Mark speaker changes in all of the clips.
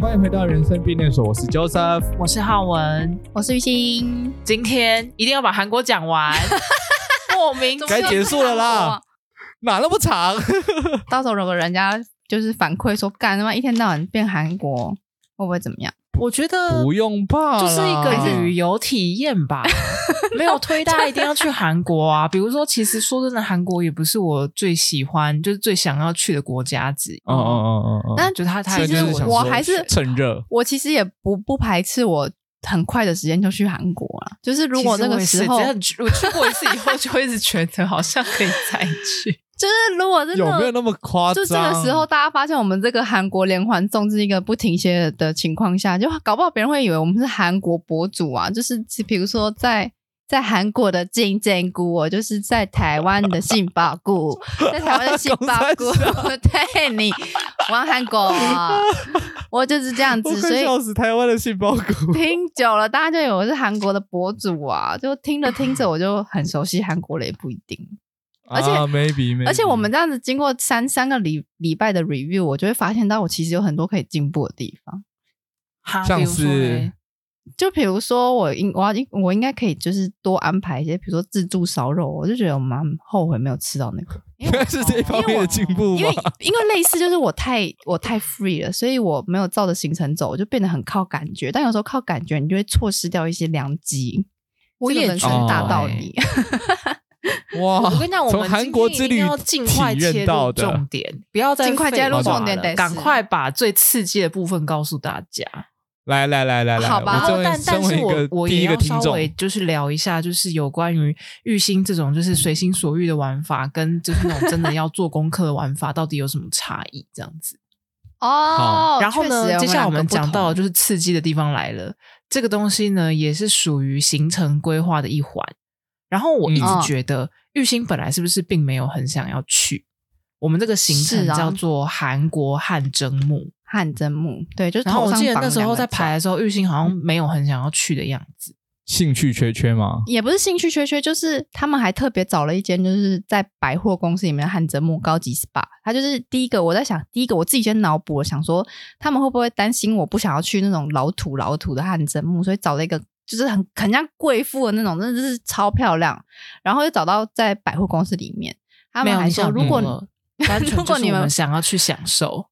Speaker 1: 欢迎回到人生便利所，我是 Joseph。
Speaker 2: 我是浩文，
Speaker 3: 我是玉兴，
Speaker 2: 今天一定要把韩国 讲完。莫名
Speaker 3: 怎么
Speaker 1: 该
Speaker 3: 又
Speaker 1: 结
Speaker 3: 是
Speaker 1: 束了啦
Speaker 3: 韩国啊
Speaker 1: 哪那么长？
Speaker 3: 到时候如果人家就是反馈说干他妈一天到晚变韩国，会不会怎么样？
Speaker 2: 我觉得
Speaker 1: 不用怕啦，
Speaker 2: 就是一个旅游体验 吧，没有推大家一定要去韩国啊。比如说，其实说真的，韩国也不是我最喜欢，就是最想要去的国家之一。
Speaker 1: 嗯。嗯嗯嗯嗯嗯。
Speaker 3: 但
Speaker 2: 就他他
Speaker 3: 其实
Speaker 1: 就是想
Speaker 3: 我
Speaker 1: 说
Speaker 3: 还是
Speaker 1: 趁热，
Speaker 3: 我其实也不不排斥我很快的时间就去韩国了，就是如果那个时候，
Speaker 1: 哦
Speaker 2: 其实我也是只要我去过一次以后，就会一直觉得好像可以再去。
Speaker 3: 就是如果真
Speaker 1: 有没有
Speaker 3: 的。
Speaker 1: 那么夸张？
Speaker 3: 就这个时候，大家发现我们这个韩国连环粽是一个不停歇的情况下，就搞不好别人会以为我们是韩国博主啊，就是比如说在在韩国的金针菇、哦，就是在台湾的杏鲍 菇，在台湾的杏鲍菇
Speaker 1: 公三，
Speaker 3: 对你玩韩国、啊，我就是这样
Speaker 1: 我
Speaker 3: 子，所
Speaker 1: 快
Speaker 3: 以
Speaker 1: 笑死台湾的杏鲍菇。
Speaker 3: 听久了，大家就以为我是韩国的博主啊，就听着听着我就很熟悉韩国了，也不一定。而且
Speaker 1: 啊 maybe maybe，
Speaker 3: 而且我们这样子经过三三个礼礼拜的 review，我就会发现到我其实有很多可以进步的地方。
Speaker 2: 哈
Speaker 1: 像
Speaker 2: 比如说
Speaker 1: 是
Speaker 2: 嘞
Speaker 3: 就比如说我应我要应我应该可以就是多安排一些，比如说自助烧肉，我就觉得我蛮后悔没有吃到那个，因为我
Speaker 1: 是这一方面的进步
Speaker 3: 因为
Speaker 1: 吗？
Speaker 3: 因为类似就是我太我太 free 了，所以我没有照着行程走，我就变得很靠感觉。但有时候靠感觉，你就会错失掉一些良机。
Speaker 2: 我也
Speaker 3: 这个人
Speaker 2: 觉
Speaker 1: 得
Speaker 3: 生大道
Speaker 2: 欸
Speaker 3: 理。
Speaker 1: 哇
Speaker 2: 我！跟你讲，我
Speaker 1: 哦从
Speaker 2: 们
Speaker 1: 韩国之
Speaker 2: 今天一定
Speaker 1: 旅
Speaker 2: 要尽快
Speaker 1: 体
Speaker 2: 切
Speaker 1: 验到
Speaker 2: 入
Speaker 1: 的
Speaker 2: 重点，不要再
Speaker 3: 尽快
Speaker 2: 废
Speaker 3: 切入
Speaker 2: 话
Speaker 1: 重点
Speaker 2: 了
Speaker 3: 得
Speaker 2: 赶
Speaker 3: 是
Speaker 2: 快把最刺激的部分告诉大家。
Speaker 1: 来来来来来，
Speaker 3: 好吧
Speaker 1: 我
Speaker 2: 然后
Speaker 1: 作为
Speaker 2: 但但
Speaker 1: 身为
Speaker 2: 是
Speaker 1: 一
Speaker 2: 我
Speaker 1: 个
Speaker 2: 我
Speaker 1: 第
Speaker 2: 也
Speaker 1: 一个
Speaker 2: 要
Speaker 1: 听
Speaker 2: 稍
Speaker 1: 众，
Speaker 2: 微就是聊一下，就是有关于玉兴这种就是随心所欲的玩法，跟就是那种真的要做功课的玩法，到底有什么差异？这样子。
Speaker 3: 哦，
Speaker 2: 然后呢，接下来我们讲到的
Speaker 3: 就
Speaker 2: 就是刺激的地方来了。这个东西呢，也是属于行程规划的一环。然后我一直
Speaker 3: 嗯
Speaker 2: 觉得，玉兴本来是不是并没有很想要去？我们这个行程
Speaker 3: 是啊
Speaker 2: 叫做韩国汗蒸木。
Speaker 3: 汗蒸木，对，就是
Speaker 2: 然后
Speaker 3: 头
Speaker 2: 我
Speaker 3: 上
Speaker 2: 记得
Speaker 3: 绑
Speaker 2: 那时候
Speaker 3: 两个嗯
Speaker 2: 在排
Speaker 3: 罩，
Speaker 2: 的时候，玉兴好像没有很想要去的样子。
Speaker 1: 兴趣缺缺吗？
Speaker 3: 也不是兴趣缺缺，就是他们还特别找了一间就是在百货公司里面的汗蒸木高级 SPA。他就是第一个，我在想，第一个我自己先脑补了，想说他们会不会担心我不想要去那种老土老土的汗蒸木，所以找了一个就是很很像贵妇的那种，真的是超漂亮。然后又找到在百货公司里面，他
Speaker 2: 没
Speaker 3: 们
Speaker 2: 有，
Speaker 3: 还
Speaker 2: 你想
Speaker 3: 说如果
Speaker 2: 多
Speaker 3: 你
Speaker 2: 了单纯
Speaker 3: 如果
Speaker 2: 就是
Speaker 3: 你
Speaker 2: 我
Speaker 3: 们哦
Speaker 2: 们想要去享受，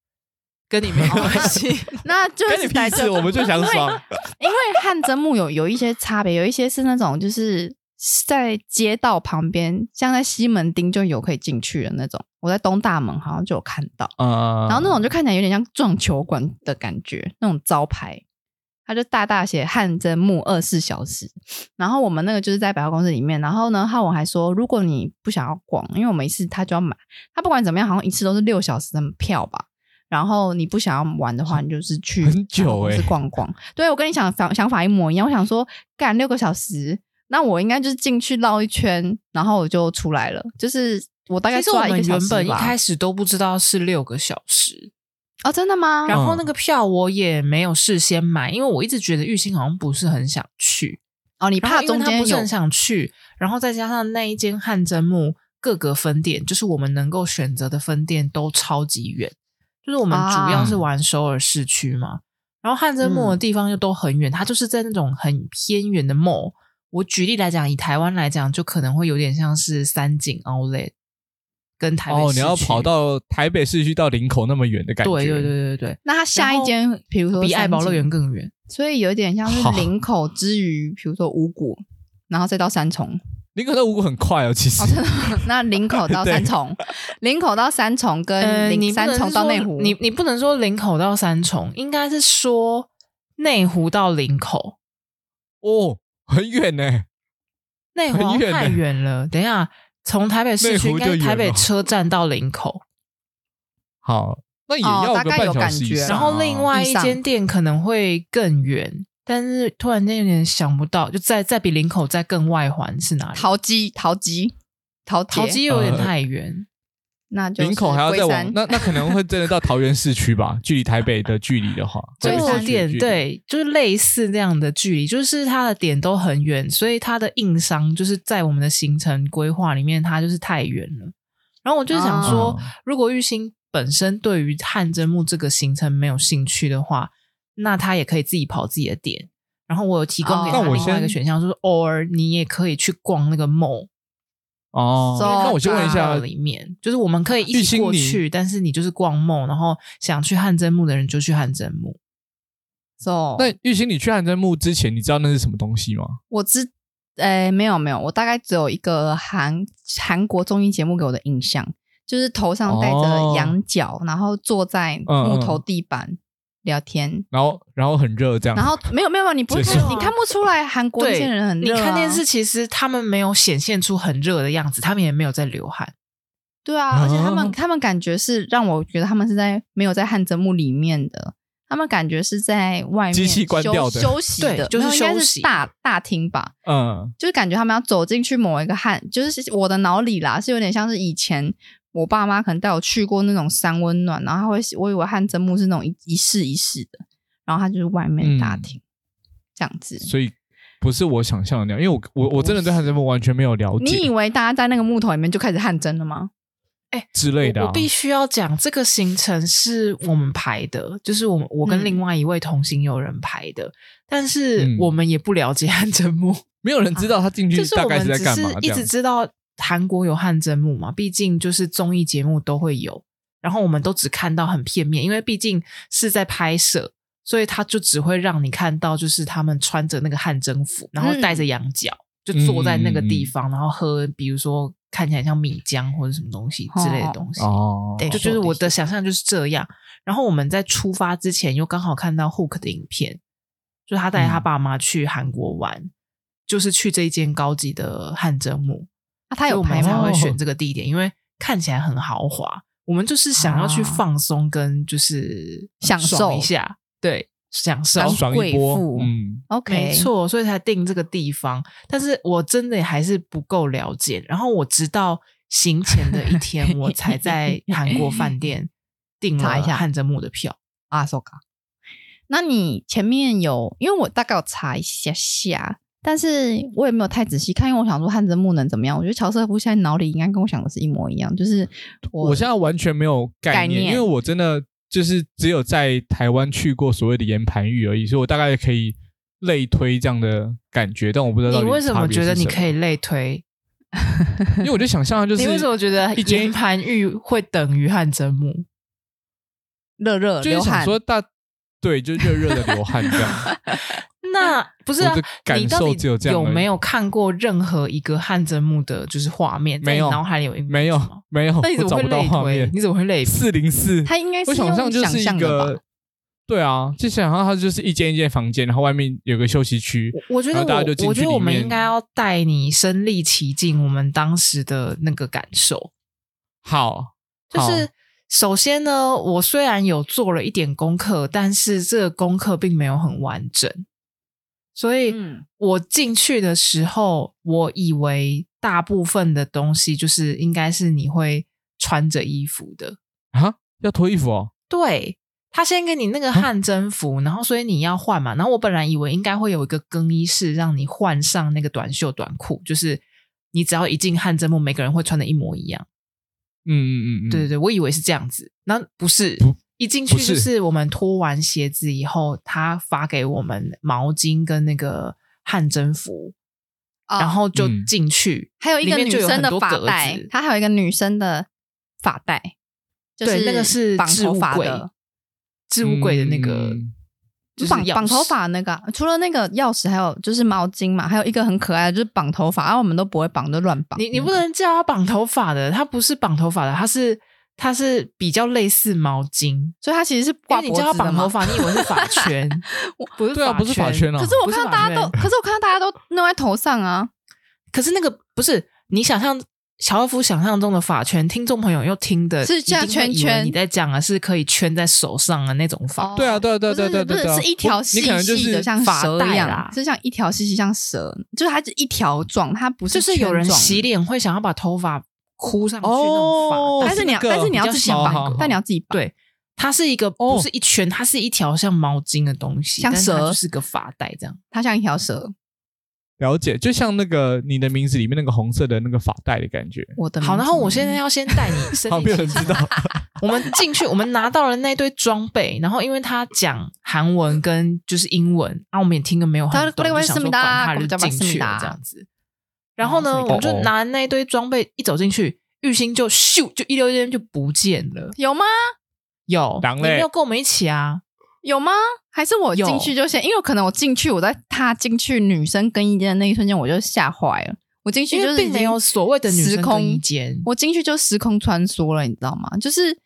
Speaker 2: 跟你没关 系。
Speaker 3: 那就
Speaker 1: 跟
Speaker 3: 是
Speaker 1: 你屁事，我们就想爽。
Speaker 3: 因为汗蒸木有有一些差别，有一些是那种就是在街道旁边，像在西门町就有可以进去的那种。我在东大门好像就有看到，
Speaker 1: 啊，
Speaker 3: 然后那种就看起来有点像撞球馆的感觉，那种招牌，它就大大写“汗蒸木二十四小时”。然后我们那个就是在百货公司里面，然后呢，浩文还说，如果你不想要逛，因为我们一次他就要买，他不管怎么样，好像一次都是六小时的票吧。然后你不想要玩的话，你就是去
Speaker 1: 很久
Speaker 3: 百货公司
Speaker 1: 欸
Speaker 3: 逛逛。对我跟你想想想法一模一样，我想说干六个小时，那我应该就是进去绕一圈，然后我就出来了。就是我大概
Speaker 2: 其实我
Speaker 3: 抓一
Speaker 2: 们
Speaker 3: 个小
Speaker 2: 原
Speaker 3: 时
Speaker 2: 本一
Speaker 3: 吧
Speaker 2: 开始都不知道是六个小时，
Speaker 3: 哦，真的吗？
Speaker 2: 然
Speaker 1: 嗯
Speaker 2: 后那个票我也没有事先买，因为我一直觉得玉兴好像不是很想去，
Speaker 3: 哦，你
Speaker 2: 你
Speaker 3: 怕中间
Speaker 2: 不是
Speaker 3: 有
Speaker 2: 很想去，然后再加上那一间汗蒸木各个分店，就是我们能够选择的分店都超级远，就是我们主要
Speaker 1: 啊
Speaker 2: 是玩首尔市区嘛，然后汗蒸
Speaker 1: 嗯
Speaker 2: 木的地方又都很远，它就是在那种很偏远的 mall。我举例来讲，以台湾来讲，就可能会有点像是三井 Outlet 跟台北
Speaker 1: 哦，
Speaker 2: 市
Speaker 1: 你要
Speaker 2: 区
Speaker 1: 跑到台北市区到林口那么远的感觉，
Speaker 2: 对对对对对，
Speaker 3: 那它下一间，比如说
Speaker 2: 比爱宝乐
Speaker 3: 三井
Speaker 2: 园，更远。
Speaker 3: 所以有点像是林口之于，比如说五谷，然后再到三重。
Speaker 1: 林口到五谷很快哦，其实
Speaker 3: 哦，真的吗？那林口到
Speaker 1: 对
Speaker 3: 三重，林口到三重跟
Speaker 2: 呃你
Speaker 3: 林
Speaker 2: 不能
Speaker 3: 呃三重
Speaker 2: 说
Speaker 3: 到内湖，
Speaker 2: 你你不能说林口到三重，应该是说内湖到林口，
Speaker 1: 哦，很远呢。
Speaker 2: 内湖好
Speaker 1: 很
Speaker 2: 像
Speaker 1: 远
Speaker 2: 太
Speaker 1: 欸
Speaker 2: 远了。等一下，从台北市
Speaker 1: 内
Speaker 2: 区
Speaker 1: 湖
Speaker 2: 应该
Speaker 1: 就
Speaker 2: 是台
Speaker 1: 远
Speaker 2: 北
Speaker 1: 了
Speaker 2: 车站到林口，
Speaker 1: 好，那也
Speaker 3: 哦
Speaker 1: 要
Speaker 3: 大
Speaker 1: 个
Speaker 3: 概
Speaker 1: 半
Speaker 3: 有
Speaker 1: 小
Speaker 3: 感
Speaker 1: 时以
Speaker 3: 觉
Speaker 1: 上啊。
Speaker 2: 然后另外
Speaker 3: 以
Speaker 2: 一
Speaker 3: 上
Speaker 2: 间店可能会更远，但是突然间有点想不到，就在再比林口再更外环是哪里？
Speaker 3: 桃机、桃机、桃
Speaker 2: 桃
Speaker 3: 姐
Speaker 2: 机有点
Speaker 1: 呃
Speaker 2: 太远，
Speaker 3: 那就是
Speaker 1: 林口还要
Speaker 3: 龟
Speaker 1: 再往
Speaker 3: 山
Speaker 1: 那那可能会真的到桃园市区吧，距离台北的距离的话，
Speaker 2: 就
Speaker 1: 台北市
Speaker 2: 有
Speaker 1: 区的
Speaker 2: 点
Speaker 1: 距离，
Speaker 2: 对，就是类似那样的距离，就是它的点都很远，所以它的硬伤就是在我们的行程规划里面，它就是太远了。然后我就想说，
Speaker 1: 哦
Speaker 2: 如果玉兴本身对于汗蒸木这个行程没有兴趣的话，那他也可以自己跑自己的店。然后我有提供给
Speaker 3: 哦
Speaker 2: 他
Speaker 1: 那我
Speaker 2: 另外一
Speaker 1: 先
Speaker 2: 个选项，就是偶尔你也可以去逛那个 mall，
Speaker 1: 哦，
Speaker 3: So-
Speaker 1: 那我先问一下，
Speaker 2: 里面就是我们可以一
Speaker 1: 玉
Speaker 2: 起
Speaker 1: 兴
Speaker 2: 过
Speaker 1: 你
Speaker 2: 去，但是你就是逛 mall，然后想去汗蒸木的人就去汗蒸木。
Speaker 3: so
Speaker 1: 那玉兴你去汗蒸木之前，你知道那是什么东西吗？
Speaker 3: 我知，呃，没有没有，我大概只有一个韩韩国综艺节目给我的印象，就是头上戴着
Speaker 1: 哦
Speaker 3: 羊角，然后坐在
Speaker 1: 嗯
Speaker 3: 木头
Speaker 1: 嗯
Speaker 3: 地板聊天，
Speaker 1: 然后然后很热这样，
Speaker 3: 然后没有没有没有，你不会
Speaker 1: 这
Speaker 3: 看
Speaker 1: 是
Speaker 3: 你看不出来韩国那些人很
Speaker 2: 你
Speaker 3: 热、啊，
Speaker 2: 看电视，其实他们没有显现出很热的样子，他们也没有在流汗。
Speaker 3: 对啊，而且他们、
Speaker 1: 哦
Speaker 3: 他们感觉是让我觉得他们是在没有在汗蒸木里面的，他们感觉是在外面
Speaker 1: 机器关
Speaker 3: 休
Speaker 1: 掉的
Speaker 3: 休息
Speaker 2: 对
Speaker 3: 的，
Speaker 2: 就是
Speaker 3: 没有应该
Speaker 2: 休
Speaker 3: 是
Speaker 2: 息
Speaker 3: 大大厅吧，
Speaker 1: 嗯，
Speaker 3: 就是感觉他们要走进去某一个汗，就是我的脑里啦，是有点像是以前。我爸妈可能带我去过那种三温暖，然后他会，我以为汗蒸木是那种一一室一室的，然后它就是外面的大
Speaker 1: 嗯
Speaker 3: 厅、这样子。
Speaker 1: 所以不是我想象的那样，因为我我我真的对汗蒸木完全没有了
Speaker 3: 你以
Speaker 1: 解
Speaker 3: 为大家在那个木头里面就开始汗蒸了吗？
Speaker 1: 之类的、
Speaker 2: 我
Speaker 1: 啊
Speaker 2: 我。必须要讲，这个行程是我们排的，就是我们我跟
Speaker 3: 嗯
Speaker 2: 另外一位同行友人排的，但是
Speaker 1: 嗯
Speaker 2: 我们也不了解汗蒸木，
Speaker 1: 没有人知道他进去
Speaker 2: 啊就是
Speaker 1: 大
Speaker 2: 我
Speaker 1: 概
Speaker 2: 们
Speaker 1: 在
Speaker 2: 只
Speaker 1: 干
Speaker 2: 是
Speaker 1: 嘛，这
Speaker 2: 一
Speaker 1: 样
Speaker 2: 直知道韩国有汗蒸木嘛，毕竟就是综艺节目都会有，然后我们都只看到很片面，因为毕竟是在拍摄。所以他就只会让你看到，就是他们穿着那个汗蒸服，然后
Speaker 3: 嗯
Speaker 2: 戴着羊角，就坐在那个
Speaker 1: 嗯
Speaker 2: 地
Speaker 1: 嗯嗯
Speaker 2: 方，然后喝，比如说看起来像米浆或者什么东西之类的东西。
Speaker 1: 哦，
Speaker 2: 对，就就是我的想象就是这样。然后我们在出发之前又刚好看到 Hook 的影片，就他带他
Speaker 3: 嗯
Speaker 2: 爸妈去韩国玩，就是去这一间高级的汗蒸木，
Speaker 3: 啊，他
Speaker 2: 所以
Speaker 3: 有
Speaker 2: 我们
Speaker 3: 排
Speaker 2: 才
Speaker 3: 吗
Speaker 2: 会？选这个地点，因为看起来很豪华。我们就是想要去
Speaker 3: 啊
Speaker 2: 放松跟就是
Speaker 3: 享
Speaker 2: 爽一
Speaker 3: 受
Speaker 2: 下，对，享受
Speaker 3: 当
Speaker 1: 爽
Speaker 3: 贵
Speaker 1: 一波
Speaker 3: 妇，
Speaker 1: 嗯，
Speaker 3: OK，
Speaker 2: 没错，所以才定这个地方。但是我真的还是不够了解。然后我直到行前的一天，我才在韩国饭店订
Speaker 3: 查
Speaker 2: 了
Speaker 3: 一下
Speaker 2: 汗蒸木的票。
Speaker 3: 啊，so ga。那你前面有，因为我大概有查一下下，但是我也没有太仔细看，因为我想说汉字木能怎么样？我觉得乔瑟夫现在脑里应该跟我想的是一模一样，就是我
Speaker 1: 我现在完全没有概
Speaker 3: 概念
Speaker 1: 因为我真的就是只有在台湾去过所谓的岩盘浴而已，所以我大概可以类推这样的感觉，但我不知道
Speaker 2: 你
Speaker 1: 到底
Speaker 2: 为什么
Speaker 1: 差别
Speaker 2: 觉得
Speaker 1: 是
Speaker 2: 你
Speaker 1: 什么
Speaker 2: 可以类推？
Speaker 1: 因为我就想 象就是
Speaker 2: 你为什么觉得
Speaker 1: 一间
Speaker 2: 岩盘浴会等于汗蒸木？
Speaker 3: 热热
Speaker 1: 就是
Speaker 3: 流
Speaker 1: 想
Speaker 3: 汗，
Speaker 1: 说大对，就热热的流汗这 样。
Speaker 2: 那不是啊
Speaker 1: 我的？
Speaker 2: 你
Speaker 1: 感
Speaker 2: 到底
Speaker 1: 受只有这样而已
Speaker 2: 有没有看过任何一个汗蒸木的，就是画面？在
Speaker 1: 没有
Speaker 2: 你脑海里有 image
Speaker 1: 没有
Speaker 2: 吗
Speaker 1: 没有，
Speaker 2: 那你怎
Speaker 1: 我
Speaker 2: 么
Speaker 1: 找
Speaker 2: 会
Speaker 1: 不到
Speaker 2: 类
Speaker 1: 画
Speaker 2: 推
Speaker 1: 面？？
Speaker 2: 你怎么会类推？
Speaker 1: 四零四？
Speaker 3: 他应该是
Speaker 1: 我想象
Speaker 3: 用
Speaker 1: 就
Speaker 3: 想
Speaker 1: 是
Speaker 3: 象
Speaker 1: 一
Speaker 3: 的
Speaker 1: 个
Speaker 3: 吧？，
Speaker 1: 对啊，就想象它就是一间一间房间，然后外面有个休息区，
Speaker 2: 我我觉得
Speaker 1: 然后大家就
Speaker 2: 我，
Speaker 1: 进
Speaker 2: 我
Speaker 1: 去
Speaker 2: 觉得
Speaker 1: 里
Speaker 2: 我们
Speaker 1: 面
Speaker 2: 应该要带你身临其境，我们当时的那个感受。
Speaker 1: 好，
Speaker 2: 就是首先呢，我虽然有做了一点功课，但是这个功课并没有很完整，所以
Speaker 3: 嗯，
Speaker 2: 我进去的时候，我以为大部分的东西就是应该是你会穿着衣服的，
Speaker 1: 好啊，要脱衣服哦，
Speaker 2: 对。他先给你那个汗蒸服，然后所以你要换嘛。然后我本来以为应该会有一个更衣室让你换上那个短袖短裤，就是你只要一进汗蒸幕，每个人会穿的一模一样。
Speaker 1: 嗯嗯嗯嗯，
Speaker 2: 对对对，我以为是这样子，那不是
Speaker 1: 不，
Speaker 2: 一进去
Speaker 1: 不
Speaker 2: 就是是我们脱完鞋子以后，他发给我们毛巾跟那个汗蒸服，
Speaker 3: 哦
Speaker 2: 然后就
Speaker 1: 嗯
Speaker 2: 进去。
Speaker 3: 还有一个
Speaker 2: 里面
Speaker 3: 女
Speaker 2: 就有
Speaker 3: 生
Speaker 2: 很
Speaker 3: 的
Speaker 2: 多
Speaker 3: 发
Speaker 2: 格
Speaker 3: 带
Speaker 2: 子，
Speaker 3: 他还有一个女生的发带，就
Speaker 2: 对，
Speaker 3: 是
Speaker 2: 那个是
Speaker 3: 绑
Speaker 2: 置
Speaker 3: 头
Speaker 2: 物
Speaker 3: 发
Speaker 2: 柜
Speaker 3: 的，，
Speaker 2: 置物柜的那个
Speaker 1: 嗯
Speaker 2: 就是
Speaker 3: 绑
Speaker 2: 钥
Speaker 3: 绑头
Speaker 2: 匙
Speaker 3: 发那个啊，除了那个钥匙，还有就是毛巾嘛，还有一个很可爱的就是绑头发，然、后啊我们都不会绑，就乱绑。
Speaker 2: 你你不能叫它绑头发的，它不是绑头发的，它是它是比较类似毛巾。
Speaker 3: 所以它其实是
Speaker 2: 因
Speaker 3: 挂
Speaker 2: 为
Speaker 3: 脖
Speaker 2: 你叫它
Speaker 3: 子的
Speaker 2: 绑
Speaker 3: 嘛
Speaker 2: 头。发，你以为是 发圈
Speaker 3: 我，
Speaker 2: 不是
Speaker 1: 对啊，不是法圈啊，
Speaker 3: 可是我看到大家都，
Speaker 2: 不
Speaker 3: 可是我看到大家都弄在头上啊，
Speaker 2: 可是那个不是你想象乔尔夫想象中的发圈，听众朋友又听的
Speaker 3: 是
Speaker 2: 一
Speaker 3: 这样
Speaker 2: 定会以
Speaker 3: 圈
Speaker 2: 为
Speaker 3: 圈
Speaker 2: 你在讲的是可以圈在手上的那种发，
Speaker 3: 哦
Speaker 1: 对啊，对啊，对啊，
Speaker 3: 不
Speaker 1: 对
Speaker 3: 是
Speaker 1: 啊，对啊，
Speaker 3: 不
Speaker 1: 对啊
Speaker 3: 是
Speaker 1: 对啊
Speaker 3: 是一条
Speaker 1: 我你可
Speaker 3: 细
Speaker 1: 能就
Speaker 3: 细的，
Speaker 1: 是
Speaker 3: 像
Speaker 2: 发
Speaker 3: 蛇
Speaker 2: 带
Speaker 3: 一样
Speaker 2: 啦，
Speaker 3: 是像一条细细像蛇，就是它是一条状，它不
Speaker 2: 就是是有人
Speaker 3: 圈状
Speaker 2: 洗脸会想要把头发箍上去那种发带。
Speaker 1: 哦
Speaker 3: 但是你要
Speaker 1: 是那个
Speaker 3: 但是你要自己
Speaker 1: 比较小
Speaker 3: 绑
Speaker 1: 好，
Speaker 3: 但你要自己绑。
Speaker 2: 对，它是一个
Speaker 1: 哦
Speaker 2: 不是一圈，它是一条像毛巾的东西，
Speaker 3: 像
Speaker 2: 但是它
Speaker 3: 蛇
Speaker 2: 就是个发带这样。
Speaker 3: 它像一条蛇，
Speaker 1: 了解，就像那个你的名字里面那个红色的那个发带的感觉。
Speaker 3: 我的
Speaker 2: 好，
Speaker 3: 名
Speaker 2: 然
Speaker 3: 字
Speaker 2: 后我现在要先带你身
Speaker 1: 嗯好，没
Speaker 2: 体
Speaker 1: 有
Speaker 2: 体
Speaker 1: 人 知道。
Speaker 2: 我们进去，我们拿到了那堆装备，然后因为他讲韩文跟就是英文，啊，我们也听个没有很懂，
Speaker 3: 他
Speaker 2: 就
Speaker 3: 就
Speaker 2: 想说管他就
Speaker 3: 他
Speaker 2: 进去了这样子。然后呢，
Speaker 3: 哦
Speaker 2: 我们就拿那堆装备一走进去，玉兴就咻就一溜烟就不见了。
Speaker 3: 有吗？
Speaker 2: 有，
Speaker 1: 狼
Speaker 2: 你
Speaker 1: 嘞
Speaker 2: 没有跟我们一起啊？
Speaker 3: 有吗？还是我
Speaker 2: 有
Speaker 3: 进去就先，因为可能我进去，我在踏进去女生更衣间的那一瞬间，我就吓坏了。我进去
Speaker 2: 因
Speaker 3: 就
Speaker 2: 为
Speaker 3: 是已
Speaker 2: 并没
Speaker 3: 经
Speaker 2: 有所谓的女
Speaker 3: 时
Speaker 2: 生更衣
Speaker 3: 空
Speaker 2: 间，
Speaker 3: 我进去就时空穿梭了，你知道吗？就是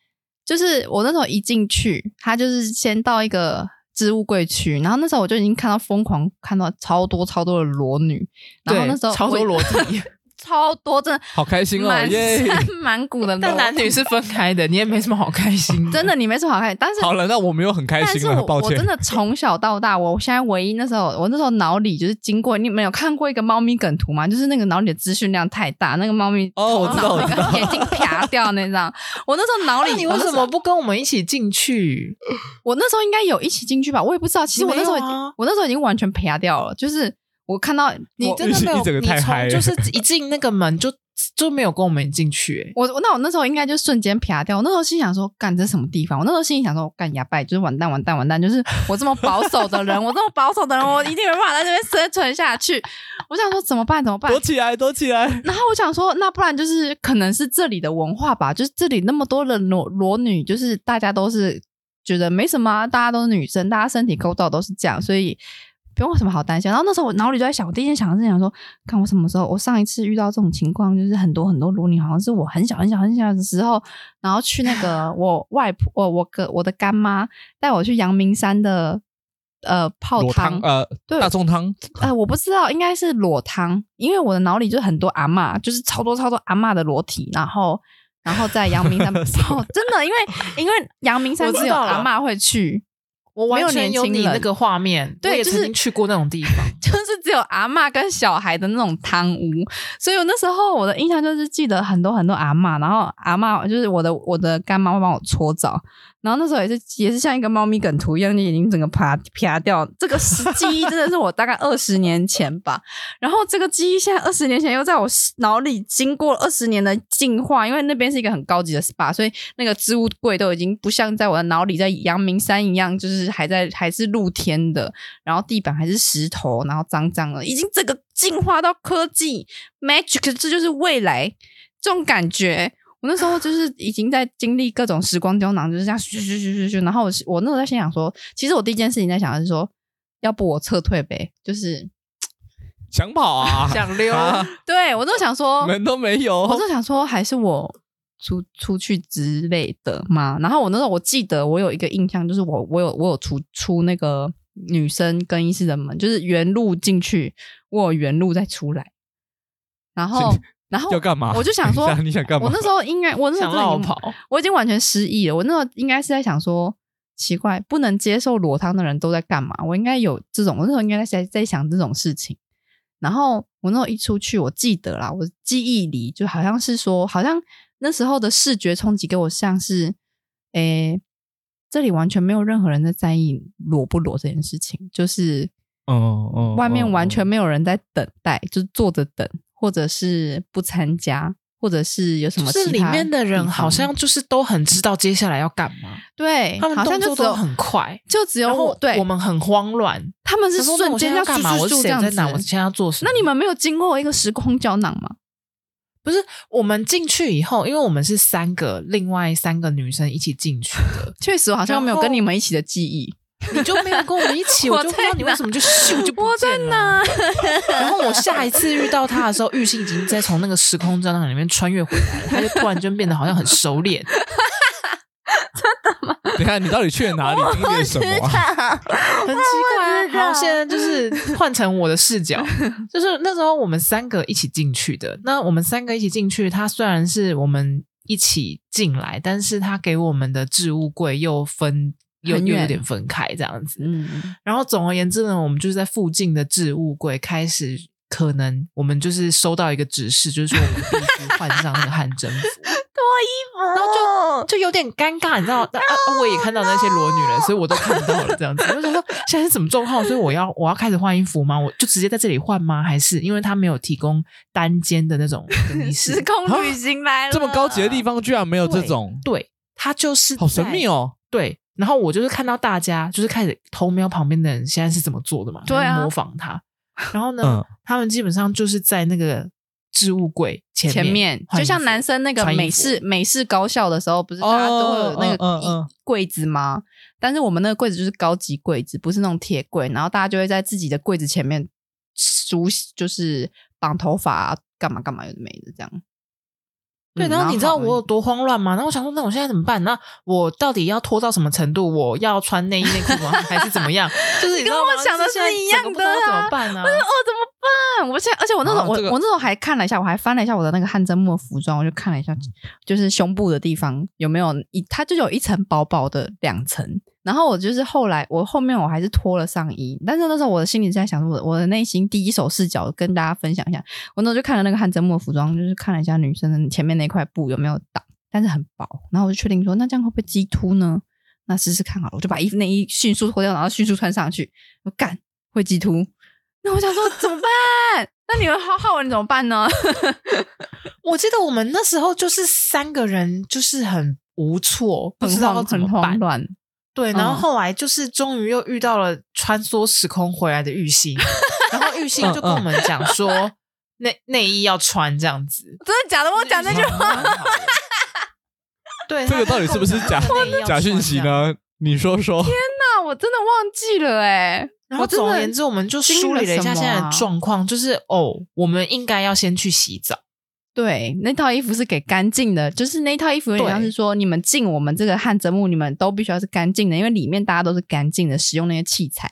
Speaker 3: 就是我那时候一进去，他就是先到一个置物柜区，然后那时候我就已经看到疯狂看到超多超多的裸女，然后
Speaker 2: 对
Speaker 3: 那时候
Speaker 2: 超多裸
Speaker 3: 我
Speaker 2: 体，
Speaker 3: 超多真的
Speaker 1: 好开心哦，
Speaker 3: 满
Speaker 1: 耶！
Speaker 3: 山 满谷的裸，
Speaker 2: 但男女是分开的，你也没什么好开心。
Speaker 3: 真
Speaker 2: 的，
Speaker 3: 的你没什么好看，但 是
Speaker 1: 好了，那我没有很开
Speaker 3: 但
Speaker 1: 心
Speaker 3: 是
Speaker 1: 了，
Speaker 3: 我
Speaker 1: 抱
Speaker 3: 我
Speaker 1: 歉
Speaker 3: 真。的从小到大，我现在唯一那时候，我那时候脑里就是经过，你们有看过一个猫咪梗图吗？就是那个脑里的资讯量太大，那个猫咪
Speaker 1: 哦我知道
Speaker 3: 头脑
Speaker 1: 我知道
Speaker 3: 那个眼睛啪掉那张。我那时候脑
Speaker 2: 那
Speaker 3: 里，
Speaker 2: 哦你
Speaker 3: 我
Speaker 2: 为
Speaker 3: 那时
Speaker 2: 什
Speaker 3: 候
Speaker 2: 么不跟我们一起进去？
Speaker 3: 我那时候应该有一起进去吧，我也不知道。其实我那时候已
Speaker 2: 你没有啊
Speaker 3: 经，我那时候已经完全啪掉了，就是我看到
Speaker 2: 你
Speaker 3: 我
Speaker 2: 真的没 有，
Speaker 1: 你整个太
Speaker 2: 你
Speaker 1: 嗨
Speaker 2: 从
Speaker 1: 了
Speaker 2: 就是一进那个门就就没有跟我们进去、欸
Speaker 3: 我我那我那时候应该就瞬间啪掉，我那时候心想说，干这什么地方？我那时候心里想说，干哑巴，就是完蛋完蛋完蛋，就是我这么保守的人，我这么保守的人，我一定没办法在这边生存下去。我想说怎么办怎么办
Speaker 1: 躲？起来，躲起来！
Speaker 3: 然后我想说，那不然就是可能是这里的文化吧，就是这里那么多的裸裸女，就是大家都是觉得没什么、啊，大家都是女生，大家身体构造都是这样，所以不用有什么好担心。然后那时候我脑里就在想，我第一件想的是想说，看我什么时候，我上一次遇到这种情况，就是很多很多裸女，好像是我很小很小很小的时候，然后去那个我外婆，我我哥我的干妈带我去阳明山的呃泡
Speaker 1: 裸汤，呃，
Speaker 3: 对
Speaker 1: 大众汤，
Speaker 3: 呃，我不知道，应该是裸汤，因为我的脑里就很多阿嬷，就是超多超多阿嬷的裸体，然后然后在 阳明山泡，真的，因为因为阳明山
Speaker 2: 我知
Speaker 3: 只有
Speaker 2: 道了
Speaker 3: 阿嬷会去，
Speaker 2: 我完全
Speaker 3: 没有
Speaker 2: 有
Speaker 3: 年
Speaker 2: 你
Speaker 3: 轻人
Speaker 2: 那个画面，
Speaker 3: 对
Speaker 2: 我也
Speaker 3: 就是
Speaker 2: 曾经去过那种地 方。，
Speaker 3: 就是只有阿嬷跟小孩的那种汤屋，所以我那时候我的印象就是记得很多很多阿嬷，然后阿嬷就是我的我的干妈会帮我搓澡，然后那时候也是也是像一个猫咪梗图一样，就已经整个啪啪掉。这个是记忆真的是我大概二十年前吧，然后这个记忆现在二十年前又在我脑里经过二十年的进化，因为那边是一个很高级的 SPA，所以那个置物柜都已经不像在我的脑里在阳明山一样，就是还在还是露天的，然后地板还是石头，然后脏脏的，已经整个进化到科技 magic，这就是未来这种感觉。我那时候就是已经在经历各种时光胶囊，就是这样咻咻咻咻咻。然后我是我那时候在心想说，其实我第一件事情在想的是说，要不我撤退呗，就是
Speaker 1: 想跑啊
Speaker 2: 想溜
Speaker 1: 啊
Speaker 3: 对我都想说，
Speaker 1: 门都没
Speaker 3: 我
Speaker 1: 有。
Speaker 3: 就想说，还是我出出去之类的嘛。然后我那时候我记得我有一个印象，就是我我有我有出出那个女生更衣室的门，就是原路进去，我有原路再出来。然后
Speaker 1: 是
Speaker 3: 然后
Speaker 1: 要干嘛
Speaker 3: 哦我就想说
Speaker 1: 等一下， 你想干嘛
Speaker 3: 我那时候应该我那时候
Speaker 2: 想
Speaker 3: 真的
Speaker 2: 绕
Speaker 3: 已经
Speaker 2: 跑，
Speaker 3: 我已经完全失忆了。我那时候应该是在想说，奇怪，不能接受裸汤的人都在干嘛？我应该有这种，我那时候应该在在想这种事情。然后我那时候一出去，我记得啦，我记忆里就好像是说，好像那时候的视觉冲击给我像是，诶，这里完全没有任何人在在意裸不裸这件事情，就是
Speaker 1: 嗯嗯
Speaker 3: 外面
Speaker 1: 嗯
Speaker 3: 完全
Speaker 1: 嗯
Speaker 3: 没有人在等待，就是坐着等，或者是不参加，或者是有什
Speaker 2: 就
Speaker 3: 么
Speaker 2: 是
Speaker 3: 其
Speaker 2: 里
Speaker 3: 他
Speaker 2: 面的人
Speaker 3: 地
Speaker 2: 好
Speaker 3: 方
Speaker 2: 像就是都很知道接下来要干嘛，
Speaker 3: 对，
Speaker 2: 他们
Speaker 3: 好像
Speaker 2: 动
Speaker 3: 就
Speaker 2: 作
Speaker 3: 只有
Speaker 2: 都很快，
Speaker 3: 就只有
Speaker 2: 然
Speaker 3: 我
Speaker 2: 后
Speaker 3: 对
Speaker 2: 我们很慌乱，
Speaker 3: 他们是
Speaker 2: 想说那
Speaker 3: 瞬
Speaker 2: 我
Speaker 3: 间
Speaker 2: 现在要
Speaker 3: 干
Speaker 2: 干嘛？我是
Speaker 3: 这
Speaker 2: 谁
Speaker 3: 样
Speaker 2: 我
Speaker 3: 子
Speaker 2: 在哪？我现在要做什么？
Speaker 3: 那你们没有经过一个时空胶囊吗？，
Speaker 2: 不是我们进去以后，因为我们是三个，另外三个女生一起进去的
Speaker 3: 确实，我好像没有
Speaker 2: 然后
Speaker 3: 跟你们一起的记忆。
Speaker 2: 你就没有跟我们一起，我
Speaker 3: 我
Speaker 2: 就不
Speaker 3: 在
Speaker 2: 知道你为
Speaker 3: 哪
Speaker 2: 什么就咻就不见了。
Speaker 3: 哪？
Speaker 2: 然后我下一次遇到他的时候，玉信已经在从那个时空胶囊里面穿越回来了，他就突然就变得好像很熟练。
Speaker 1: 等一下，你到底去了 哪里？经历了什么啊？
Speaker 2: 很奇怪、啊。
Speaker 3: 知道
Speaker 2: 然后现在就是换成我的视角， 就是那时候我们三个一起进去的。那我们三个一起进去，它虽然是我们一起进来，但是它给我们的置物柜又分又
Speaker 3: 很
Speaker 2: 又
Speaker 3: 远
Speaker 2: 有点分开这样子。
Speaker 3: 嗯，
Speaker 2: 然后总而言之呢，我们就是在附近的置物柜开始。可能我们就是收到一个指示，就是说我们必须换上那个汗蒸服，我衣服，然后就就有点尴尬，你知道？那、啊、我也看到那些裸女了，所以我都看到了这样子。我就想说现在是什么状况？所以我要我要开始换衣服吗？我就直接在这里换吗？还是因为他没有提供单间的那种更衣
Speaker 3: 时
Speaker 2: 室？
Speaker 3: 空旅行来了，
Speaker 1: 啊这么高级的地方居然没有这种，
Speaker 2: 对，他就是
Speaker 1: 好神
Speaker 2: 在
Speaker 1: 秘哦。
Speaker 2: 对，然后我就是看到大家就是开始偷瞄旁边的人现在是怎么做的嘛，
Speaker 3: 对啊
Speaker 2: 然后模仿他。然后呢，
Speaker 1: 嗯，
Speaker 2: 他们基本上就是在那个置物柜前
Speaker 3: 前面
Speaker 2: 换
Speaker 3: 就像
Speaker 2: 衣服
Speaker 3: 男生那个
Speaker 2: 穿衣
Speaker 3: 美
Speaker 2: 服
Speaker 3: 式美式高校的时候，不是大家都会有那
Speaker 1: 哦嗯嗯
Speaker 3: 个
Speaker 1: 嗯
Speaker 3: 衣柜子吗？但是我们那个柜子就是高级柜子，不是那种铁柜，然后大家就会在自己的柜子前面梳，就是绑头发、啊、干嘛干嘛有的没的这样。
Speaker 2: 对，
Speaker 3: 嗯
Speaker 2: 然后你知道
Speaker 3: 好玩
Speaker 2: 我有多慌乱吗？然后我想说，那我现在怎么办？那我到底要拖到什么程度？我要穿内衣内裤吗？还是怎么样？ 就是你知道吗
Speaker 3: 跟我想的
Speaker 2: 就是现在
Speaker 3: 是一样
Speaker 2: 整个不知道
Speaker 3: 的啊
Speaker 2: 怎么 办呢、
Speaker 3: 哦，怎么办？我现在，而且我那时候，
Speaker 1: 啊
Speaker 3: 我
Speaker 1: 这个
Speaker 3: 我那时候还看了一下，我还翻了一下我的那个汗蒸木的服装，我就看了一
Speaker 1: 嗯
Speaker 3: 下，就是胸部的地方有没有一，它就有一层薄薄的两层。然后我就是后来，我后面我还是脱了上衣，但是那时候我的心里是在想说，我的我的内心第一手视角跟大家分享一下，我那时候就看了那个汗蒸木的服装，就是看了一下女生的前面那块布有没有挡，但是很薄。然后我就确定说，那这样会不会激突呢？那试试看好了，我就把衣服内衣迅速脱掉，然后迅速穿上去。我干会激突，那我想说怎么办？那你们好好玩怎么办 呢？
Speaker 2: 我记得我们那时候就是三个人，就是很无措，不
Speaker 3: 很
Speaker 2: 知道要
Speaker 3: 慌，
Speaker 2: 怎
Speaker 3: 很
Speaker 2: 么办
Speaker 3: 慌。乱。
Speaker 2: 对，然后
Speaker 3: 嗯
Speaker 2: 后来就是终于又遇到了穿梭时空回来的玉兴，然后玉兴就
Speaker 3: 嗯
Speaker 2: 跟我们讲 说，内内衣要穿这样子。
Speaker 3: 真的假的？我讲那句话，
Speaker 2: 话， 对，
Speaker 1: 这个到底是不是 假
Speaker 2: 他跟我讲内衣要
Speaker 1: 假讯
Speaker 2: 穿
Speaker 1: 息
Speaker 2: 这样？
Speaker 1: 呢？你说说，
Speaker 3: 那 我真的忘记了哎、
Speaker 2: 然
Speaker 3: 我
Speaker 2: 后
Speaker 3: 真
Speaker 2: 总而
Speaker 3: 的
Speaker 2: 言之，我们就
Speaker 3: 经历
Speaker 2: 梳
Speaker 3: 了
Speaker 2: 理了一
Speaker 3: 什
Speaker 2: 下
Speaker 3: 么
Speaker 2: 现在的
Speaker 3: 啊
Speaker 2: 状况，就是哦，我们应该要先去洗澡。
Speaker 3: 对，那套衣服是给干净的，就是那套衣服有点像是说，你们进我们这个汗蒸木，你们都必须要是干净的，因为里面大家都是干净的，使用那些器材，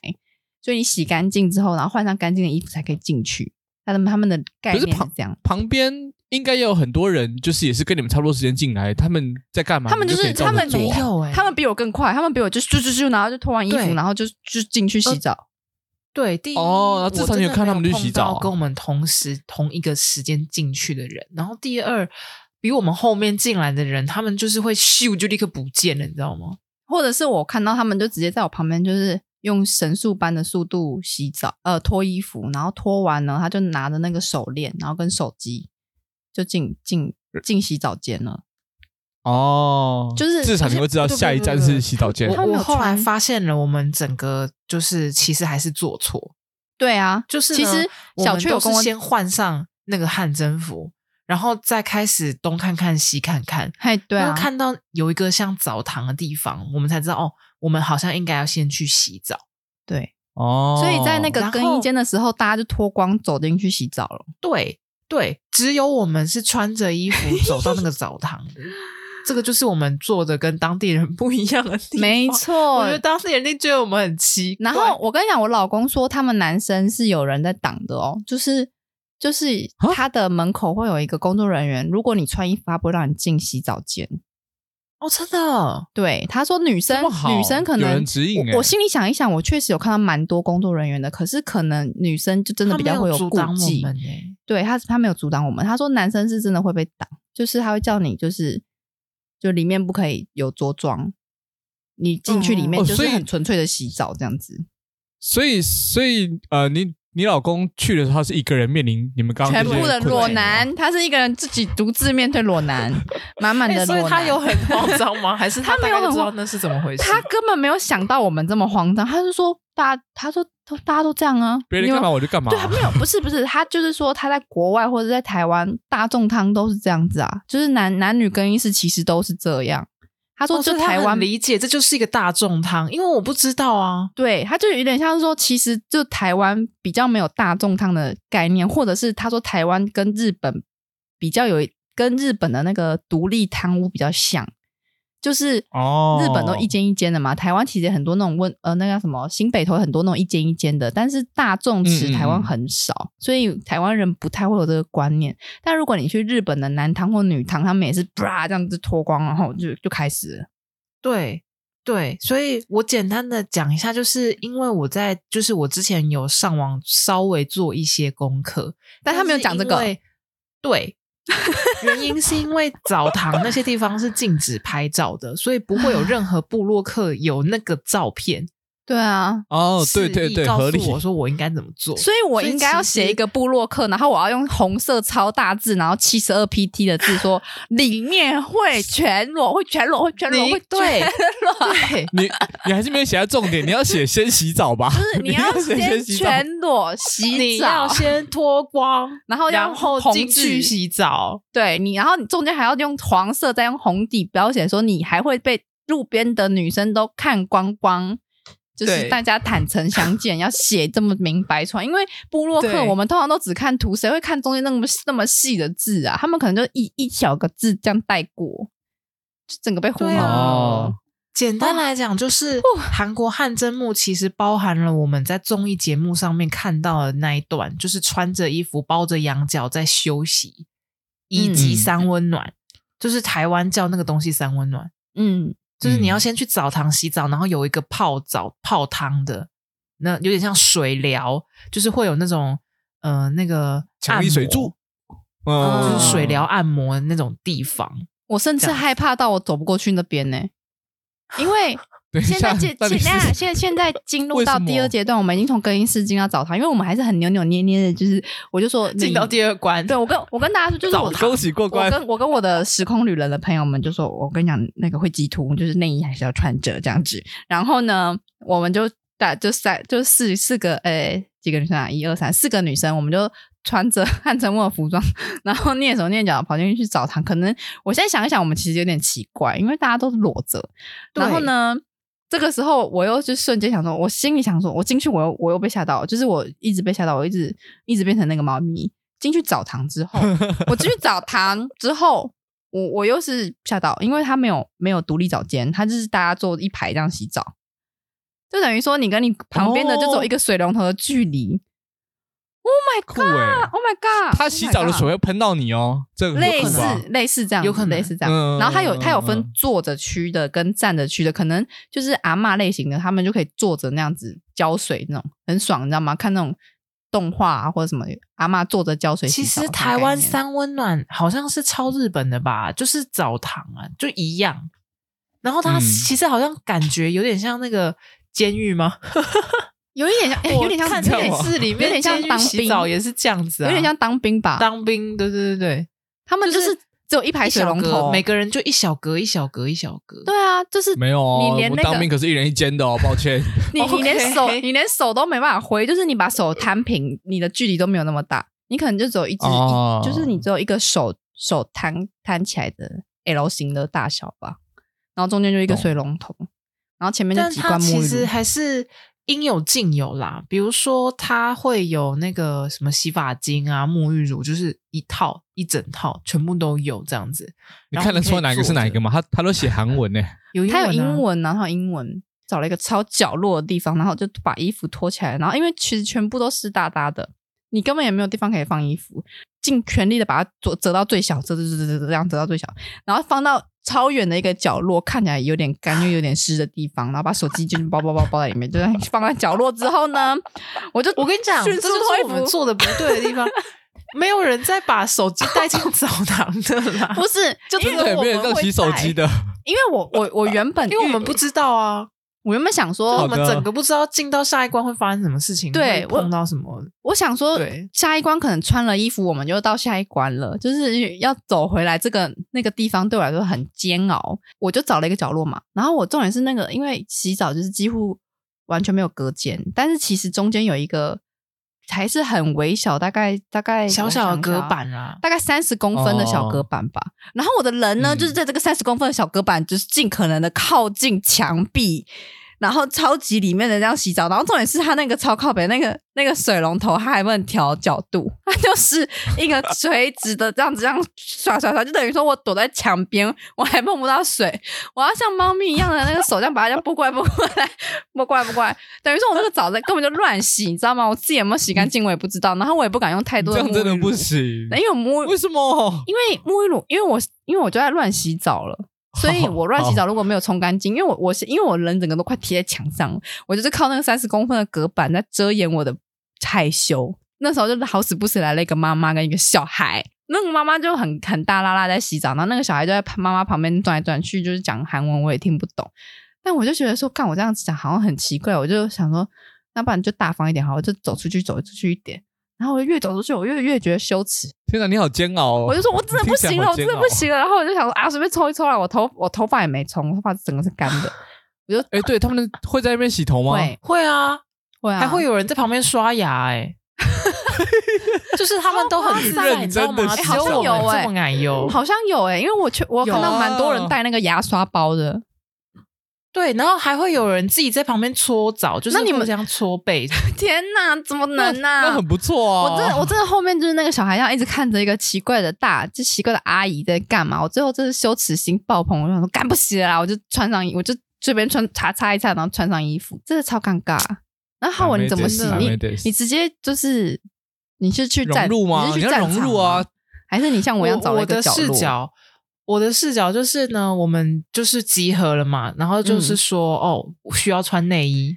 Speaker 3: 所以你洗干净之后，然后换上干净的衣服才可以进去。他们他们的概
Speaker 1: 可是
Speaker 3: 念是
Speaker 1: 旁
Speaker 3: 这样，
Speaker 1: 旁边应该也有很多人，就是也是跟你们差不多时间进来，他们在干嘛？
Speaker 3: 他们
Speaker 1: 你
Speaker 3: 就
Speaker 1: 就是可以照着
Speaker 3: 他们
Speaker 1: 做
Speaker 3: 没
Speaker 1: 啊
Speaker 2: 有哎
Speaker 3: 他们比我更快，他们比我就就就就，然后就脱完衣服，
Speaker 2: 对
Speaker 3: 然后就就进去洗澡。
Speaker 2: 对，第一
Speaker 1: 哦那至
Speaker 2: 我
Speaker 1: 少
Speaker 2: 真
Speaker 1: 你有
Speaker 2: 的
Speaker 1: 看
Speaker 2: 没
Speaker 1: 他们去
Speaker 2: 碰
Speaker 1: 洗澡啊
Speaker 2: 到跟我们同时同一个时间进去的人。然后第二，比我们后面进来的人，他们就是会咻就立刻不见了，你知道吗？
Speaker 3: 或者是我看到他们就直接在我旁边，就是用神速般的速度洗澡，呃，脱衣服，然后脱完呢，他就拿着那个手链，然后跟手机就进进进洗澡间了。
Speaker 1: 哦，
Speaker 3: 就是
Speaker 1: 至少你会知道
Speaker 3: 而且
Speaker 1: 下一站是洗澡间
Speaker 3: 对对对对对。他
Speaker 2: 我
Speaker 3: 们
Speaker 2: 我
Speaker 3: 有
Speaker 2: 后来
Speaker 3: 穿
Speaker 2: 发现了，我们整个就是其实还是做错，
Speaker 3: 对啊，
Speaker 2: 就是呢
Speaker 3: 其实
Speaker 2: 我
Speaker 3: 小
Speaker 2: 们
Speaker 3: 雀
Speaker 2: 都
Speaker 3: 有跟
Speaker 2: 是
Speaker 3: 我
Speaker 2: 先换上那个汗蒸服，然后再开始东看看西看看，
Speaker 3: 嗨，对
Speaker 2: 然
Speaker 3: 啊
Speaker 2: 后，看到有一个像澡堂的地方，我们才知道哦，我们好像应该要先去洗澡。
Speaker 3: 对，
Speaker 1: 哦，
Speaker 3: 所以在那个
Speaker 2: 然后
Speaker 3: 更衣间的时候，大家就脱光走进去洗澡了。
Speaker 2: 对对，只有我们是穿着衣服走到那个澡堂的，这个就是我们做的跟当地人不一样的地方。
Speaker 3: 没，错，
Speaker 2: 我觉得当地人一定觉得我们很奇怪。
Speaker 3: 然后我跟你讲，我老公说他们男生是有人在挡的哦，就是就是
Speaker 1: 啊
Speaker 3: 他的门口会有一个工作人员，如果你穿衣服，他不会让你进洗澡间。
Speaker 2: 哦，真的，
Speaker 3: 对，他说女生
Speaker 1: 这么好
Speaker 3: 女生可
Speaker 1: 有
Speaker 3: 能
Speaker 1: 人指引欸
Speaker 3: 我，我心里想一想，我确实有看到蛮多工作人员的，可是可能女生就真的
Speaker 2: 他
Speaker 3: 比较
Speaker 2: 没
Speaker 3: 会
Speaker 2: 阻
Speaker 3: 顾
Speaker 2: 挡我
Speaker 3: 忌。
Speaker 2: 们欸
Speaker 3: 对他他没有阻挡我们，他说男生是真的会被挡，就是他会叫你就是就里面不可以有着装，你进去里面
Speaker 1: 哦
Speaker 3: 就
Speaker 1: 所
Speaker 3: 是
Speaker 1: 以
Speaker 3: 很纯粹的洗澡这样子。
Speaker 1: 所以所以呃，你你老公去的时候他是一个人面临你们刚刚
Speaker 3: 全
Speaker 1: 这些
Speaker 3: 部的
Speaker 1: 困
Speaker 3: 裸
Speaker 1: 难吗，
Speaker 3: 男，他是一个人自己独自面对裸男，满满的
Speaker 2: 欸所以
Speaker 3: 裸
Speaker 2: 他
Speaker 3: 男。
Speaker 2: 有很 慌张吗？还是
Speaker 3: 他
Speaker 2: 大
Speaker 3: 没有
Speaker 2: 概就
Speaker 3: 很
Speaker 2: 知道
Speaker 3: 慌
Speaker 2: 那是怎么回事？哦
Speaker 3: 他根本没有想到我们这么慌张，他就说大家，他说都大家都这样啊，
Speaker 1: 别人
Speaker 3: 你
Speaker 1: 干
Speaker 3: 们
Speaker 1: 嘛我就干嘛
Speaker 3: 对，，啊他没有，不是不是，他就是说他在国外或者在台湾大众汤都是这样子啊，就是男男女更衣室其实都是这样。他说
Speaker 2: 哦所
Speaker 3: 就
Speaker 2: 以他
Speaker 3: 台
Speaker 2: 很
Speaker 3: 湾、
Speaker 2: 理解，这就是一个大众汤，因为我不知道啊。
Speaker 3: 对，他就有点像是说，其实就台湾比较没有大众汤的概念，或者是他说台湾跟日本比较有跟日本的那个独立汤屋比较像，就是
Speaker 1: 哦
Speaker 3: 日本都一间一间的嘛，台湾其实很多那种温呃那叫什么新北头很多那种一间一间的，但是大众池
Speaker 1: 嗯嗯
Speaker 3: 台湾
Speaker 1: 嗯
Speaker 3: 很少，所以台湾人不太会有这个观念。但如果你去日本的男汤或女汤，他们也是 bra 这样子脱光，然后就就开始了
Speaker 2: 对对，所以我简单的讲一下，就是因为我在，就是我之前有上网稍微做一些功课，
Speaker 3: 但他没有
Speaker 2: 是
Speaker 3: 讲这
Speaker 2: 因
Speaker 3: 个
Speaker 2: 为。对， 原因是因为澡堂那些地方是禁止拍照的，所以不会有任何部落客有那个照片。
Speaker 3: 对啊，
Speaker 1: 哦，对
Speaker 2: 示
Speaker 1: 对
Speaker 2: 意
Speaker 1: 对，
Speaker 2: 告
Speaker 1: 合理
Speaker 2: 诉。我说我应该怎么做。
Speaker 3: 所以我
Speaker 2: 所以
Speaker 3: 应该要
Speaker 2: 其实
Speaker 3: 写一个部落客，然后我要用红色超大字，然后七十二 PT 的字说 里面会全裸，会全裸，会全裸，
Speaker 2: 你
Speaker 3: 会
Speaker 2: 对
Speaker 3: 全裸，
Speaker 2: 对，
Speaker 1: 你你还是没有写到重点，你要写先洗澡吧？
Speaker 3: 就是你要
Speaker 1: 要写
Speaker 3: 先
Speaker 1: 洗澡。
Speaker 3: 全裸
Speaker 2: 你
Speaker 3: 洗
Speaker 2: 要
Speaker 3: 澡，
Speaker 2: 先脱 光，
Speaker 3: 然后要
Speaker 2: 然后
Speaker 3: 红
Speaker 2: 进去
Speaker 3: 字
Speaker 2: 洗澡。
Speaker 3: 对你，然后你中间还要用黄色，再用红底标写说你还会被路边的女生都看光光，就是
Speaker 2: 对
Speaker 3: 大家坦诚相见，要写这么明白出来。因为部落客
Speaker 2: 对
Speaker 3: 我们通常都只看图，谁会看中间那么那么细的字啊？他们可能就一一小个字这样带过，就整个被糊弄
Speaker 2: 对啊
Speaker 1: 哦
Speaker 3: 了。
Speaker 2: 简单来讲，就是韩国汗蒸幕其实包含了我们在综艺节目上面看到的那一段，就是穿着衣服包着羊角在休息，以及
Speaker 1: 嗯
Speaker 2: 三温暖，就是台湾叫那个东西三温暖，
Speaker 3: 嗯，
Speaker 2: 就是你要
Speaker 1: 嗯
Speaker 2: 先去澡堂洗澡，然后有一个泡澡泡汤的，那有点像水疗，就是会有那种呃那个
Speaker 1: 强力水
Speaker 2: 按摩
Speaker 1: 柱，嗯
Speaker 3: 哦
Speaker 2: 就是水疗按摩那种地方。
Speaker 3: 我甚至
Speaker 2: 这样
Speaker 3: 害怕到我走不过去那边呢、因为
Speaker 1: 等一
Speaker 3: 现在
Speaker 1: 下，
Speaker 3: 进
Speaker 1: 到底
Speaker 3: 现
Speaker 1: 是
Speaker 3: 在现在现在进入
Speaker 1: 为
Speaker 3: 到
Speaker 1: 什么
Speaker 3: 第二阶段，我们已经从更衣室进到澡堂，因为我们还是很扭扭捏捏的，就是我 就说
Speaker 2: 进到
Speaker 3: 二，
Speaker 2: 第二关，
Speaker 3: 对我跟我跟大家说，就是我
Speaker 1: 恭喜过
Speaker 3: 我
Speaker 1: 关，
Speaker 3: 跟我跟我的时空旅人的朋友们就说，我跟你讲，那个会激突，就是内衣还是要穿着这样子。然后呢，我们就大就三就四四个呃、几个女生啊，一二三四个女生，我们就穿着汉城墨服装， 然后蹑手蹑脚跑进去澡堂。可能我现在想一想，我们其实有点奇怪，因为大家都是裸着。然后呢，这个时候我又就瞬间想说，我心里想说，我进去我又我又被吓到，就是我一直被吓到，我一直一直变成那个猫咪。进去澡堂 之后，我进去澡堂之后，我我又是吓到，因为他没有没有独立澡间，他就是大家坐一排这样洗澡，就等于说你跟你旁边的就只
Speaker 1: 哦
Speaker 3: 有一个水龙头的距离。
Speaker 1: 酷哎！
Speaker 3: Oh my god！
Speaker 1: 他洗澡的
Speaker 3: Oh my god
Speaker 1: 水会喷到你哦，这个很
Speaker 3: 类
Speaker 1: 酷
Speaker 3: 似
Speaker 1: 吧
Speaker 3: 类似这样，
Speaker 2: 有可能
Speaker 3: 类似这样。
Speaker 1: 嗯
Speaker 3: 然后它有
Speaker 1: 嗯
Speaker 3: 它有
Speaker 1: 嗯
Speaker 3: 分
Speaker 1: 嗯
Speaker 3: 坐着区的跟站着区的，可能就是阿嬷类型的，他们就可以坐着那样子浇水那种，很爽，你知道吗？看那种动画啊或者什么阿嬷坐着浇水洗
Speaker 2: 其
Speaker 3: 澡
Speaker 2: 实
Speaker 3: 的概念。
Speaker 2: 台湾三温暖好像是超日本的吧，就是澡堂啊，就一样。然后它
Speaker 1: 嗯
Speaker 2: 其实好像感觉有点像那个监狱吗？
Speaker 3: 有一点像，哎、有点像，
Speaker 2: 看
Speaker 3: 有
Speaker 2: 电
Speaker 3: 点
Speaker 1: 像
Speaker 2: 视里面
Speaker 3: 有点像
Speaker 2: 监狱
Speaker 3: 当
Speaker 2: 洗
Speaker 3: 兵
Speaker 2: 澡也是这样子、啊，
Speaker 3: 有点像当兵吧？
Speaker 2: 当兵。对对对对，
Speaker 3: 他们就
Speaker 2: 就是
Speaker 3: 是只有一排
Speaker 2: 一
Speaker 3: 水
Speaker 2: 小
Speaker 3: 龙
Speaker 2: 格
Speaker 3: 头，
Speaker 2: 每个人就一小格一小格一小格。
Speaker 3: 对啊，就是
Speaker 1: 没有哦，
Speaker 3: 你连
Speaker 1: 我
Speaker 3: 那个
Speaker 1: 当兵可是一人一间的哦，抱歉。
Speaker 3: 你你连
Speaker 2: OK
Speaker 3: 手你连手都没办法挥，就是你把手摊平，你的距离都没有那么大，你可能就只有一只，
Speaker 1: 哦
Speaker 3: 一就是你只有一个手手摊摊起来的 L 型的大小吧，然后中间就一个
Speaker 1: 懂
Speaker 3: 水龙头，然后前面就
Speaker 2: 但
Speaker 3: 几
Speaker 2: 它
Speaker 3: 罐沐
Speaker 2: 其实
Speaker 3: 浴露，
Speaker 2: 还是应有尽有啦。比如说，它会有那个什么洗发精啊、沐浴乳，就是一套一整套，全部都有这样子。
Speaker 1: 你
Speaker 2: 然后
Speaker 1: 看得
Speaker 2: 可以
Speaker 1: 出来哪个是
Speaker 2: 坐着
Speaker 1: 哪一个？吗？他他都写韩 文呢，
Speaker 2: 有
Speaker 3: 它有
Speaker 2: 啊
Speaker 3: 英文啊，然后英文。找了一个超角落的地方，然后就把衣服脱起来，然后因为其实全部都湿哒哒的，你根本也没有地方可以放衣服，尽全力的把它折折到最小，折折折折折这样折到最小，然后放到超远的一个角落，看起来有点干又有点湿的地方，然后把手机就包包包包在里面，就这样放在角落之后呢，我就
Speaker 2: 我跟你讲，这
Speaker 3: 迅
Speaker 2: 就
Speaker 3: 速
Speaker 2: 是
Speaker 3: 脱
Speaker 2: 我们
Speaker 3: 衣服，
Speaker 2: 做的不对的地 方。没有人再把手机带进澡堂的啦，
Speaker 3: 不是，
Speaker 2: 就
Speaker 3: 因
Speaker 2: 真
Speaker 3: 为
Speaker 1: 对，
Speaker 2: 的
Speaker 1: 没有人
Speaker 2: 我们
Speaker 1: 要
Speaker 2: 会
Speaker 1: 洗手机的，
Speaker 3: 因为我我我原本
Speaker 2: 因为我们
Speaker 3: 预
Speaker 2: 不知道啊，
Speaker 3: 我原本想
Speaker 2: 就
Speaker 3: 说
Speaker 2: 我
Speaker 1: 好
Speaker 2: 们
Speaker 1: 的
Speaker 2: 整个不知道进到下一关会发生什么事情，
Speaker 3: 对
Speaker 2: 会
Speaker 3: 我
Speaker 2: 碰到什么。
Speaker 3: 我想说
Speaker 2: 对，
Speaker 3: 下一关可能穿了衣服，我们就到下一关了，就是要走回来这个那个地方，对我来说很煎熬。我就找了一个角落嘛，然后我重点是那个，因为洗澡就是几乎完全没有隔间，但是其实中间有一个还是很微小，大概大概
Speaker 2: 小小的隔。
Speaker 3: 我想一下啊
Speaker 2: 板啦、
Speaker 3: 大概三十公分的小隔板吧，然后我的人呢，
Speaker 1: 哦嗯
Speaker 3: 就是在这个三十公分的小隔板，就是尽可能的靠近墙壁，然后超级里面的这样洗澡，然后重点是它那个超靠北那个那个水龙头，它还不能调角度，它就是一个垂直的这样子这样刷刷刷，就等于说我躲在墙边，我还碰不到水，我要像猫咪一样的那个手这样把它这样拨过来拨过来拨过来拨过来，等于说我那个澡在根本就乱洗，你知道吗？我自己有没有洗干净我也不知道，然后我也不敢用 太
Speaker 1: 你
Speaker 3: 多
Speaker 1: 这
Speaker 3: 的
Speaker 1: 样真的
Speaker 3: 沐浴露
Speaker 1: 不 行。
Speaker 3: 因为我沐浴
Speaker 1: 嗯为什么？
Speaker 3: 因为沐浴露，因为我因为我就在乱洗澡了，所 以我乱
Speaker 1: 哦
Speaker 3: 洗澡如果没有冲干净，因为我我是因为我人整个都快贴在墙上了，我就是靠那个三十公分的隔板在遮掩我的害羞，那时候就是好死不死来了一个妈妈跟一个小孩，那个妈妈就很很大拉拉在洗澡，然后那个小孩就在妈妈旁边转来转去，就是讲韩文，我也听不懂。但我就觉得说，干我这样子讲好像很奇怪，我就想说，那不然就大方一点好了，我就走出去走出去一点。然后我就越走出去，我越越觉得羞耻，
Speaker 1: 天哪，你好煎熬哦！
Speaker 3: 我就说我真的不行了，我真的不行了。然后我就想说啊，随便抽一抽啦，我头我头发也没冲，我头发整个是干的。我就
Speaker 1: 哎、对他们会在那边洗头吗？
Speaker 3: 会
Speaker 2: 会啊，
Speaker 3: 会啊，
Speaker 2: 还会有人在旁边刷牙 哎、就是他们都很自在，你知道吗？
Speaker 1: 认真地
Speaker 2: 只有我
Speaker 3: 哎好像有
Speaker 2: 们
Speaker 3: 哎
Speaker 2: 这么矮
Speaker 1: 哦
Speaker 2: 油。
Speaker 3: 好像有哎、因为我去我看到
Speaker 2: 有
Speaker 3: 蛮多人带那个牙刷包的，
Speaker 2: 对，然后还会有人自己在旁边搓澡，就是
Speaker 3: 那你们
Speaker 2: 这样搓背，
Speaker 3: 天哪，怎么
Speaker 1: 那
Speaker 3: 能呢、
Speaker 1: 那很不错啊！
Speaker 3: 我真的，我真的后面就是那个小孩，这样一直看着一个奇怪的大，就奇怪的阿姨在干嘛。我最后真是羞耻心爆棚，我就想说干不起了啦，我就穿上衣，我就这边穿擦擦一擦，然后穿上衣服，真的超尴尬。然后浩文你怎么洗？
Speaker 1: 还没
Speaker 3: 你
Speaker 1: 得洗
Speaker 3: 你直接就是你是去
Speaker 1: 融
Speaker 3: 战
Speaker 1: 入吗？
Speaker 3: 你是去
Speaker 1: 要
Speaker 3: 战
Speaker 1: 融
Speaker 3: 场
Speaker 1: 入啊
Speaker 3: 吗？！还是你像我一样找了一
Speaker 2: 我
Speaker 3: 个
Speaker 2: 的
Speaker 3: 角
Speaker 2: 视
Speaker 3: 落？
Speaker 2: 角，我的视角就是呢，我们就是集合了嘛，然后
Speaker 3: 嗯
Speaker 2: 就是说、哦，我需要穿内衣。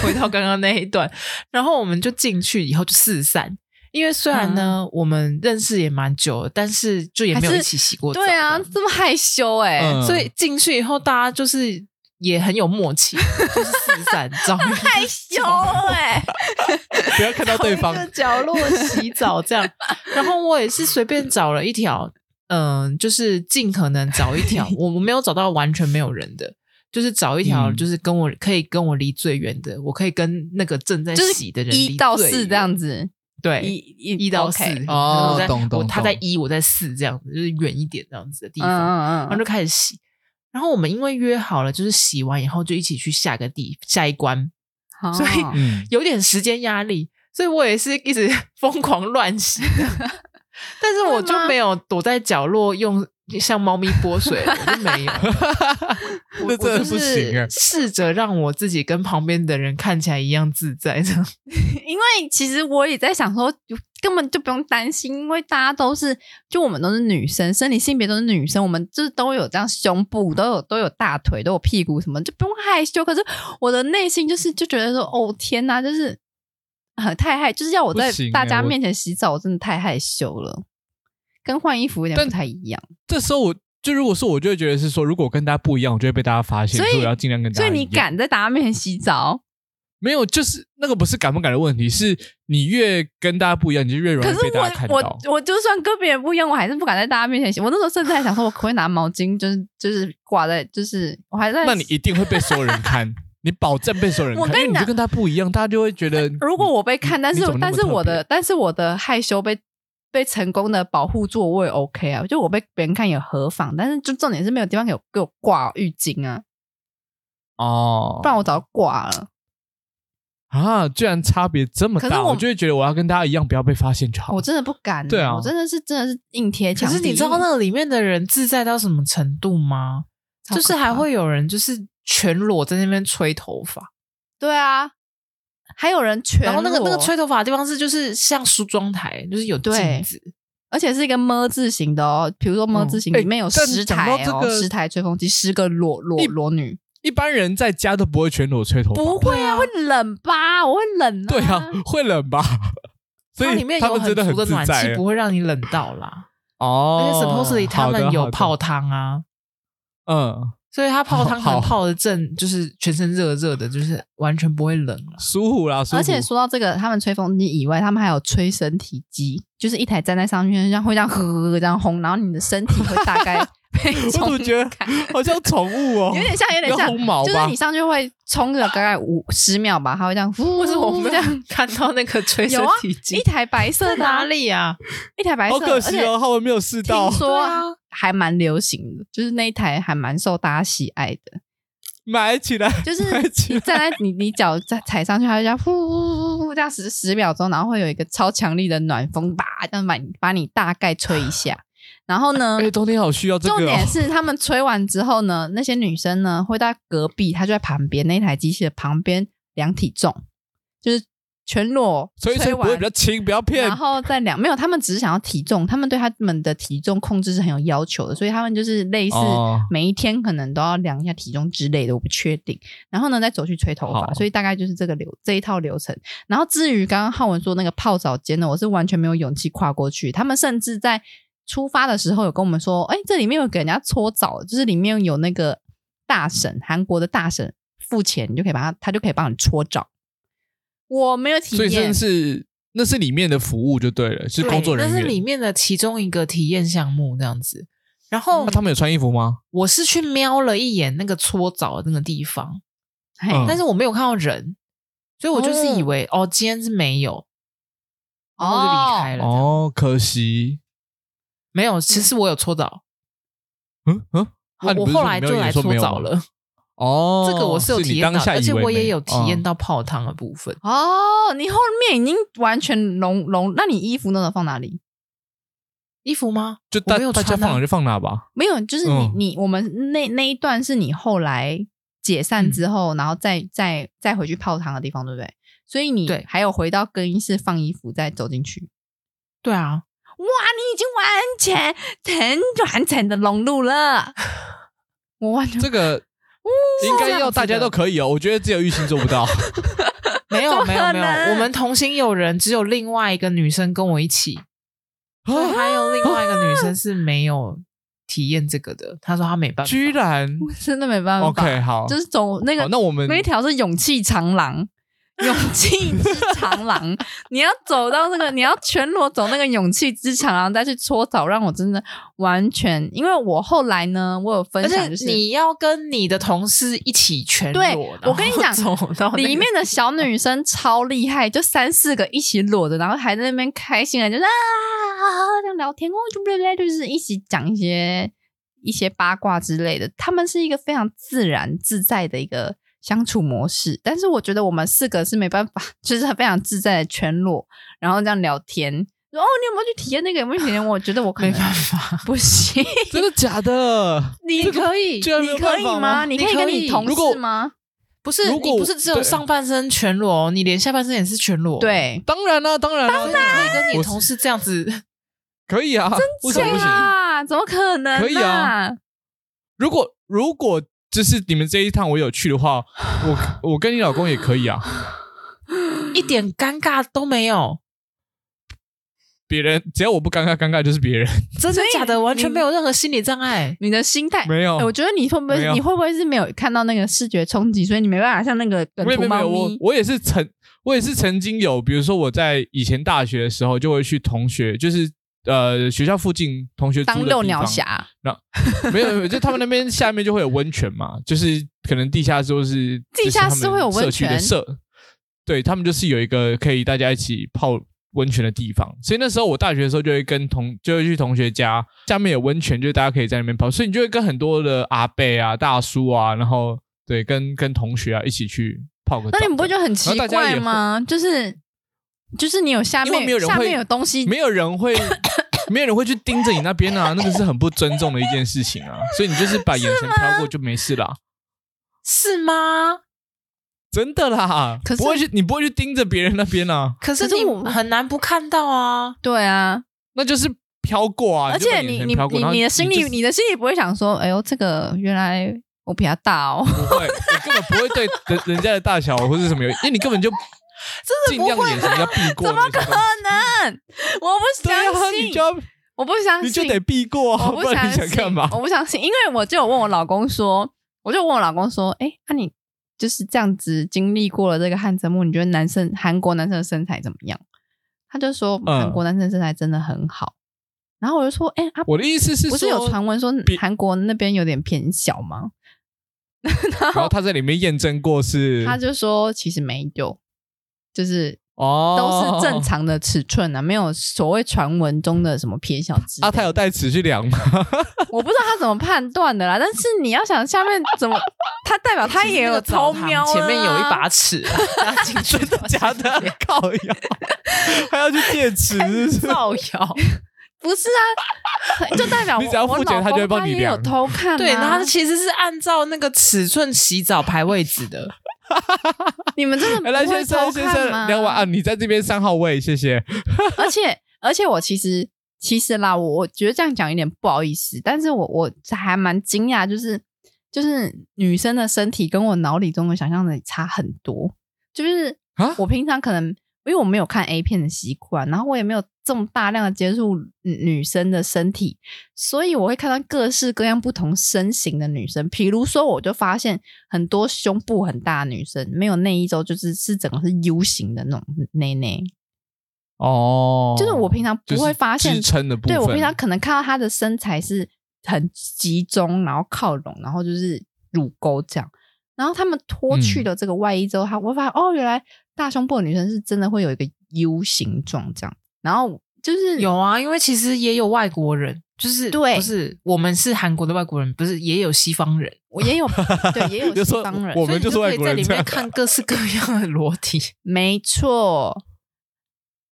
Speaker 2: 回到刚刚那一段，然后我们就进去以后就四散，因为虽然呢、我们认识也蛮久了，但是就也没有
Speaker 3: 嗯还是
Speaker 2: 一起洗过澡。
Speaker 3: 对啊，这么害羞哎、
Speaker 1: 嗯
Speaker 2: 所以进去以后大家就是也很有默契，就是四散， 知道吗？
Speaker 3: 害羞哎、
Speaker 1: 不要看到对方
Speaker 2: 找一
Speaker 3: 哦
Speaker 2: 个角落洗澡这样。然后我也是随便找了一条，嗯，就是尽可能找一条，我我没有找到完全没有人的。就是找一条，
Speaker 1: 嗯
Speaker 2: 就是跟我、可以跟我离最远的，我可以跟那个正在
Speaker 3: 就是
Speaker 2: 洗的人
Speaker 3: 一
Speaker 2: 离
Speaker 3: 到
Speaker 2: 最
Speaker 3: 四
Speaker 2: 远
Speaker 3: 这样，子，
Speaker 2: 对，
Speaker 3: 一一
Speaker 2: 一到四
Speaker 3: OK
Speaker 1: 哦
Speaker 2: 我在
Speaker 1: 懂懂
Speaker 2: 我他在
Speaker 1: 懂
Speaker 2: 一，我在四这样子，就是远一点这样子的地
Speaker 3: 嗯
Speaker 2: 方。
Speaker 3: 嗯
Speaker 2: 然后就开始洗。然后我们因为约好了，就是洗完以后就一起去下个地下一关，
Speaker 3: 嗯，
Speaker 2: 所以
Speaker 3: 哦
Speaker 1: 嗯，
Speaker 2: 有点时间压力，所以我也是一直 疯狂乱洗的。 但是我就没有躲在角落用像猫咪拨水，我就 没有。
Speaker 1: 这真的
Speaker 2: 我
Speaker 1: 不
Speaker 2: 就
Speaker 1: 行
Speaker 2: 是
Speaker 1: 啊！
Speaker 2: 试着让我自己跟旁边的人看起来一样自在，这样
Speaker 3: 因为其实我也在想说，根本就不用担心，因为大家都是，就我们都是女生，生理性别都是女生，我们就是都有这样胸部，都有都有大腿，都有屁股什么，就不用害羞。可是我的内心就是就觉得说，哦天哪，就是很太害，就是要我在
Speaker 1: 不行欸
Speaker 3: 大家
Speaker 1: 我
Speaker 3: 面前洗澡，我真的太害羞了，跟换衣服有点
Speaker 1: 但
Speaker 3: 不太一样。
Speaker 1: 这时候我就如果说，我就会觉得是说，如果我跟大家不一样，我就会被大家发现，
Speaker 3: 所以
Speaker 1: 我要尽量跟大
Speaker 3: 所
Speaker 1: 家
Speaker 3: 以
Speaker 1: 一样。
Speaker 3: 你敢在大家面前洗澡？
Speaker 1: 没有？就是那个不是敢不敢的问题，是你越跟大家不一样，你就越容
Speaker 3: 可
Speaker 1: 易
Speaker 3: 是
Speaker 1: 被大家看
Speaker 3: 我
Speaker 1: 到
Speaker 3: 我。我就算跟别人不一样，我还是不敢在大家面前洗。我那时候甚至还想说，我可不可以拿毛巾，就是就是挂在，就是我还在。
Speaker 1: 那你一定会被所有人 看，你保证被所有人
Speaker 3: 我
Speaker 1: 看，
Speaker 3: 跟
Speaker 1: 因为
Speaker 3: 你
Speaker 1: 你就
Speaker 3: 讲
Speaker 1: 跟他不一样，大家就会觉得。
Speaker 3: 如果我被看，
Speaker 1: 你
Speaker 3: 但
Speaker 1: 你
Speaker 3: 是
Speaker 1: 怎么那
Speaker 3: 但
Speaker 1: 么
Speaker 3: 是
Speaker 1: 特
Speaker 3: 我
Speaker 1: 别
Speaker 3: 的但是我的害羞被被成功的保护住，我也 OK 啊。就我被别人看也何妨？但是就重点是没有地方给我给我挂浴巾啊，
Speaker 1: 哦
Speaker 3: 不，然我早就挂了。
Speaker 1: 啊，居然差别这么
Speaker 3: 可是
Speaker 1: 大，
Speaker 3: 我
Speaker 1: 我就会觉得我要跟大家一样，不要被发现就好。
Speaker 3: 我真的不敢、
Speaker 1: 哦对啊
Speaker 3: 我真的是真的是硬贴
Speaker 2: 可
Speaker 3: 墙壁。
Speaker 2: 是你知道那个里面的人自在到什么程度吗？
Speaker 3: 超
Speaker 2: 就是
Speaker 3: 可
Speaker 2: 还
Speaker 3: 怕
Speaker 2: 会有人就是全裸在那边吹头发，
Speaker 3: 对啊，还有人全
Speaker 2: 然后那个那个
Speaker 3: 裸
Speaker 2: 吹头发的地方是就是像梳妆台，就是有
Speaker 3: 对
Speaker 2: 镜子，
Speaker 3: 而且是一个么字形的哦，比如说么字形
Speaker 1: 嗯哎
Speaker 3: 里面有
Speaker 1: 但
Speaker 3: 十
Speaker 1: 讲到
Speaker 3: 台
Speaker 1: 这
Speaker 3: 哦，
Speaker 1: 个
Speaker 3: 十台吹风机，十个裸裸
Speaker 1: 一
Speaker 3: 裸女，
Speaker 1: 一般人在家都不会全裸吹头发，
Speaker 3: 不会啊，会冷吧？我会冷、
Speaker 1: 对啊，会冷 吧？所
Speaker 2: 它
Speaker 1: 以
Speaker 2: 里面
Speaker 1: 他
Speaker 2: 有
Speaker 1: 们真的
Speaker 2: 足的
Speaker 1: 自
Speaker 2: 暖
Speaker 1: 在啊
Speaker 2: 气，不会让你冷到啦。
Speaker 1: 哦。
Speaker 2: 而且 supposedly 他
Speaker 1: 好的
Speaker 2: 们有，
Speaker 1: 好
Speaker 2: 泡
Speaker 1: 的
Speaker 2: 汤啊，
Speaker 1: 嗯，
Speaker 2: 所以他泡汤可
Speaker 1: 好
Speaker 2: 能泡的正就是全身热热的，就是完全不会冷了。
Speaker 1: 舒服啦，舒服。
Speaker 3: 而且说到这个，他们吹风机以外，他们还有吹身体机，就是一台站在上面，这样会这样呵呵呵这样轰，然后你的身体会 大概被
Speaker 1: 我怎
Speaker 3: 冲
Speaker 1: 么觉得
Speaker 3: 开，
Speaker 1: 好像宠物 哦，
Speaker 3: 有点像，有点
Speaker 1: 要
Speaker 3: 像
Speaker 1: 烘，毛
Speaker 3: 就是
Speaker 1: 吧
Speaker 3: 你？上去会冲个大概五十秒吧，它会这样呼，
Speaker 2: 为什么我没
Speaker 3: 这样
Speaker 2: 有看到那个吹
Speaker 3: 有
Speaker 2: 身
Speaker 3: 啊
Speaker 2: 体
Speaker 3: 一
Speaker 2: 机？
Speaker 3: 台白色
Speaker 2: 在
Speaker 3: 的啊、
Speaker 2: 哪里啊？
Speaker 3: 一台白
Speaker 1: 好
Speaker 3: 色的，
Speaker 1: 可
Speaker 3: 而
Speaker 1: 惜
Speaker 3: 且
Speaker 1: 哦，浩文没有试到
Speaker 3: 听，说
Speaker 2: 对啊
Speaker 3: 还蛮流行的，就是那一台还蛮受大家喜爱的，
Speaker 1: 买起来，
Speaker 3: 就是
Speaker 1: 买起
Speaker 3: 你
Speaker 1: 来。
Speaker 3: 站在你你脚在踩上去，它就这样呼呼呼呼这样十十秒钟，然后会有一个超强力的暖风，吧，这样把你把你大概吹一下，然后呢。
Speaker 1: 哎，冬天好需要这
Speaker 3: 重
Speaker 1: 个哦
Speaker 3: 点，是，他们吹完之后呢，那些女生呢会在隔壁，她就在旁边那一台机器的旁边量体重，就是全裸
Speaker 1: 所以所以不
Speaker 3: 完
Speaker 1: 会比较轻，不要骗
Speaker 3: 然。后再量，没有，他们只是想要体重，他们对他们的体重控制是很有要求的，所以他们就是类似
Speaker 1: 哦
Speaker 3: 每一天可能都要量一下体重之类的，我不确定。然后呢，再走去吹头发，
Speaker 1: 好
Speaker 3: 所以大概就是这个流这一套流程。然后至于刚刚浩文说那个泡澡间呢，我是完全没有勇气跨过去，他们甚至在出发的时候有跟我们说，哎，这里面有给人家搓澡，就是里面有那个大婶，韩国的大婶付钱，你就可以把他，他就可以帮你搓澡。我没有体
Speaker 1: 所以真的，
Speaker 3: 验
Speaker 1: 是那是里面的服务就对了，是工作人
Speaker 2: 那是里
Speaker 1: 员。
Speaker 2: 面的其中一个体验项目这样子。然后
Speaker 1: 那他们有穿衣服吗？
Speaker 2: 我是去瞄了一眼那个搓澡的那个地方，
Speaker 3: 嘿
Speaker 1: 嗯
Speaker 2: 但是我没有看到人，所以我就是
Speaker 3: 哦
Speaker 2: 以为哦今天是没有，然后我就离开了。这样
Speaker 1: 哦，可惜。
Speaker 2: 没有，其实我有搓澡，
Speaker 1: 嗯嗯，啊
Speaker 2: 我
Speaker 1: 你
Speaker 2: 我
Speaker 1: 不是
Speaker 2: 后
Speaker 1: 说
Speaker 2: 来
Speaker 1: 你没
Speaker 2: 就
Speaker 1: 有
Speaker 2: 来
Speaker 1: 也说
Speaker 2: 搓
Speaker 1: 没有
Speaker 2: 澡
Speaker 1: 吗。
Speaker 2: 了，
Speaker 1: 哦，
Speaker 2: 这个我
Speaker 1: 是
Speaker 2: 有体验
Speaker 1: 你
Speaker 2: 到
Speaker 1: 当
Speaker 2: 的，
Speaker 1: 下
Speaker 2: 而且
Speaker 1: 以为
Speaker 2: 我也
Speaker 1: 没
Speaker 2: 有体
Speaker 3: 嗯
Speaker 2: 验。
Speaker 1: 哦
Speaker 2: 到泡汤的部分。
Speaker 3: 哦，你后面已经完全融融，那你衣服那种放哪里？
Speaker 2: 衣服吗？
Speaker 1: 就
Speaker 2: 我
Speaker 1: 大
Speaker 2: 没有
Speaker 1: 大家
Speaker 2: 穿
Speaker 1: 放
Speaker 2: 啊
Speaker 1: 哪就放哪吧。
Speaker 3: 没有，就是你、
Speaker 1: 嗯
Speaker 3: 你我们那那一段是你后来解
Speaker 1: 嗯
Speaker 3: 散之后，然后再再再回去泡汤的地方，对不对？所以你
Speaker 2: 对
Speaker 3: 还有回到更衣室放衣服，再走进去。
Speaker 2: 对啊，
Speaker 3: 哇，你已经完全很完整的融 入了。我完全
Speaker 1: 这 个应
Speaker 2: 嗯这
Speaker 1: 该
Speaker 2: 样
Speaker 1: 要
Speaker 2: 子
Speaker 1: 大家
Speaker 2: 的
Speaker 1: 都可以哦，我觉得只有玉兴做不 到。
Speaker 2: 没有
Speaker 3: 怎么
Speaker 2: 没有没
Speaker 3: 可能
Speaker 2: 有，我们同行有人，只有另外一个女生跟我一
Speaker 3: 啊
Speaker 2: 起，所以还有另外一个女生是没有体验这个的。她说她没办法，
Speaker 1: 居然
Speaker 3: 我 真的没办法
Speaker 1: OK 好，
Speaker 3: 就是走那个
Speaker 1: 好那我们
Speaker 3: 那一条是勇气长廊，勇气之长廊，你要走到那个，你要全裸走那个勇气之长廊，再去搓澡，让我真的完全，因为我后来呢，我有分
Speaker 2: 而
Speaker 3: 享，
Speaker 2: 且
Speaker 3: 就是
Speaker 2: 你要跟你的同事一起全裸。
Speaker 3: 对
Speaker 2: 然后
Speaker 3: 我跟你讲
Speaker 2: 走到那个
Speaker 3: 里面的小女生超厉害，就三四个一起裸着，然后还在那边开心的，就是啊，这样聊天，哦，就不对，就是一起讲一些一些八卦之类的。他们是一个非常自然自在的一个相处模式，但是我觉得我们四个是没办法，就是非常自在的全裸，然后这样聊天。说哦，你有没有去体验那个？有没有去体验？我觉得我可
Speaker 2: 没
Speaker 3: 能
Speaker 2: 办法，
Speaker 3: 不行。
Speaker 1: 真的假的？
Speaker 2: 你可以
Speaker 1: 居然没
Speaker 3: 你
Speaker 1: 有
Speaker 3: 可
Speaker 1: 办
Speaker 3: 以
Speaker 1: 法
Speaker 3: 吗？你可以
Speaker 2: 你
Speaker 3: 跟
Speaker 2: 可
Speaker 3: 你
Speaker 2: 以
Speaker 3: 同
Speaker 1: 如果
Speaker 3: 事吗？
Speaker 2: 不是
Speaker 1: 如
Speaker 2: 你
Speaker 1: 果
Speaker 2: 不是只有
Speaker 1: 对
Speaker 2: 上半身全裸哦，你连下半身也是全裸。，哦
Speaker 3: 对，
Speaker 1: 当然啦，当然啦，
Speaker 2: 所以你可以跟你
Speaker 1: 我
Speaker 2: 的
Speaker 1: 是
Speaker 2: 同事这样 子。
Speaker 1: 可以啊，为什么不
Speaker 3: 对
Speaker 1: 行？
Speaker 3: 啊，怎么可能、啊？
Speaker 1: 可以啊如果如果就是你们这一趟我有去的话， 我我跟你老公也可以啊。
Speaker 2: 一点尴尬都没有，
Speaker 1: 别人只要我不尴尬，尴尬就是别人。
Speaker 2: 真的
Speaker 3: 所以
Speaker 2: 假的？完全
Speaker 3: 你
Speaker 2: 没有任何心理障碍。
Speaker 3: 你的心态
Speaker 1: 没有
Speaker 3: 哎我觉得你会不会
Speaker 1: 没有
Speaker 3: 你会不会是没有看到那个视觉冲击，所以你没办法像那个梗
Speaker 1: 没有没有
Speaker 3: 图
Speaker 1: 没
Speaker 3: 猫
Speaker 1: 有，我
Speaker 3: 咪
Speaker 1: 我也是曾我也是曾经有，比如说我在以前大学的时候，就会去同学就是呃学校附近同学
Speaker 3: 当
Speaker 1: 租的
Speaker 3: 六
Speaker 1: 地
Speaker 3: 鸟
Speaker 1: 方
Speaker 3: 侠，
Speaker 1: 没有没有，就他们那边下面就会有温泉嘛，就是可能地下室或是
Speaker 3: 地下室会有温
Speaker 1: 社
Speaker 3: 泉
Speaker 1: 区的社，对他们就是有一个可以大家一起泡温泉的地方，所以那时候我大学的时候就会跟同就会去同学家，下面有温泉，就是大家可以在那边泡，所以你就会跟很多的阿伯啊、大叔啊，然后对跟跟同学啊一起去泡个澡。
Speaker 3: 那你们不会觉得很奇
Speaker 1: 然后大家
Speaker 3: 怪
Speaker 1: 也
Speaker 3: 吗？就是就是你有下
Speaker 1: 因为
Speaker 3: 面
Speaker 1: 没有人
Speaker 3: 下
Speaker 1: 会
Speaker 3: 面有东西，
Speaker 1: 没有人 会。没有人会去盯着你那边啊，那个是很不尊重的一件事情啊，所以你就是把眼神飘过就没事啦、
Speaker 2: 是吗？
Speaker 1: 真的啦，
Speaker 3: 可是
Speaker 1: 不会去，你不会去盯着别人那边啊，
Speaker 2: 可是
Speaker 3: 可是
Speaker 2: 你
Speaker 3: 我
Speaker 2: 很难不看到啊。
Speaker 3: 对啊，
Speaker 1: 那就是飘过啊。
Speaker 3: 而且你
Speaker 1: 你
Speaker 3: 你
Speaker 1: 就把眼神飘过
Speaker 3: 你
Speaker 1: 然后
Speaker 3: 你的心
Speaker 1: 就
Speaker 3: 里
Speaker 1: 是
Speaker 3: 你的心里不会想说，哎呦，这个原来我比他大哦，
Speaker 1: 不会，我根本不会对人 人家的大小或是什么有，因为你根本就
Speaker 2: 真
Speaker 1: 尽
Speaker 2: 的不
Speaker 1: 量
Speaker 2: 会
Speaker 1: 眼神要避过
Speaker 3: 怎么
Speaker 1: 那些
Speaker 3: 可
Speaker 1: 东西。
Speaker 3: 能？我不
Speaker 1: 对啊，
Speaker 3: 相
Speaker 1: 你
Speaker 3: 信
Speaker 1: 就，要
Speaker 3: 我不相信，
Speaker 1: 你就得避过啊，
Speaker 3: 我不
Speaker 1: 不然
Speaker 3: 相
Speaker 1: 你
Speaker 3: 信，
Speaker 1: 想干嘛？
Speaker 3: 我不相信，因为我就有问我老公说，我就问我老公说，哎、那、你就是这样子经历过了这个汗蒸幕，你觉得男生韩国男生的身材怎么样？他就说
Speaker 1: 嗯
Speaker 3: 韩国男生身材真的很好。然后我就说，哎、啊，
Speaker 1: 我的意思是
Speaker 3: 不是有
Speaker 1: 说
Speaker 3: 传闻说
Speaker 1: 比
Speaker 3: 韩国那边有点偏小吗？
Speaker 1: 然后他在里面验证过是
Speaker 3: 他就说其实没有，就是。
Speaker 1: 哦
Speaker 3: 都是正。常的尺寸啊，没有所谓传闻中的什么偏小之类的。
Speaker 1: 啊，他有带尺去量 吗？
Speaker 3: 我不知道他怎么判断的啦，但是你要想下面怎么，他代表他也有超瞄、
Speaker 2: 前面有一，把尺啊，大家进去
Speaker 1: 真的假的？靠腰， 还要去借尺，是不是
Speaker 2: 造谣。
Speaker 3: 不是啊，就代表我
Speaker 1: 你只要付钱
Speaker 3: 我老公
Speaker 1: 他就会帮你
Speaker 3: 也有
Speaker 1: 量
Speaker 3: 偷看、啊，
Speaker 2: 对，然后他其实是按照那个尺寸洗澡排位置的，
Speaker 3: 你们真 的
Speaker 1: 哎来
Speaker 3: 不会
Speaker 1: 先
Speaker 3: 偷
Speaker 1: 生先
Speaker 3: 看
Speaker 1: 生
Speaker 3: 吗？
Speaker 1: 两碗啊，你在这边三号位，谢谢。
Speaker 3: 而且而且我其实其实啦，我我觉得这样讲有点不好意思，但是我我还蛮惊讶，就是就是女生的身体跟我脑里中的想象的差很多，就是
Speaker 1: 啊
Speaker 3: 我平常可能。因为我没有看 A 片的习惯，然后我也没有这么大量的接触女女生的身体，所以我会看到各式各样不同身形的女生。比如说，我就发现很多胸部很大的女生，没有内衣之后就是是整个是 U 型的那种内内。
Speaker 1: 哦，
Speaker 3: 就是我平常不
Speaker 1: 就是
Speaker 3: 会发现
Speaker 1: 支撑的部分。
Speaker 3: 对我平常可能看到她的身材是很集中，然后靠拢，然后就是乳沟这样。然后他们脱去
Speaker 1: 嗯
Speaker 3: 了这个外衣之后，她我会发现哦，原来大胸部的女生是真的会有一个 U 形状这样。然后就是
Speaker 2: 有啊，因为其实也有外国人，就是
Speaker 3: 对
Speaker 2: 不是我们是韩国的外国人，不是也有西方人，
Speaker 3: 我也有 对也有
Speaker 1: 就
Speaker 3: 西
Speaker 1: 说
Speaker 3: 方人，
Speaker 1: 我
Speaker 2: 所以
Speaker 1: 们
Speaker 2: 你
Speaker 1: 就是
Speaker 2: 可
Speaker 1: 外
Speaker 2: 以
Speaker 1: 国
Speaker 2: 在
Speaker 1: 人
Speaker 2: 里
Speaker 1: 这
Speaker 2: 面
Speaker 1: 样
Speaker 2: 看各式各样的裸 体。
Speaker 3: 没错，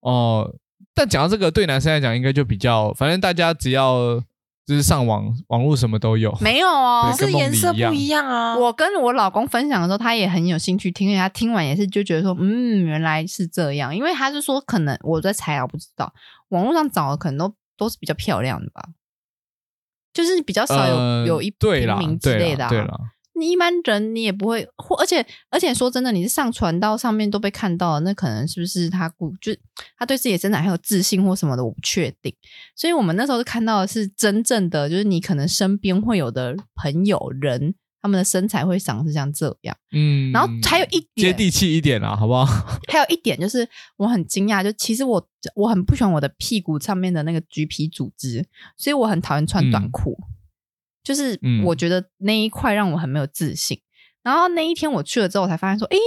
Speaker 1: 哦，但讲到这个，对男生来讲应该就比较，反正大家只要就是上网网络什么都有。
Speaker 3: 没有哦
Speaker 1: 对。
Speaker 2: 可是颜色不一样啊！
Speaker 3: 我跟我老公分享的时候，他也很有兴趣听，而且他听完也是就觉得说，嗯，原来是这样。因为他是说，可能我在猜啊，我不知道，网络上找的可能都都是比较漂亮的吧，就是比较少有、
Speaker 1: 呃
Speaker 3: 有一
Speaker 1: 对
Speaker 3: 平
Speaker 1: 啦
Speaker 3: 民，之
Speaker 1: 对
Speaker 3: 类
Speaker 1: 啦
Speaker 3: 的、啊
Speaker 1: 对啦，
Speaker 3: 你一般人你也不会，或而且而且说真的，你是上传到上面都被看到了，那可能是不是他故就他对自己的身材很有自信或什么的，我不确定。所以我们那时候看到的是真正的，就是你可能身边会有的朋友人，他们的身材会长是像这样。
Speaker 1: 嗯。
Speaker 3: 然后还有一
Speaker 1: 接
Speaker 3: 点，哦
Speaker 1: 地气一点啦，好不好？
Speaker 3: 还有一点就是我很惊讶，就其实我我很不喜欢我的屁股上面的那个橘皮组织，所以我很讨厌穿短裤，就是
Speaker 1: 嗯
Speaker 3: 我觉得那一块让我很没有自信。然后那一天我去了之后，我才发现说，诶、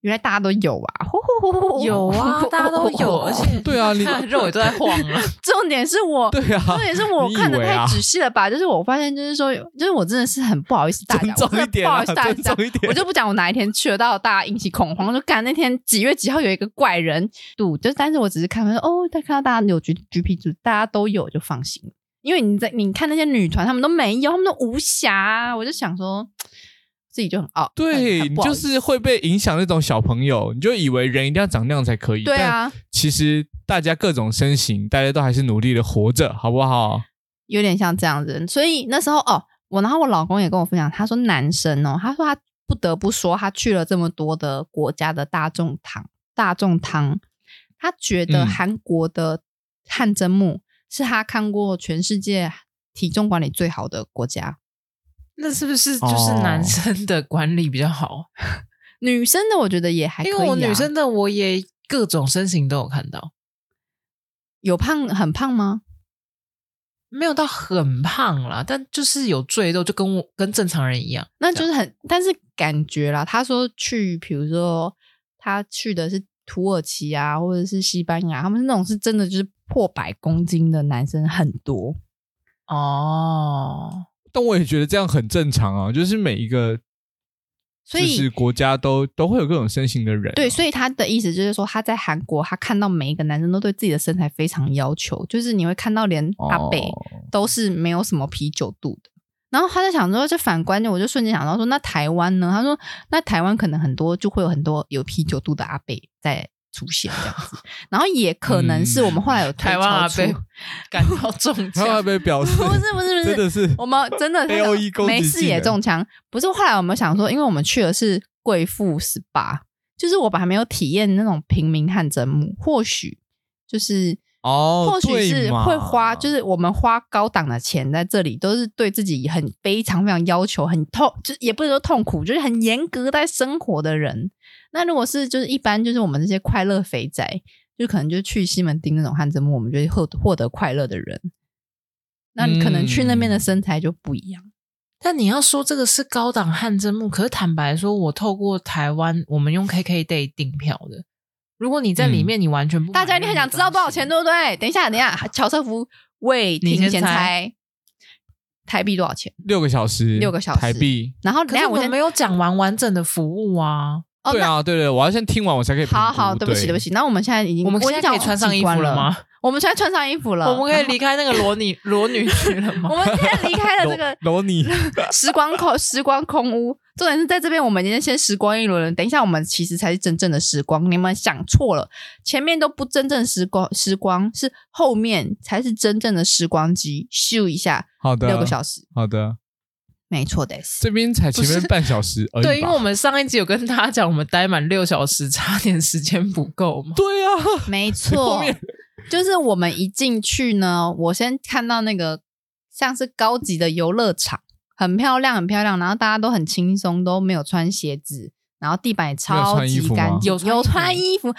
Speaker 3: 原来大家都有啊，呼呼呼呼呼
Speaker 2: 有啊，大家都有，而且
Speaker 1: 对啊你
Speaker 2: 看 肉也都在晃啊了。
Speaker 3: 重点是我。
Speaker 1: 对啊，
Speaker 3: 重点是我
Speaker 1: 你以
Speaker 3: 看的
Speaker 1: 为
Speaker 3: 太
Speaker 1: 啊
Speaker 3: 仔细了吧？就是我发现，就是说，就是我真的是很不好意思大家，
Speaker 1: 尊
Speaker 3: 我真
Speaker 1: 重
Speaker 3: 的
Speaker 1: 一点
Speaker 3: 不好
Speaker 1: 啊，
Speaker 3: 意思大
Speaker 1: 尊
Speaker 3: 家，
Speaker 1: 重一点。
Speaker 3: 我就不讲我哪一天去了，到大家引起恐慌，就干那天几月几号有一个怪人赌，就是但是我只是看，我说哦，但看到大家有 G G P 组，大家都有就放心了，因为你在你看那些女团，她们都没有，她们都无瑕啊，我就想说自己就很傲，
Speaker 1: 对
Speaker 3: 很很
Speaker 1: 你
Speaker 3: 哎不好
Speaker 1: 就
Speaker 3: 意思
Speaker 1: 是会被影响那种小朋友，你就以为人一定要长那样才可以。
Speaker 3: 对啊，
Speaker 1: 其实大家各种身形，大家都还是努力的活着，好不好？
Speaker 3: 有点像这样子，所以那时候哦，我然后我老公也跟我分享，他说男生哦，他说他不得不说，他去了这么多的国家的大众堂大众堂，他觉得
Speaker 1: 嗯
Speaker 3: 韩国的汗蒸木是他看过全世界体重管理最好的国家。
Speaker 2: 那是不是就是男生的管理比较好？
Speaker 3: 女生的我觉得也还可以、
Speaker 2: 因
Speaker 3: 啊，
Speaker 2: 为我女生的我也各种身形都有看到，
Speaker 3: 有胖很胖吗？
Speaker 2: 没有到很胖啦，但就是有赘肉，就跟我跟正常人一样。
Speaker 3: 那就是很，但是感觉啦，他说去，比如说他去的是土耳其啊，或者是西班牙，他们那种是真的就是破百公斤的男生很多。
Speaker 2: 哦，
Speaker 1: 但我也觉得这样很正常啊，就是每一个，
Speaker 3: 所以
Speaker 1: 就是国家都都会有各种身形的人啊、
Speaker 3: 对，所以他的意思就是说，他在韩国，他看到每一个男生都对自己的身材非常要求，就是你会看到连阿北
Speaker 1: 哦
Speaker 3: 都是没有什么啤酒肚的。然后他在想说，就反观我就瞬间想到说，那台湾呢？他说，那台湾可能很多就会有很多有啤酒肚的阿北在出现这样 子，然后也可能是我们后来有推
Speaker 2: 嗯台湾阿
Speaker 3: 敲出，
Speaker 2: 贝感到 中
Speaker 1: 他会
Speaker 2: 奖，
Speaker 1: 被表示
Speaker 3: 不是不是不
Speaker 1: 真
Speaker 3: 是，
Speaker 1: 的是
Speaker 3: 我们 真的
Speaker 1: A O E 攻击
Speaker 3: 没事
Speaker 1: 性
Speaker 3: 也
Speaker 1: 欸
Speaker 3: 中枪，不是后来我们想说，因为我们去的是贵妇 SPA，就是我们还没有体验那种平民汗蒸木，或许就是
Speaker 1: 哦
Speaker 3: 或许是
Speaker 1: 对嘛
Speaker 3: 会花，就是我们花高档的钱在这里，都是对自己很非常非常要求，很痛，就是也不是说痛苦，就是很严格在生活的人。那如果是就是一般就是我们这些快乐肥宅，就可能就去西门町那种汗蒸木，我们就会获获得快乐的人。那你可能去那边的
Speaker 1: 嗯
Speaker 3: 身材就不一样。
Speaker 2: 但你要说这个是高档汗蒸木，可是坦白说，我透过台湾，我们用 KKday 订票的。如果你在里面，你完全不买
Speaker 3: 大家一定很想知道多少钱，
Speaker 2: 任何东
Speaker 3: 对不对？等一下，等一下，乔瑟夫未
Speaker 2: 你
Speaker 3: 听
Speaker 2: 先
Speaker 3: 先
Speaker 2: 猜
Speaker 3: 猜台币多少钱？
Speaker 1: 六个小时，
Speaker 3: 六个小时
Speaker 1: 台币。
Speaker 3: 然后
Speaker 2: 西。
Speaker 3: 等
Speaker 2: 可
Speaker 3: 一
Speaker 2: 是
Speaker 3: 下，
Speaker 2: 我
Speaker 3: 我
Speaker 2: 们
Speaker 3: 先
Speaker 2: 没有讲完完整的服务啊！
Speaker 3: 哦，
Speaker 1: 对
Speaker 3: 那
Speaker 1: 啊，对对，我要先听完我才可以评估。
Speaker 3: 好好，对不起，对不
Speaker 1: 起，
Speaker 3: 起。那我们现在已经，
Speaker 2: 我们
Speaker 3: 我
Speaker 2: 现在可以
Speaker 3: 已经讲
Speaker 2: 穿上衣服
Speaker 3: 了
Speaker 2: 了？吗？
Speaker 3: 我们现在穿上衣服了，
Speaker 2: 我们可以离开那个裸 女裸女区了吗
Speaker 3: 我？们现在离开了 这个
Speaker 1: 罗 尼，
Speaker 3: 时光空时光空屋，重点是在这边，我们今天先时光一轮了。等一下，我们其实才是真正的时光，你们想错了，前面都不真正时光，时光是后面才是真正的时光机，咻一下
Speaker 1: 好的，
Speaker 3: 六个小时，
Speaker 1: 好的，
Speaker 3: 没错的。
Speaker 1: 这边才前面
Speaker 2: 不是
Speaker 1: 半小时而已吧。
Speaker 2: 对，因为我们上一集有跟大家讲，我们待满六小时，差点时间不够嘛。
Speaker 1: 对啊，
Speaker 3: 没
Speaker 1: 后
Speaker 3: 错
Speaker 1: 面，
Speaker 3: 就是我们一进去呢，我先看到那个像是高级的游乐场，很漂亮，很漂亮，然后大家都很轻松，都没有穿鞋子，然后地板也超级干净，
Speaker 2: 没有穿衣服吗
Speaker 3: 有穿衣服，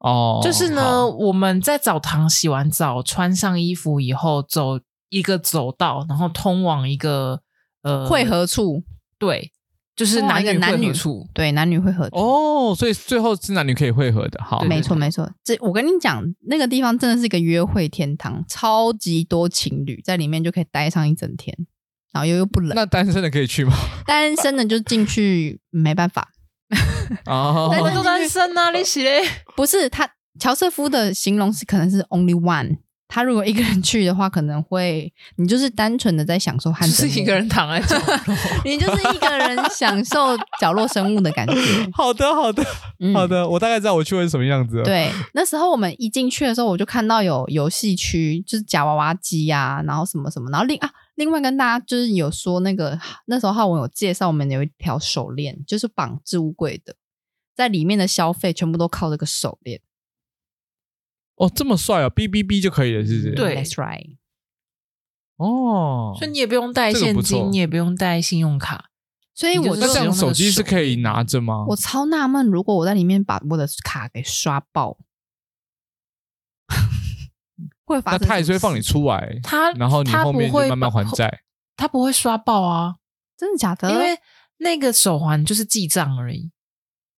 Speaker 1: 哦，
Speaker 2: 就是呢，
Speaker 1: 好，
Speaker 2: 我们在澡堂洗完澡，穿上衣服以后，走一个走道，然后通往一个呃
Speaker 3: 汇，合处，
Speaker 2: 对，就是
Speaker 3: 通往
Speaker 2: 男
Speaker 3: 一个
Speaker 2: 女
Speaker 3: 男
Speaker 2: 汇合
Speaker 3: 女
Speaker 2: 处，
Speaker 3: 对，男女汇合处。
Speaker 1: 哦，所以最后是男女可以汇合的，好，
Speaker 2: 对
Speaker 3: 没错，没错，这我跟你讲，那个地方真的是一个约会天堂，超级多情侣在里面就可以待上一整天，然后又又不冷，
Speaker 1: 那单身的可以去 吗？
Speaker 3: 单身的就进去没办法，
Speaker 1: 哦，
Speaker 3: 那
Speaker 2: 我们
Speaker 3: 就
Speaker 2: 都单身啊，你洗嘞？
Speaker 3: 不是他，乔瑟夫的形容是可能是 only one。他如果一个人去的话，可能会你就是单纯的在享受
Speaker 2: 就
Speaker 3: 汉
Speaker 2: 是
Speaker 3: 森，
Speaker 2: 一个，人躺在角落，
Speaker 3: 你就是一个人享受角落生物的 感觉。
Speaker 1: 好的，好的，
Speaker 3: 嗯，
Speaker 1: 好。的，我大概知道我去会是什么样子了。
Speaker 3: 对，那时候我们一进去的时候，我就看到有游戏区，就是夹娃娃机啊，然后什么什么，然后另啊，另外跟大家就是有说那个那时候浩文有介绍，我们有一条手链，就是绑置物柜的，在里面的消费全部都靠这个手链。
Speaker 1: 哦，这么帅啊，B B B 就可以了，是不是？
Speaker 2: 对
Speaker 3: ，That's right。
Speaker 1: 哦，
Speaker 2: 所以你也不用带
Speaker 1: 这个
Speaker 2: 现
Speaker 1: 不错
Speaker 2: 金，你也不用带信用卡，
Speaker 3: 所以
Speaker 2: 你
Speaker 3: 我
Speaker 2: 就是
Speaker 1: 那这
Speaker 2: 使
Speaker 1: 样
Speaker 2: 用那个
Speaker 1: 手机是
Speaker 2: 手
Speaker 1: 可以拿着吗？
Speaker 3: 我超纳闷，如果我在里面把我的卡给刷爆，会发
Speaker 1: 那
Speaker 3: 生？
Speaker 1: 他也是会放你，出来，
Speaker 2: 他
Speaker 1: 然后你
Speaker 2: 他
Speaker 1: 后
Speaker 2: 不
Speaker 1: 面就
Speaker 2: 会
Speaker 1: 慢慢还
Speaker 2: 把
Speaker 1: 债。
Speaker 2: 他不会刷爆啊，
Speaker 3: 真的假的？
Speaker 2: 因为那个手环就是记账而已。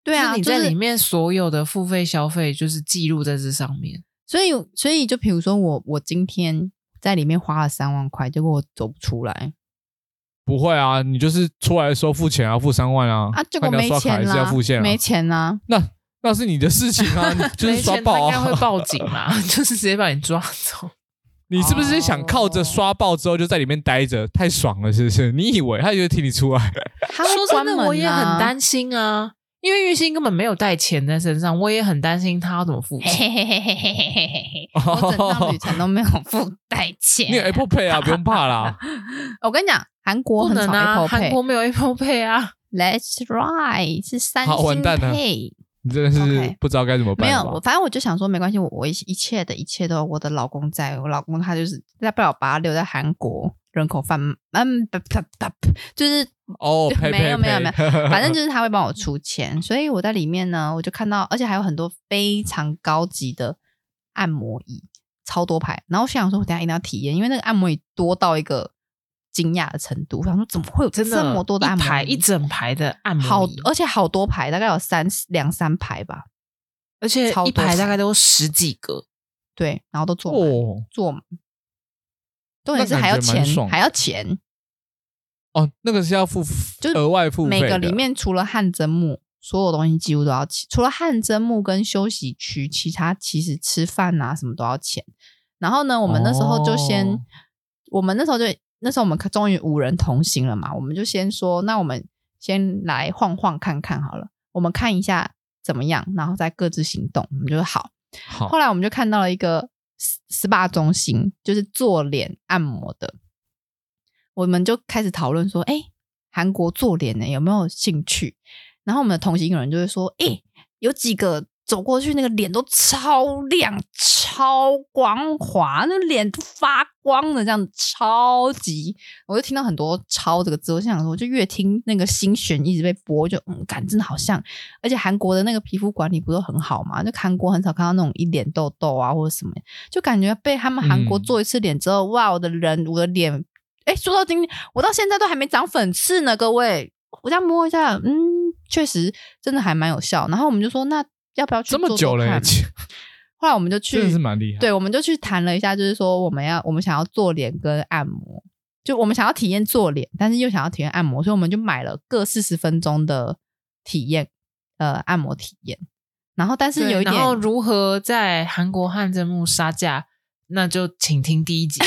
Speaker 3: 对
Speaker 2: 就
Speaker 3: 啊，
Speaker 2: 是你在
Speaker 3: 就是
Speaker 2: 里面所有的付费消费就是记录在这上面。
Speaker 3: 所以，所以就比如说我，我今天在里面花了三万块，结果我走不出来
Speaker 1: 不会啊，你就是出来的时候付钱啊，付三万啊，
Speaker 3: 啊，结果
Speaker 1: 看你要
Speaker 3: 没
Speaker 1: 刷卡
Speaker 3: 钱
Speaker 1: 还是要
Speaker 3: 啦
Speaker 1: 付现，啊？
Speaker 3: 没钱 啦。
Speaker 1: 那那是你的事情啊，你就是
Speaker 2: 没
Speaker 1: 刷
Speaker 2: 钱
Speaker 1: 爆
Speaker 2: 他应该会
Speaker 1: 啊。
Speaker 2: 报警啦， 就是直接把你抓走。
Speaker 1: 你是不是想靠
Speaker 3: 哦
Speaker 1: 着刷爆之后就在里面待着，太爽了，是不是？ 你以为他就会踢你出来？
Speaker 3: 他会
Speaker 2: 说
Speaker 3: 关
Speaker 2: 真
Speaker 3: 门、
Speaker 2: 的，
Speaker 3: 啊、
Speaker 2: 我也很担心啊，因为玉鑫根本没有带钱在身上，我也很担心他要怎么付钱。
Speaker 3: 嘿嘿嘿嘿嘿嘿嘿嘿， 我整趟旅程都没有付带钱。
Speaker 1: 你有 Apple Pay 啊，不用怕啦。
Speaker 3: 我跟你讲，韩国
Speaker 2: 不
Speaker 3: 很
Speaker 2: 能
Speaker 3: 少
Speaker 2: 啊，
Speaker 3: Apple
Speaker 2: 韩
Speaker 3: Pay。
Speaker 2: 国没有 Apple Pay 啊，
Speaker 3: Let's right 是三
Speaker 1: 好完
Speaker 3: 星
Speaker 1: 蛋了
Speaker 3: Pay。
Speaker 1: 你真的是
Speaker 3: OK
Speaker 1: 不知道该怎么办
Speaker 3: 没有，
Speaker 1: 了吧
Speaker 3: 我反正我就想说没关系，我我一一切的一切都有我的老公在，我老公他就是大不了把他留在韩国人口贩，嗯，不不不， 就是
Speaker 1: 哦，
Speaker 3: 就
Speaker 1: 呸
Speaker 3: 没
Speaker 1: 呸
Speaker 3: 有没有
Speaker 1: 呸
Speaker 3: 没有，反正就是他会帮我出钱，所以我在里面呢，我就看到，而且还有很多非常高级的按摩椅，超多牌。然后我想说，我等一下一定要体验，因为那个按摩椅多到一个惊讶的程度，我想说怎么会有
Speaker 2: 真的
Speaker 3: 这么多的按
Speaker 2: 一
Speaker 3: 摩椅
Speaker 2: 排一整排的按摩
Speaker 3: 好
Speaker 2: 椅，
Speaker 3: 而且好多排，大概有三两三排吧，
Speaker 2: 而且
Speaker 3: 超
Speaker 2: 一
Speaker 3: 多
Speaker 2: 排
Speaker 3: 台
Speaker 2: 大概都十几个。
Speaker 3: 对，然后都坐满、
Speaker 1: 哦
Speaker 3: 坐满，重点是
Speaker 1: 那感
Speaker 3: 还要
Speaker 1: 觉蛮
Speaker 3: 钱
Speaker 1: 爽，的
Speaker 3: 还要钱。
Speaker 1: 哦，那个是要付
Speaker 3: 就
Speaker 1: 额外付费
Speaker 3: 每
Speaker 1: 的
Speaker 3: 个里面除了汗蒸木，所有东西几乎都要钱。除了汗蒸木跟休息区，其他其实吃饭啊什么都要钱。然后呢，我们那时候就先，
Speaker 1: 哦
Speaker 3: 我们那时候就那时候我们可终于五人同行了嘛，我们就先说，那我们先来晃晃看看好了，我们看一下怎么样，然后再各自行动。我们就说好，
Speaker 1: 好
Speaker 3: 后来我们就看到了一个 S- SPA 中心，就是做脸按摩的。我们就开始讨论说，哎、韩国做脸呢、有没有兴趣？然后我们的同行人就会说，哎、有几个走过去，那个脸都超亮、超光滑，那脸都发光的，这样超级。我就听到很多“超”这个字，我就想说，我就越听那个心弦一直被拨，就嗯，感真的好像而且韩国的那个皮肤管理不都很好嘛？就韩国很少看到那种一脸痘痘啊或者什么，就感觉被他们韩国
Speaker 1: 嗯
Speaker 3: 做一次脸之后，哇，我的人，我的脸，哎，说到今天，我到现在都还没长粉刺呢，各位，我这样摸一下，嗯，确实真的还蛮有效。然后我们就说，那要不要去
Speaker 1: 这么
Speaker 3: 做
Speaker 1: 久
Speaker 3: 做
Speaker 1: 了耶
Speaker 3: 看，后来我们就
Speaker 1: 真的
Speaker 3: 去
Speaker 1: 是，蛮厉害。
Speaker 3: 对，我们就去谈了一下，就是说我们要我们想要做脸跟按摩。就我们想要体验做脸，但是又想要体验按摩，所以我们就买了各四十分钟的体验，呃，按摩体验。然后，但是有一点
Speaker 2: 然后如何在韩国汗蒸木杀价那就请听第一集。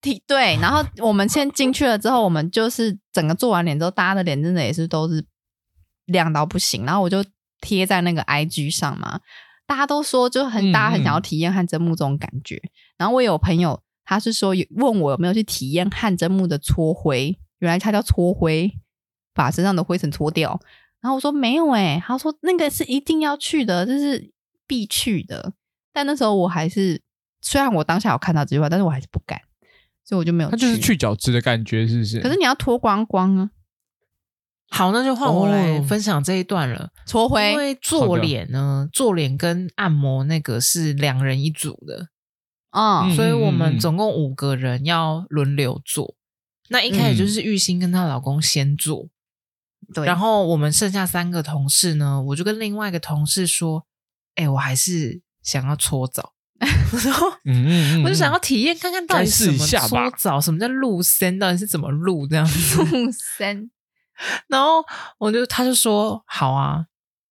Speaker 3: 体对，然后我们先进去了之后，我们就是整个做完脸之后，大家的脸真的也是都是亮到不行。然后我就贴在那个 IG 上嘛，大家都说就很
Speaker 1: 嗯
Speaker 3: 大家很
Speaker 1: 嗯
Speaker 3: 想要体验汗蒸木这种感觉。然后我有朋友他是说有问我有没有去体验汗蒸木的搓灰，原来它叫搓灰，把身上的灰尘搓掉。然后我说没有哎、他说那个是一定要去的，这是必去的。但那时候我还是，虽然我当下有看到这句话，但是我还是不敢，所以我就没有
Speaker 1: 它就是去角质的感觉，是不是？
Speaker 3: 可是你要脱光光啊，
Speaker 2: 好，那就换我来
Speaker 1: 哦
Speaker 2: 分享这一段了。
Speaker 3: 搓
Speaker 2: 因为做脸呢，做脸跟按摩那个是两人一组的，
Speaker 3: 嗯
Speaker 1: 嗯
Speaker 2: 所以我们总共五个人要轮流做。那一
Speaker 1: 嗯
Speaker 2: 开始就是玉兴跟她老公先做，
Speaker 3: 对，
Speaker 2: 然后我们剩下三个同事呢，我就跟另外一个同事说：“哎、我还是想要搓澡。”然后
Speaker 1: 嗯，嗯嗯嗯，
Speaker 2: 我就想要体验看看到底
Speaker 1: 该试
Speaker 2: 什
Speaker 1: 一
Speaker 2: 么
Speaker 1: 下
Speaker 2: 搓
Speaker 1: 吧
Speaker 2: 澡，什么叫露身，到底是怎么露这样子。
Speaker 3: 嗯木森，
Speaker 2: 然后我就他就说好啊，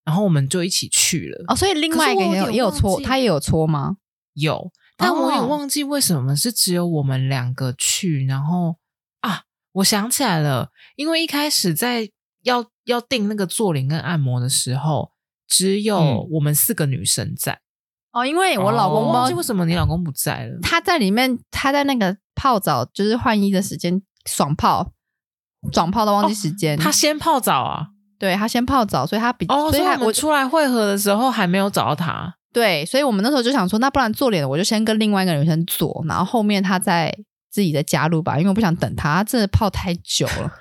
Speaker 2: 然后我们就一起去了。
Speaker 3: 哦，所以另外一个也
Speaker 2: 可是我有
Speaker 3: 有
Speaker 2: 点
Speaker 3: 也有搓
Speaker 2: 忘，记
Speaker 3: 他也有搓吗？
Speaker 2: 有，但我也
Speaker 3: 哦
Speaker 2: 忘记为什么是只有我们两个去。然后啊，我想起来了，因为一开始在要要订那个做脸跟按摩的时候，只有
Speaker 1: 嗯
Speaker 2: 我们四个女生在。
Speaker 3: 哦，因为我老
Speaker 1: 哦
Speaker 3: 公
Speaker 2: 我忘记
Speaker 3: 包
Speaker 2: 为什么你老公不在了。
Speaker 3: 他在里面，他在那个泡澡就是换衣的时间爽泡，爽泡都忘记时间，
Speaker 2: 他先泡澡啊，
Speaker 3: 对他先泡澡，所以他比
Speaker 2: 哦，所
Speaker 3: 所
Speaker 2: 以
Speaker 3: 以
Speaker 2: 我
Speaker 3: 他
Speaker 2: 们出来会合的时候还没有找到他，
Speaker 3: 对，所以我们那时候就想说，那不然做脸我就先跟另外一个女生做，然后后面她再自己再加入吧，因为我不想等她，她真的泡太久了。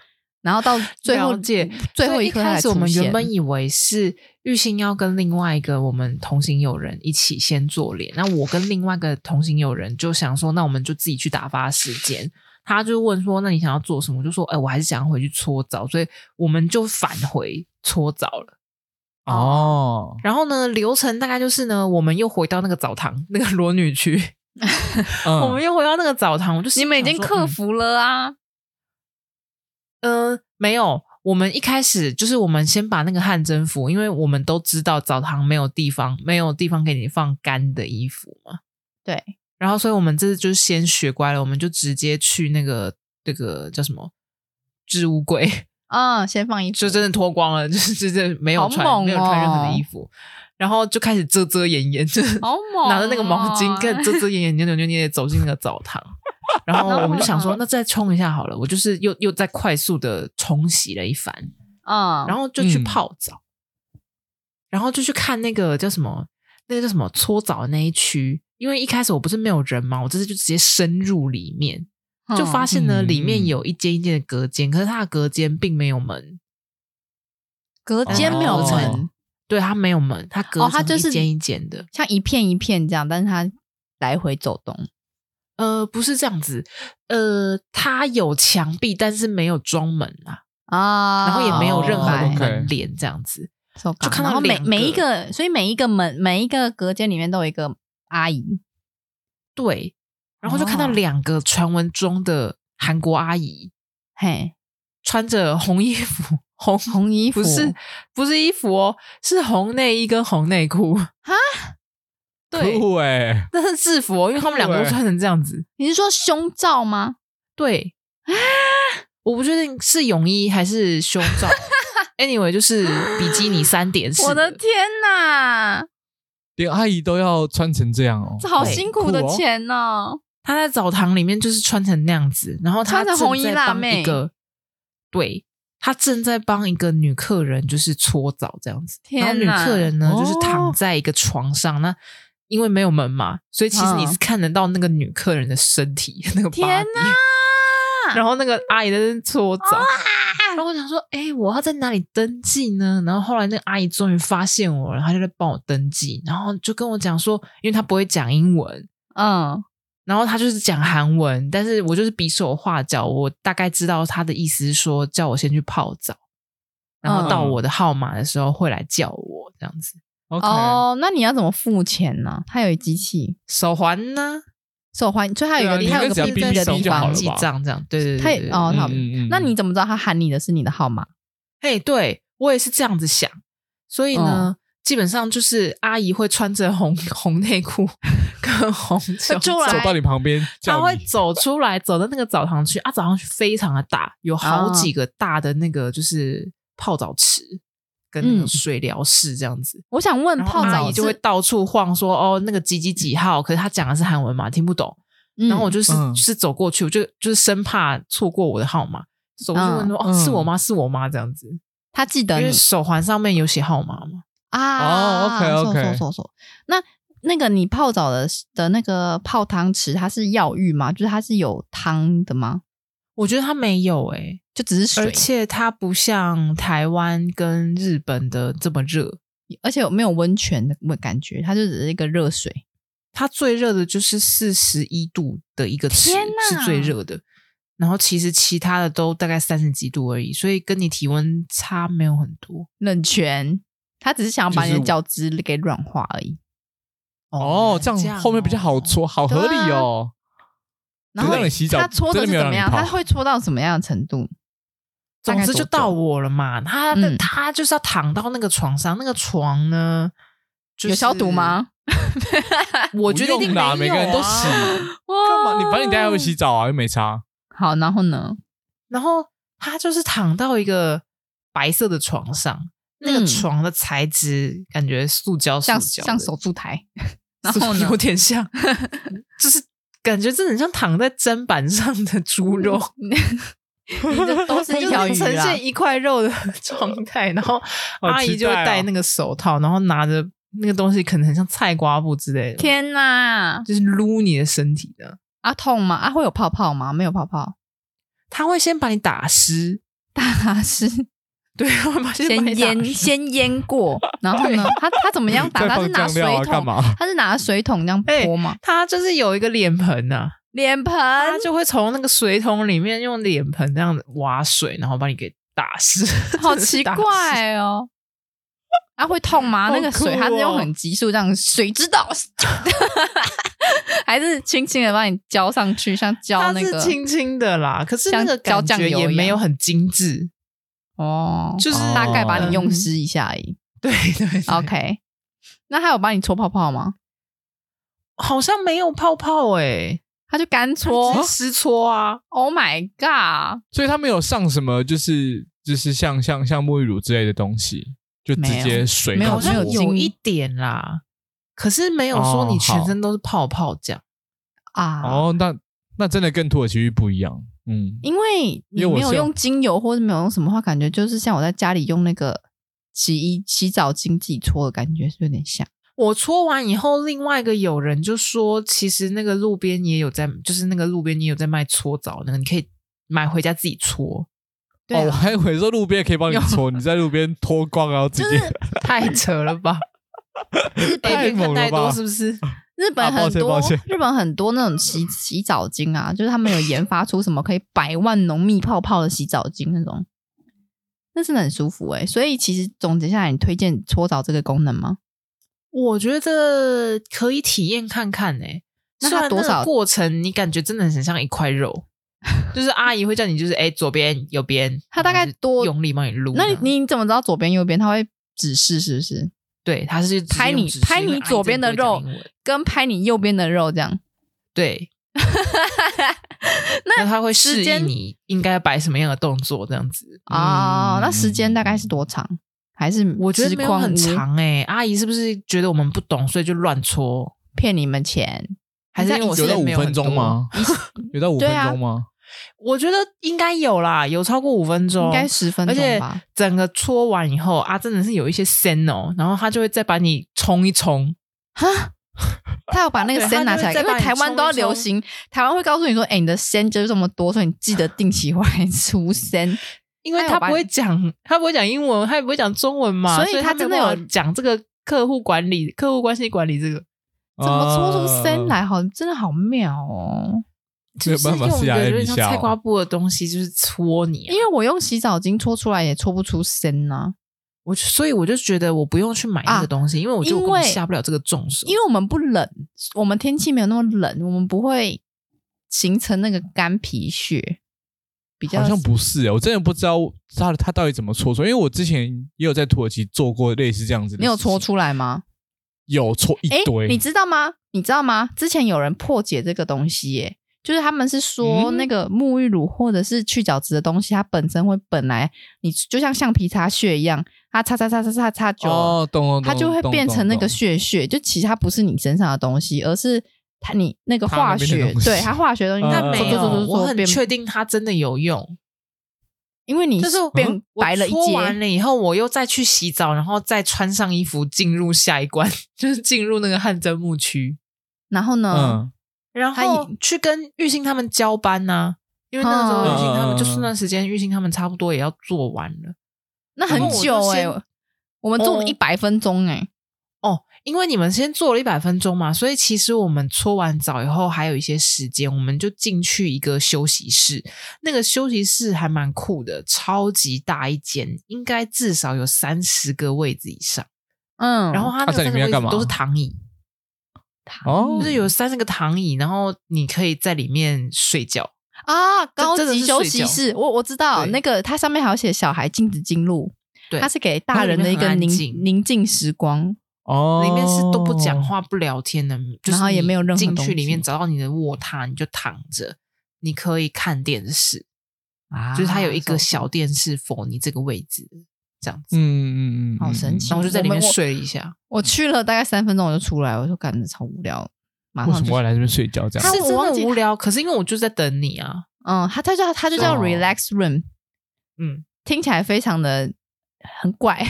Speaker 3: 然后 到最后嗯
Speaker 2: 了解
Speaker 3: 最后
Speaker 2: 所以
Speaker 3: 一
Speaker 2: 一
Speaker 3: 刻
Speaker 2: 开
Speaker 3: 才
Speaker 2: 始我
Speaker 3: 出
Speaker 2: 们
Speaker 3: 现
Speaker 2: 原本以为是玉兴要跟另外一个我们同行友人一起先做脸，那我跟另外一个同行友人就想说，那我们就自己去打发时间。他就问说：“那你想要做什么？”我就说：“哎、我还是想要回去搓澡。”所以我们就返回搓澡了。
Speaker 1: 哦，
Speaker 2: 然后呢，流程大概就是呢，我们又回到那个澡堂，那个裸女区，
Speaker 1: 嗯
Speaker 2: 我们又回到那个澡堂。我就
Speaker 3: 你们已经
Speaker 2: 想说
Speaker 3: 克
Speaker 2: 嗯
Speaker 3: 服了啊，
Speaker 2: 呃，没有，我们一开始就是我们先把那个汗蒸服，因为我们都知道澡堂没有地方，没有地方给你放干的衣服嘛。
Speaker 3: 对，
Speaker 2: 然后，所以我们这次就是先学乖了，我们就直接去那个那个叫什么置物柜，
Speaker 3: 嗯，先放一
Speaker 2: 就真的脱光了，就是真的没有
Speaker 3: 好
Speaker 2: 穿、
Speaker 3: 猛
Speaker 2: 没有穿任何
Speaker 3: 哦
Speaker 2: 的衣服，然后就开始遮遮掩掩， 就是
Speaker 3: 好猛、哦
Speaker 2: 拿着那个毛巾， 跟遮遮掩掩、扭扭捏捏地走进那个澡堂。然后我们就想 说，那再冲一下好了。我就是又又再快速的冲洗了一番，
Speaker 3: 嗯，
Speaker 2: 然后就去
Speaker 1: 嗯
Speaker 2: 泡澡，然后就去看那个叫什么，那个叫什么搓澡的那一区。因为一开始我不是没有人嘛，我这次就直接深入里面，
Speaker 3: 后
Speaker 2: 就发现呢，
Speaker 1: 嗯
Speaker 2: 里面有一间一间的隔间，可是它的隔间并没有门，
Speaker 3: 隔间没有
Speaker 1: 哦
Speaker 3: 门，
Speaker 2: 对，它没有门，它隔
Speaker 3: 哦，它
Speaker 2: 成
Speaker 3: 就是
Speaker 2: 一间一间的。
Speaker 3: 像一片一片这样，但是它来回走动。
Speaker 2: 呃，不是这样子，呃，它有墙壁，但是没有装门啊，
Speaker 3: 啊，
Speaker 2: 然后也没有任何的
Speaker 1: 明白
Speaker 2: 门帘这样子。
Speaker 3: 手
Speaker 2: 就
Speaker 3: 感
Speaker 2: 看到
Speaker 3: 然后每
Speaker 2: 两个
Speaker 3: 每一个，所以每一个门每一个隔间里面都有一个阿姨，
Speaker 2: 对，然后就看到
Speaker 3: 哦
Speaker 2: 两个传闻中的韩国阿姨
Speaker 3: 嘿，
Speaker 2: 穿着红衣服，红
Speaker 3: 红衣服
Speaker 2: 不是不是衣服哦，是红内衣跟红内裤啊。对，
Speaker 1: 酷哎，
Speaker 2: 那是制服哦，因为他们两个
Speaker 1: 酷欸
Speaker 2: 都穿成这样子。
Speaker 3: 你是说胸罩吗？
Speaker 2: 对啊，我不确定是泳衣还是胸罩，anyway 就是比基尼三点式。
Speaker 3: 我的天哪，
Speaker 1: 连阿姨都要穿成这样哦，
Speaker 3: 这好
Speaker 2: 对
Speaker 3: 辛苦的
Speaker 1: 酷哦
Speaker 3: 钱哦！
Speaker 2: 他在澡堂里面就是穿成那样子，然后他
Speaker 3: 穿着红衣
Speaker 2: 正在
Speaker 3: 辣
Speaker 2: 帮
Speaker 3: 妹
Speaker 2: 一个，对他正在帮一个女客人就是搓澡这样子。然后
Speaker 3: 天
Speaker 2: 女
Speaker 3: 哪
Speaker 2: 客人呢，就是躺
Speaker 1: 哦
Speaker 2: 在一个床上，那因为没有门嘛，所以其实你
Speaker 3: 嗯
Speaker 2: 是看得到那个女客人的身体， 那个
Speaker 3: 天
Speaker 2: 哪！
Speaker 3: 哪，
Speaker 2: 然后那个阿姨在那边搓澡，然后我想说，哎、我要在哪里登记呢？然后后来那个阿姨终于发现我了，她就在帮我登记，然后就跟我讲说，因为她不会讲英文，
Speaker 3: 嗯，
Speaker 2: 然后她就是讲韩文，但是我就是比手画脚，我大概知道她的意思是说叫我先去泡澡，然后到
Speaker 1: 嗯
Speaker 2: 我的号码的时候会来叫我这样子，
Speaker 1: OK，
Speaker 3: 哦，那你要怎么付钱呢？它有机器
Speaker 2: 手环呢，
Speaker 3: 手环，所以它有
Speaker 1: 对
Speaker 3: 一个
Speaker 1: 啊
Speaker 3: 它
Speaker 1: 你应该
Speaker 3: 有个
Speaker 1: 只要
Speaker 3: 哔
Speaker 1: 哔
Speaker 3: 哔的
Speaker 1: 手
Speaker 3: 地
Speaker 1: 就好
Speaker 3: 方
Speaker 1: 了
Speaker 2: 记
Speaker 1: 吧
Speaker 2: 账这样，对对对
Speaker 3: 它
Speaker 2: 对
Speaker 3: 也
Speaker 2: 对
Speaker 3: 哦，
Speaker 1: 嗯
Speaker 3: 好
Speaker 1: 嗯嗯，
Speaker 3: 那你怎么知道他喊你的是你的号码？
Speaker 1: 嗯
Speaker 2: 哎、对我也是这样子想，所以呢，基本上就是阿姨会穿着红 红内裤跟 红球
Speaker 3: 出来
Speaker 1: 走到你旁边
Speaker 2: 她
Speaker 1: 叫
Speaker 2: 会
Speaker 1: 你，
Speaker 2: 走出来，走到那个澡堂去啊，澡堂去非常的大，有好
Speaker 3: 啊
Speaker 2: 几个大的那个就是泡澡池跟那
Speaker 3: 嗯
Speaker 2: 个水疗室这样子。
Speaker 3: 我想问
Speaker 2: 然后
Speaker 3: 泡
Speaker 2: 阿
Speaker 3: 澡
Speaker 2: 姨就会
Speaker 3: 是，
Speaker 2: 到处晃说，哦，那个几几几号，可是她讲的是韩文嘛，听不懂。
Speaker 3: 嗯
Speaker 2: 然后我就是、
Speaker 1: 嗯
Speaker 2: 就是走过去，我就就是生怕错过我的号码，就走过去问说，
Speaker 1: 嗯
Speaker 2: 哦，是我吗？是我吗？这样子，
Speaker 3: 他记得
Speaker 2: 因
Speaker 3: 啊你
Speaker 2: 为手环上面有写号码嘛。
Speaker 3: 啊。
Speaker 1: 哦，OK，OK
Speaker 3: 说说说说，那那个你泡澡的的那个泡汤池，它是药浴吗？就是它是有汤的吗？
Speaker 2: 我觉得他没有诶、
Speaker 3: 就只是水，
Speaker 2: 而且它不像台湾跟日本的这么热，
Speaker 3: 而且有没有温泉的感觉，它就只是一个热水。
Speaker 2: 它最热的就是四十一度的一个池
Speaker 3: 天哪
Speaker 2: 是最热的，然后其实其他的都大概三十几度而已，所以跟你体温差没有很多。
Speaker 3: 冷泉，他只是想要把
Speaker 1: 就
Speaker 3: 你
Speaker 1: 是
Speaker 3: 的角质给软化而已。
Speaker 1: 哦，这样后面比较好
Speaker 2: 做。
Speaker 1: 搓，好合理哦。
Speaker 3: 啊然后
Speaker 1: 让你洗澡
Speaker 3: 他搓的
Speaker 1: 真的
Speaker 3: 是
Speaker 1: 没有
Speaker 3: 怎
Speaker 1: 让
Speaker 3: 么样？
Speaker 1: 你泡
Speaker 3: 他会搓到什么样的程度？大
Speaker 2: 总
Speaker 3: 概
Speaker 2: 之
Speaker 3: 多
Speaker 2: 就
Speaker 3: 久
Speaker 2: 到我了嘛，他的、
Speaker 3: 嗯
Speaker 2: 他就是要躺到那个床上，那个床呢、就是
Speaker 3: 有消毒？吗？
Speaker 2: 我觉得一定
Speaker 1: 不用啦，每
Speaker 2: 没有
Speaker 1: 个
Speaker 2: 啊
Speaker 1: 人都洗，干
Speaker 3: 干
Speaker 1: 嘛？你反正你待会。洗澡啊，又没差。
Speaker 3: 好，然后呢？
Speaker 2: 然后他就是躺到一个白色的床上，那
Speaker 3: 嗯
Speaker 2: 个床的材质感觉塑胶，
Speaker 3: 像
Speaker 2: 塑胶的
Speaker 3: 像手术台，然
Speaker 2: 是不
Speaker 3: 后
Speaker 2: 是
Speaker 3: 呢
Speaker 2: 有？点像， 就是感觉真的很像躺在砧板上的猪肉，
Speaker 3: 你的都是一条鱼
Speaker 2: 嗯就是呈
Speaker 3: 啦。
Speaker 2: 现一块肉的 状态，然后
Speaker 1: 好
Speaker 2: 阿姨
Speaker 1: 期
Speaker 2: 就会
Speaker 1: 待哦
Speaker 2: 戴那个手套，然后拿着那个东西，可能很像菜瓜布之类的，
Speaker 3: 天哪！
Speaker 2: 就是撸你的身体的。
Speaker 3: 啊，痛吗？啊，会有泡泡吗？没有泡泡，
Speaker 2: 他会先把你打湿，
Speaker 3: 它是
Speaker 2: 对，会把先把
Speaker 3: 先
Speaker 2: 你打
Speaker 3: 腌
Speaker 2: 湿
Speaker 3: 先腌过，然后呢？他他怎么 样打？
Speaker 1: 再
Speaker 3: 他是
Speaker 1: 放
Speaker 3: 拿
Speaker 1: 酱
Speaker 3: 水
Speaker 1: 料啊，干
Speaker 3: 桶，
Speaker 1: 嘛？
Speaker 3: 他是拿水桶这样
Speaker 2: 哎
Speaker 3: 泼吗？
Speaker 2: 他就是有一个脸盆呐、
Speaker 3: 脸盆
Speaker 2: 他就会从那个水桶里面用脸盆这样子挖水，然后把你给打湿，
Speaker 3: 好
Speaker 2: 真的
Speaker 3: 奇
Speaker 2: 是打湿。
Speaker 3: 怪哦。啊，会痛吗？
Speaker 1: 好
Speaker 3: 那个水
Speaker 1: 酷
Speaker 3: 它是用
Speaker 1: 哦
Speaker 3: 很急速这样水知道， 还是轻轻的把你浇上去，像浇
Speaker 2: 它
Speaker 3: 那个
Speaker 2: 是轻轻的啦，可是那
Speaker 3: 像
Speaker 2: 个
Speaker 3: 浇
Speaker 2: 感
Speaker 3: 酱
Speaker 2: 觉
Speaker 3: 油
Speaker 2: 也
Speaker 3: 一
Speaker 2: 没有
Speaker 3: 样
Speaker 2: 很精致，
Speaker 3: 哦，
Speaker 2: 就是
Speaker 1: 哦
Speaker 3: 大概把你用
Speaker 2: 嗯
Speaker 3: 湿一下而已。
Speaker 2: 对对 对
Speaker 3: OK，那他有帮你搓泡泡吗？
Speaker 2: 好像没有泡泡哎、
Speaker 3: 他就干
Speaker 2: 它
Speaker 3: 搓
Speaker 2: 只是湿搓啊，
Speaker 3: ，Oh my god！
Speaker 1: 所以他没有上什么，就是就是像像像沐浴乳之类的东西，就直
Speaker 3: 没有
Speaker 1: 接水
Speaker 3: 没有
Speaker 1: 到
Speaker 2: 好
Speaker 1: 底
Speaker 2: 像
Speaker 3: 没有
Speaker 2: 有
Speaker 3: 精哦
Speaker 2: 一点啦，可是没有说你全身都是泡泡这样。
Speaker 3: 啊，
Speaker 1: 哦，那那真的跟土耳其浴不一样，嗯，
Speaker 3: 因为
Speaker 1: 因
Speaker 3: 你
Speaker 1: 为我
Speaker 3: 没有
Speaker 1: 是有
Speaker 3: 用精油或者没有用什么话，感觉就是像我在家里用那个洗衣洗澡巾自己搓的感觉，是有点像。
Speaker 2: 我搓完以后，另外一个友人就说，其实那个路边也有在，就是那个路边也有在卖搓澡，那个你可以买回家自己搓，
Speaker 3: 对啊
Speaker 1: 哦，我还以为说路边可以帮你搓，你在路边脱光然后直接、
Speaker 2: 太扯了 吧？
Speaker 1: 太
Speaker 2: 哎
Speaker 1: 猛
Speaker 2: 太
Speaker 1: 了吧
Speaker 2: 多是不是？
Speaker 3: 日本
Speaker 1: 啊抱
Speaker 3: 很
Speaker 1: 歉
Speaker 3: 多、
Speaker 1: 抱歉
Speaker 3: 日本很多那种洗洗澡巾啊，就是他们有研发出什么可以百万浓密泡泡的洗澡巾那种，那真的很舒服哎、所以其实总结下来，你推荐搓澡这个功能吗？
Speaker 2: 我觉得可以体验看看呢、
Speaker 3: 那它
Speaker 2: 虽然
Speaker 3: 多少
Speaker 2: 个过程？你感觉真的很像一块 肉，就是阿姨会叫你，就是哎、左边右边，
Speaker 3: 它大概
Speaker 2: 然后就
Speaker 3: 多
Speaker 2: 用力帮你撸这
Speaker 3: 那
Speaker 2: 样。
Speaker 3: 你你怎么知道左边右边？它会指示是不是？
Speaker 2: 对，它是
Speaker 3: 拍你拍你左边的肉，跟拍你右边的肉这样？
Speaker 2: 对，那他会
Speaker 3: 时
Speaker 2: 示意
Speaker 3: 间
Speaker 2: 你应该摆什么样的动作，这样子。
Speaker 3: 哦，
Speaker 1: 嗯
Speaker 3: 那时间大概是多长？还是
Speaker 2: 我觉得
Speaker 3: 时
Speaker 2: 没有
Speaker 3: 光
Speaker 2: 很
Speaker 3: 屋
Speaker 2: 长哎、阿姨是不是觉得我们不懂，所以就乱搓？
Speaker 3: 骗你们钱？
Speaker 2: 还是因为我
Speaker 1: 有
Speaker 2: 时
Speaker 1: 到
Speaker 2: 间
Speaker 1: 五
Speaker 2: 没有
Speaker 1: 分
Speaker 2: 很多
Speaker 1: 钟？吗？ 有到五分
Speaker 3: 对啊
Speaker 1: 钟吗？
Speaker 2: 我觉得应该有啦，有超过五分钟，
Speaker 3: 应该十分
Speaker 2: 而
Speaker 3: 钟
Speaker 2: 且
Speaker 3: 吧？
Speaker 2: 整个搓完以后啊，真的是有一些鲜哦，然后他就会再把你冲一冲，
Speaker 3: 哈，他要把那个
Speaker 2: 对
Speaker 3: 先
Speaker 2: 他
Speaker 3: 拿
Speaker 2: 就
Speaker 3: 起
Speaker 2: 会
Speaker 3: 来，
Speaker 2: 再
Speaker 3: 因为
Speaker 2: 帮你
Speaker 3: 台湾
Speaker 2: 冲
Speaker 3: 都要
Speaker 2: 一
Speaker 3: 流
Speaker 2: 冲
Speaker 3: 行，台湾会告诉你说，哎、你的先就是这么多，所以你记得定期回来 除先。
Speaker 2: 因为
Speaker 3: 他有
Speaker 2: 他
Speaker 3: 把
Speaker 2: 不会讲，他不会讲英文，他也不会讲中文嘛，
Speaker 3: 所
Speaker 2: 所
Speaker 3: 以
Speaker 2: 他
Speaker 3: 他
Speaker 2: 没
Speaker 3: 真的
Speaker 2: 办法
Speaker 3: 有
Speaker 2: 讲这个客户管理、客户关系管理这个。
Speaker 3: 怎么搓出
Speaker 1: 啊
Speaker 3: 先？来？好，真的好妙哦！
Speaker 1: 没有
Speaker 2: 就是
Speaker 1: 办法
Speaker 2: 用
Speaker 1: 试
Speaker 2: 一
Speaker 1: 下
Speaker 2: 个有
Speaker 1: A
Speaker 2: 点
Speaker 1: 一
Speaker 2: 像
Speaker 1: 下
Speaker 2: 菜瓜
Speaker 1: 哦，
Speaker 2: 布的东西，就是搓你啊、
Speaker 3: 因为我用洗澡巾搓出来也搓不出先呐、
Speaker 2: 我就所以我就觉得我不用去买那
Speaker 3: 啊
Speaker 2: 个东西，因为我觉得我根
Speaker 3: 因
Speaker 2: 本
Speaker 3: 为
Speaker 2: 下不了这个重手。
Speaker 3: 因为我们不冷，我们天气没有那么冷，我们不会形成那个干皮屑。比较
Speaker 1: 好像不是、欸，我真的不知道他他到底怎么搓出来，因为我之前也有在土耳其做过类似这样子的事情。
Speaker 3: 你有搓出来吗？
Speaker 1: 有搓一
Speaker 3: 哎、
Speaker 1: 堆，
Speaker 3: 你知道吗？你知道吗？之前有人破解这个东西、耶，就是他们是说
Speaker 1: 嗯
Speaker 3: 那个沐浴乳或者是去角质的东西，它本身会本来你就像橡皮擦屑一样，它擦擦擦擦擦擦久了，
Speaker 1: 哦，懂懂懂，
Speaker 3: 啊它就会
Speaker 1: 懂
Speaker 3: 变成那个
Speaker 1: 懂
Speaker 3: 血血，就其实它不是你身上的东西，而是它你那个
Speaker 1: 它那
Speaker 3: 化
Speaker 1: 边的
Speaker 3: 学
Speaker 1: 东，西
Speaker 3: 对它化学的东西，
Speaker 2: 但
Speaker 1: 嗯
Speaker 2: 没
Speaker 1: 嗯嗯
Speaker 2: 有
Speaker 3: 做做做做，
Speaker 2: 我
Speaker 3: 做
Speaker 2: 很
Speaker 3: 变
Speaker 2: 确定它真的有用。
Speaker 3: 因为你
Speaker 2: 就是
Speaker 3: 变
Speaker 2: 嗯我
Speaker 3: 白了一
Speaker 2: 搓
Speaker 3: 截，
Speaker 2: 完了以后，我又再去洗澡，然后再穿上衣服进入下一关， 就是进入那个汗蒸木区，
Speaker 3: 然后
Speaker 1: 懂
Speaker 3: 呢，
Speaker 1: 嗯，
Speaker 2: 然
Speaker 3: 他
Speaker 2: 后
Speaker 3: 也
Speaker 2: 去跟玉兴他们交班呐、因为那个时候
Speaker 3: 嗯
Speaker 2: 玉兴
Speaker 1: 嗯
Speaker 2: 他
Speaker 1: 嗯
Speaker 2: 们
Speaker 1: 嗯
Speaker 2: 就是那段时间，玉兴他们差不多也要做完了
Speaker 3: 那很
Speaker 2: 然后我就
Speaker 3: 久哎、
Speaker 2: 先
Speaker 3: 我们做
Speaker 2: 哦
Speaker 3: 一百分钟哎、
Speaker 2: 哦。因为你们先做了一百分钟嘛，所以其实我们搓完澡以后还有一些时间，我们就进去一个休息室。那个休息室还蛮酷的，超级大一间，应该至少有三十个位置以上。
Speaker 3: 嗯，
Speaker 2: 然后它
Speaker 1: 啊
Speaker 2: 那
Speaker 1: 在
Speaker 2: 个
Speaker 1: 里
Speaker 2: 三
Speaker 1: 面要
Speaker 2: 个位
Speaker 1: 干
Speaker 2: 置
Speaker 1: 嘛
Speaker 2: 都是躺椅。
Speaker 1: 哦
Speaker 2: 就是有三十个躺椅，然后你可以在里面睡觉。
Speaker 3: 啊，高
Speaker 2: 真的
Speaker 3: 级
Speaker 2: 是
Speaker 3: 休
Speaker 2: 睡
Speaker 3: 息
Speaker 2: 觉
Speaker 3: 室，我我知道
Speaker 2: 对
Speaker 3: 那个它上面还有写小孩禁止进入，
Speaker 2: 对
Speaker 3: 它是给大人的一
Speaker 2: 然
Speaker 3: 个
Speaker 2: 后里面
Speaker 3: 宁
Speaker 2: 很安静
Speaker 3: 宁静时光，
Speaker 1: 哦，
Speaker 2: 里面是都不讲，话、不聊天的，就是
Speaker 3: 哦然后也
Speaker 2: 你
Speaker 3: 没有任何
Speaker 2: 进
Speaker 3: 东
Speaker 2: 去里面
Speaker 3: 西
Speaker 2: 找到你的卧榻，你就躺着，你可以看电视，
Speaker 3: 啊
Speaker 2: 就是它有一个小电视否你这个位置这样子。
Speaker 1: 嗯嗯嗯，嗯
Speaker 3: 好神奇
Speaker 2: 然后我就在里
Speaker 3: 我
Speaker 2: 面
Speaker 3: 们我
Speaker 2: 睡了一下，
Speaker 3: 我去了大概三分钟我就出来，我就感觉超无聊，马
Speaker 1: 为
Speaker 3: 上
Speaker 1: 什
Speaker 3: 就
Speaker 1: 么要来这边睡觉这
Speaker 3: 他
Speaker 1: 样
Speaker 2: 是
Speaker 1: 子？
Speaker 3: 我
Speaker 2: 真
Speaker 3: 忘
Speaker 2: 的
Speaker 3: 记
Speaker 2: 无聊。可是因为我就在等你啊，
Speaker 3: 嗯，它它叫它就叫
Speaker 1: 哦
Speaker 3: relax room，
Speaker 2: 嗯，
Speaker 3: 听起来非常的很怪，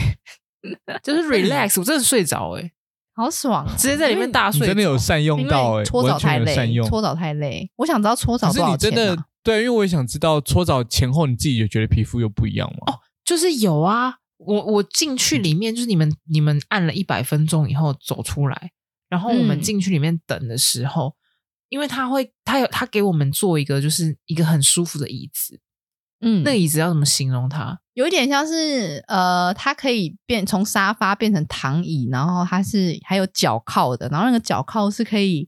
Speaker 2: 就是 relax，我真的睡着哎、
Speaker 3: 好爽哦，
Speaker 2: 直接在里面大
Speaker 1: 你
Speaker 2: 睡着。
Speaker 1: 真的有善用
Speaker 3: 因
Speaker 1: 到
Speaker 3: 为
Speaker 1: 哎，
Speaker 3: 搓澡
Speaker 1: 完
Speaker 3: 太
Speaker 1: 全有
Speaker 3: 累
Speaker 1: 善，用。
Speaker 3: 搓澡太累，我想知道搓澡
Speaker 1: 可
Speaker 3: 多
Speaker 1: 是你
Speaker 3: 少钱
Speaker 1: 真的
Speaker 3: 啊
Speaker 1: 对，因为我也想知道搓澡前后你自己也觉得皮肤有不一样
Speaker 3: 哦
Speaker 1: 吗？
Speaker 2: 就是有啊，我我进去
Speaker 3: 嗯
Speaker 2: 里面就是你们你们按了一百分钟以后走出来，然后我们
Speaker 3: 嗯
Speaker 2: 进去里面等的时候，因为他会他有他给我们做一个就是一个很舒服的椅子，
Speaker 3: 嗯
Speaker 2: 那个椅子要怎么形容它？
Speaker 3: 有一点像是呃，它可以变从沙发变成躺椅，然后它是还有脚靠的，然后那个脚靠是可以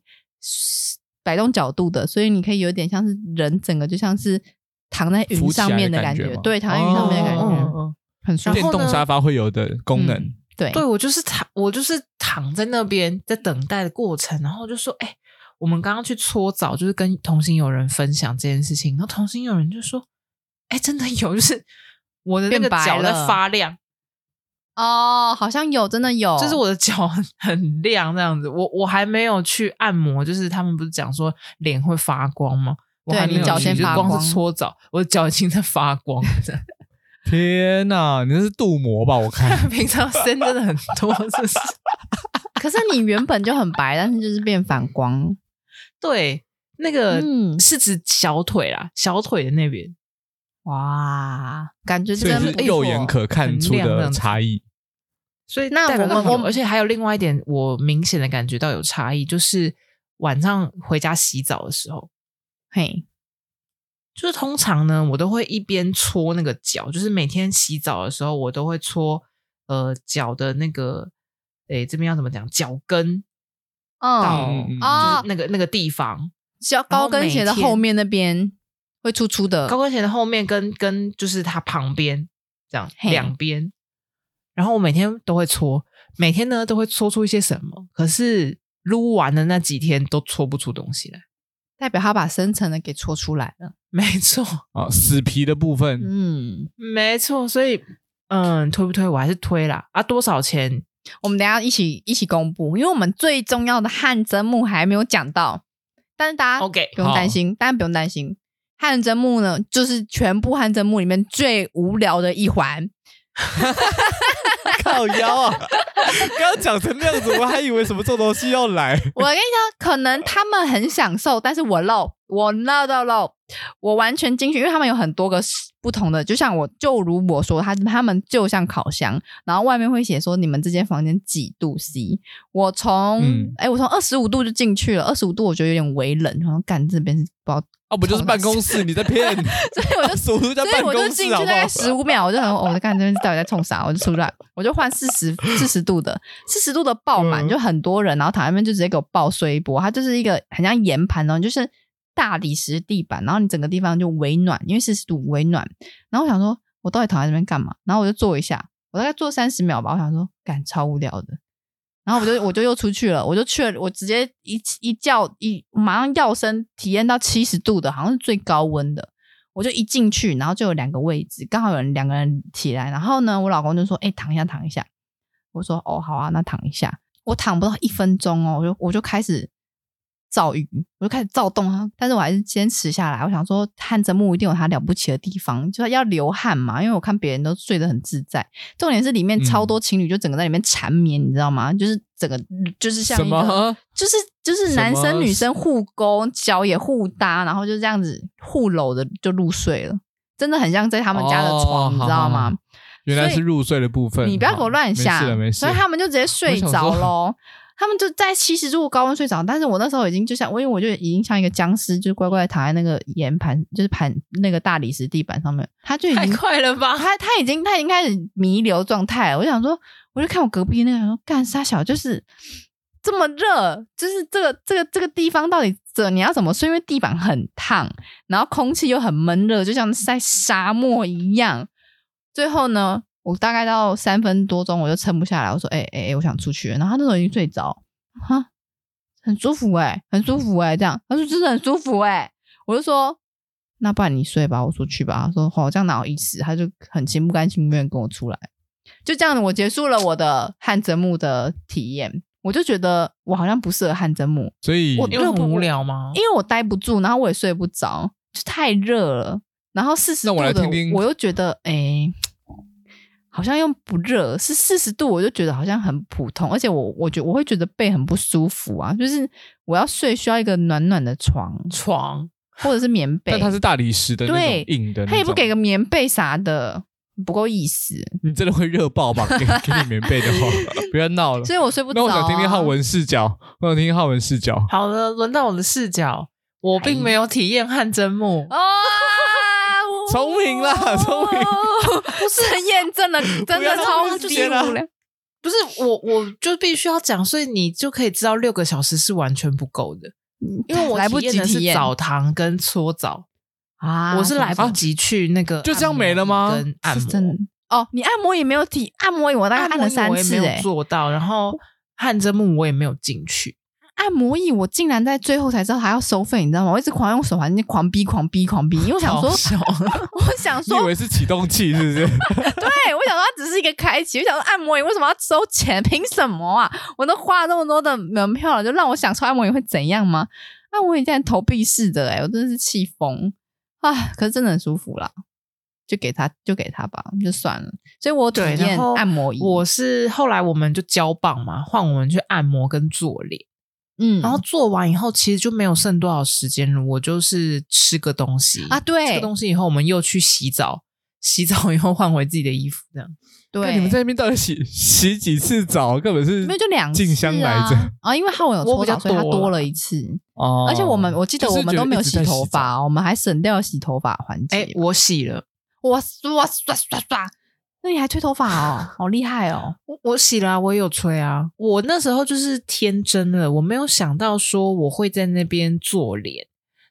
Speaker 3: 摆动角度的，所以你可以有点像是人整个就像是躺在云
Speaker 1: 浮起
Speaker 3: 上
Speaker 1: 来
Speaker 3: 面
Speaker 1: 的
Speaker 3: 感
Speaker 1: 觉吗，
Speaker 3: 对，躺在云上面的感觉、
Speaker 1: 哦
Speaker 2: 嗯
Speaker 1: 哦哦哦
Speaker 3: 很舒
Speaker 1: 电
Speaker 3: 服，
Speaker 1: 动沙发会有的功能
Speaker 3: 嗯，对
Speaker 2: 对我就是躺，我就是躺在那边在等待的过程，然后我就说，哎、我们刚刚去搓澡，就是跟同行友人分享这件事情，然后同行友人就说，哎、真的有，就是我的那
Speaker 3: 变
Speaker 2: 个
Speaker 3: 白
Speaker 2: 脚在
Speaker 3: 了
Speaker 2: 发亮。
Speaker 3: 哦，好像有，真的有，
Speaker 2: 就是我的脚很很亮这样子。我我还没有去按摩，就是他们不是讲说脸会发光吗？我
Speaker 3: 对
Speaker 2: 还没有
Speaker 1: 你脚
Speaker 2: 去
Speaker 1: 先
Speaker 2: 就
Speaker 3: 发
Speaker 2: 光
Speaker 3: 光
Speaker 2: 是搓澡，我的脚已经在发光 了。
Speaker 1: 天哪，你那是镀膜吧？我 看
Speaker 2: 平常生真的很多，是不是？
Speaker 3: 可是你原本就很白，但是就是变反光，
Speaker 2: 对，那个
Speaker 3: 嗯
Speaker 2: 是指小腿啦，小腿的那边。
Speaker 3: 哇，感觉
Speaker 1: 所以
Speaker 3: 真
Speaker 1: 是
Speaker 3: 不
Speaker 1: 肉
Speaker 3: 错
Speaker 1: 眼可看出
Speaker 2: 很亮这
Speaker 1: 的
Speaker 2: 样子
Speaker 1: 差异。
Speaker 2: 所以
Speaker 3: 那
Speaker 2: 代表
Speaker 3: 我们
Speaker 2: 到
Speaker 3: 我
Speaker 2: 很
Speaker 3: 们
Speaker 2: 而且还有另外一点，我明显的感觉到有差异，就是晚上回家洗澡的时候，
Speaker 3: 嘿，
Speaker 2: 就是通常呢，我都会一边搓那个脚，就是每天洗澡的时候，我都会搓呃脚的那个，诶，这边要怎么讲？脚跟到
Speaker 3: 嗯
Speaker 1: 嗯嗯嗯
Speaker 3: 啊，
Speaker 2: 那个那个地方，
Speaker 3: 小高跟鞋的
Speaker 2: 然后每天
Speaker 3: 后面那边会粗粗的，
Speaker 2: 高跟鞋的后面跟跟就是它旁边这样
Speaker 3: 嘿
Speaker 2: 两边。然后我每天都会搓，每天呢都会搓出一些什么，可是撸完的那几天都搓不出东西来。
Speaker 3: 代表他把深层的给搓出来了。
Speaker 2: 没错，
Speaker 1: 啊，死皮的部分，
Speaker 3: 嗯，
Speaker 2: 没错，所以嗯，推不推我还是推啦啊，多少钱？
Speaker 3: 我们等一下一起一起公布，因为我们最重要的汗蒸木还没有讲到，但是大家
Speaker 2: OK
Speaker 3: 不用担心，大家不用担心。汗蒸木呢，就是全部汗蒸木里面最无聊的一环。
Speaker 1: 靠腰啊！刚刚讲成那样子，我还以为什么这种东西要 来。
Speaker 3: 我跟你讲，可能他们很享受，但是我漏，我漏到漏，我完全进去，因为他们有很多个不同的，就像我，就如我说，他他们就像烤箱，然后外面会写说你们这间房间几度 C。我从
Speaker 1: 嗯
Speaker 3: 哎、我从二十五度就进去了，二十五度我觉得有点微冷，然后干这边是哦不知
Speaker 1: 啊，不就
Speaker 3: 道，
Speaker 1: 是办公室？你在 骗？
Speaker 3: 所以我就
Speaker 1: 手都在
Speaker 3: 所以
Speaker 1: 办
Speaker 3: 我就
Speaker 1: 公
Speaker 3: 进
Speaker 1: 室，
Speaker 3: 去大
Speaker 1: 好不
Speaker 3: 概
Speaker 1: 好？
Speaker 3: 十五秒，我就想说，哦我在看这边到底在冲啥，我就出来，我就换四十四十度的，四十度的爆满，
Speaker 1: 嗯
Speaker 3: 就很多人，然后躺在那边就直接给我爆睡一波，它就是一个很像岩盘哦，就是大理石地板，然后你整个地方就微暖，因为四十度微暖。然后我想说，我到底躺在这边干嘛？然后我就坐一下，我大概坐三十秒吧。我想说，干超无聊的。然后我就我就又出去了，我就去了，我直接一一觉一马上跃升，体验到七十度的，好像是最高温的。我就一进去，然后就有两个位置，刚好有人两个人起来。然后呢，我老公就说：“哎、躺一下，躺一下。”我说：“哦，好啊，那躺一下。”我躺不到一分钟哦，我就我就开始躁郁，我就开始躁动啊。但是我还是坚持下来。我想说，汗蒸木一定有它了不起的地方，就是要流汗嘛。因为我看别人都睡得很自在，重点是里面
Speaker 1: 嗯
Speaker 3: 超多情侣就整个在里面缠绵，你知道吗？就是整个就是像
Speaker 1: 什
Speaker 3: 一个
Speaker 1: 么？
Speaker 3: 就是就是
Speaker 1: 什
Speaker 3: 男生
Speaker 1: 么
Speaker 3: 女生互勾，脚也互搭，然后就这样子互搂的就入睡了，真的很像在他们家的床，
Speaker 1: 哦
Speaker 3: 你知道
Speaker 1: 好好
Speaker 3: 吗？
Speaker 1: 原来是入睡的部分。
Speaker 3: 你不要给我
Speaker 1: 好
Speaker 3: 乱
Speaker 1: 没事了
Speaker 3: 想，
Speaker 1: 没事。
Speaker 3: 所以他们就直接睡着
Speaker 1: 我想
Speaker 3: 喽。他们就在七十度高温睡着，但是我那时候已经就像，我因为我就已经像一个僵尸，就乖乖地躺在那个岩盘，就是盘那个大理石地板上面，他就已
Speaker 2: 太
Speaker 3: 经
Speaker 2: 快了吧！
Speaker 3: 他他已经他已经开始弥留状态了。我想说，我就看我隔壁那个人说，干啥小就是这么热，就是这个这个这个地方到底这你要怎么睡？因为地板很烫，然后空气又很闷热，就像在沙漠一样。最后呢，我大概到三分多钟我就撑不下来，我说：“哎哎哎，我想出去了。”然后他那时候已经睡着，哈，很舒服哎、很舒服哎、这样他说真的很舒服哎、我就说。那不然你睡吧，我说去吧。他说好，这样哪有意思？他就很心不甘情不愿跟我出来，就这样，我结束了我的汗蒸木的体验。我就觉得我好像不适合汗蒸木，
Speaker 1: 所以
Speaker 3: 我
Speaker 2: 因为很无聊吗
Speaker 3: 因？为我待不住，然后我也睡不着，就太热了。然后四十
Speaker 1: 那
Speaker 3: 度
Speaker 1: 我来
Speaker 3: 的，
Speaker 1: 听听
Speaker 3: 我又觉得哎、好像又不热，是四十度，我就觉得好像很普通，而且我我觉我会觉得背很不舒服啊，就是我要睡需要一个暖暖的床
Speaker 2: 床
Speaker 3: 或者是棉被，
Speaker 1: 但它是大理石的那
Speaker 3: 对
Speaker 1: 种硬的那种，
Speaker 3: 他也不给个棉被啥的，不够意思，
Speaker 1: 你真的会热爆 吧？给给你棉被的话，不要闹了。
Speaker 3: 所以我睡不着、
Speaker 1: 那
Speaker 3: 啊。
Speaker 1: 我想听听浩文视角，我想听听浩文视角。
Speaker 2: 好了，轮到我的视角，我
Speaker 3: 哎
Speaker 2: 并没有体验汗蒸木，
Speaker 3: 啊，我
Speaker 1: 聪明 啦聪明，
Speaker 3: 不是验证了，真
Speaker 1: 不要
Speaker 3: 的
Speaker 1: 浪
Speaker 3: 超
Speaker 1: 费时
Speaker 3: 级
Speaker 1: 间啊
Speaker 3: 无聊。
Speaker 2: 不是我，我就必须要讲，所以你就可以知道六个小时是完全不够的，因为我
Speaker 3: 嗯来不
Speaker 2: 体
Speaker 3: 及
Speaker 2: 验的
Speaker 3: 体
Speaker 2: 是
Speaker 3: 验
Speaker 2: 澡堂跟搓澡，
Speaker 3: 啊
Speaker 2: 我是来不
Speaker 3: 及
Speaker 2: 及去那个
Speaker 1: 就这样没了吗
Speaker 2: 按摩跟按
Speaker 3: 是
Speaker 2: 摩，
Speaker 3: 真的哦。你按摩也没有体，按摩椅我大概
Speaker 2: 按
Speaker 3: 按
Speaker 2: 摩
Speaker 3: 了
Speaker 2: 椅
Speaker 3: 三
Speaker 2: 我也
Speaker 3: 次
Speaker 2: 没
Speaker 3: 哎、
Speaker 2: 有做到，然后汗蒸木我也没有进去，
Speaker 3: 按摩椅我竟然在最后才知道还要收费，你知道吗？我一直狂用手环，狂逼狂逼狂逼，因为我想 说
Speaker 2: 好，笑
Speaker 3: 我想
Speaker 1: 你
Speaker 3: 说
Speaker 1: 以，为是启动器是不 是？
Speaker 3: 对我想说它只是一个开启，我想说按摩椅为什么要收钱？凭什么啊？我都花了那么多的门票了，就让我享受按摩椅会怎样吗？按摩椅竟然投币式的哎、我真的是气疯啊！可是真的很舒服啦，就给他就给他吧，就算了。所以我有体
Speaker 2: 对然
Speaker 3: 验
Speaker 2: 后
Speaker 3: 按摩椅，
Speaker 2: 我是后来我们就交棒嘛，换我们去按摩跟做脸。
Speaker 3: 嗯，
Speaker 2: 然后做完以后，其实就没有剩多少时间了。我就是吃个东西
Speaker 3: 啊对
Speaker 2: 吃个东西以后，我们又去洗澡，洗澡 以后换回自己的衣服，这样
Speaker 3: 对
Speaker 1: 你们在那边到底洗洗几次澡？根本是
Speaker 3: 没有就两次
Speaker 1: 静香来着
Speaker 3: 啊。啊，因为浩文有
Speaker 2: 我
Speaker 3: 搓
Speaker 2: 比较
Speaker 3: 澡，所以他
Speaker 2: 多了
Speaker 3: 多了一次。
Speaker 1: 哦
Speaker 3: 而且我们我记得
Speaker 1: 就是
Speaker 3: 我们都没有
Speaker 1: 觉得一直在
Speaker 3: 头
Speaker 1: 洗澡
Speaker 3: 发，我们还省掉洗头发环节。
Speaker 2: 哎，我洗了，
Speaker 3: 哇哇刷刷刷！那你还吹头发哦，好厉害哦！
Speaker 2: 我我洗了、啊，我也有吹啊。我那时候就是天真了，我没有想到说我会在那边做脸，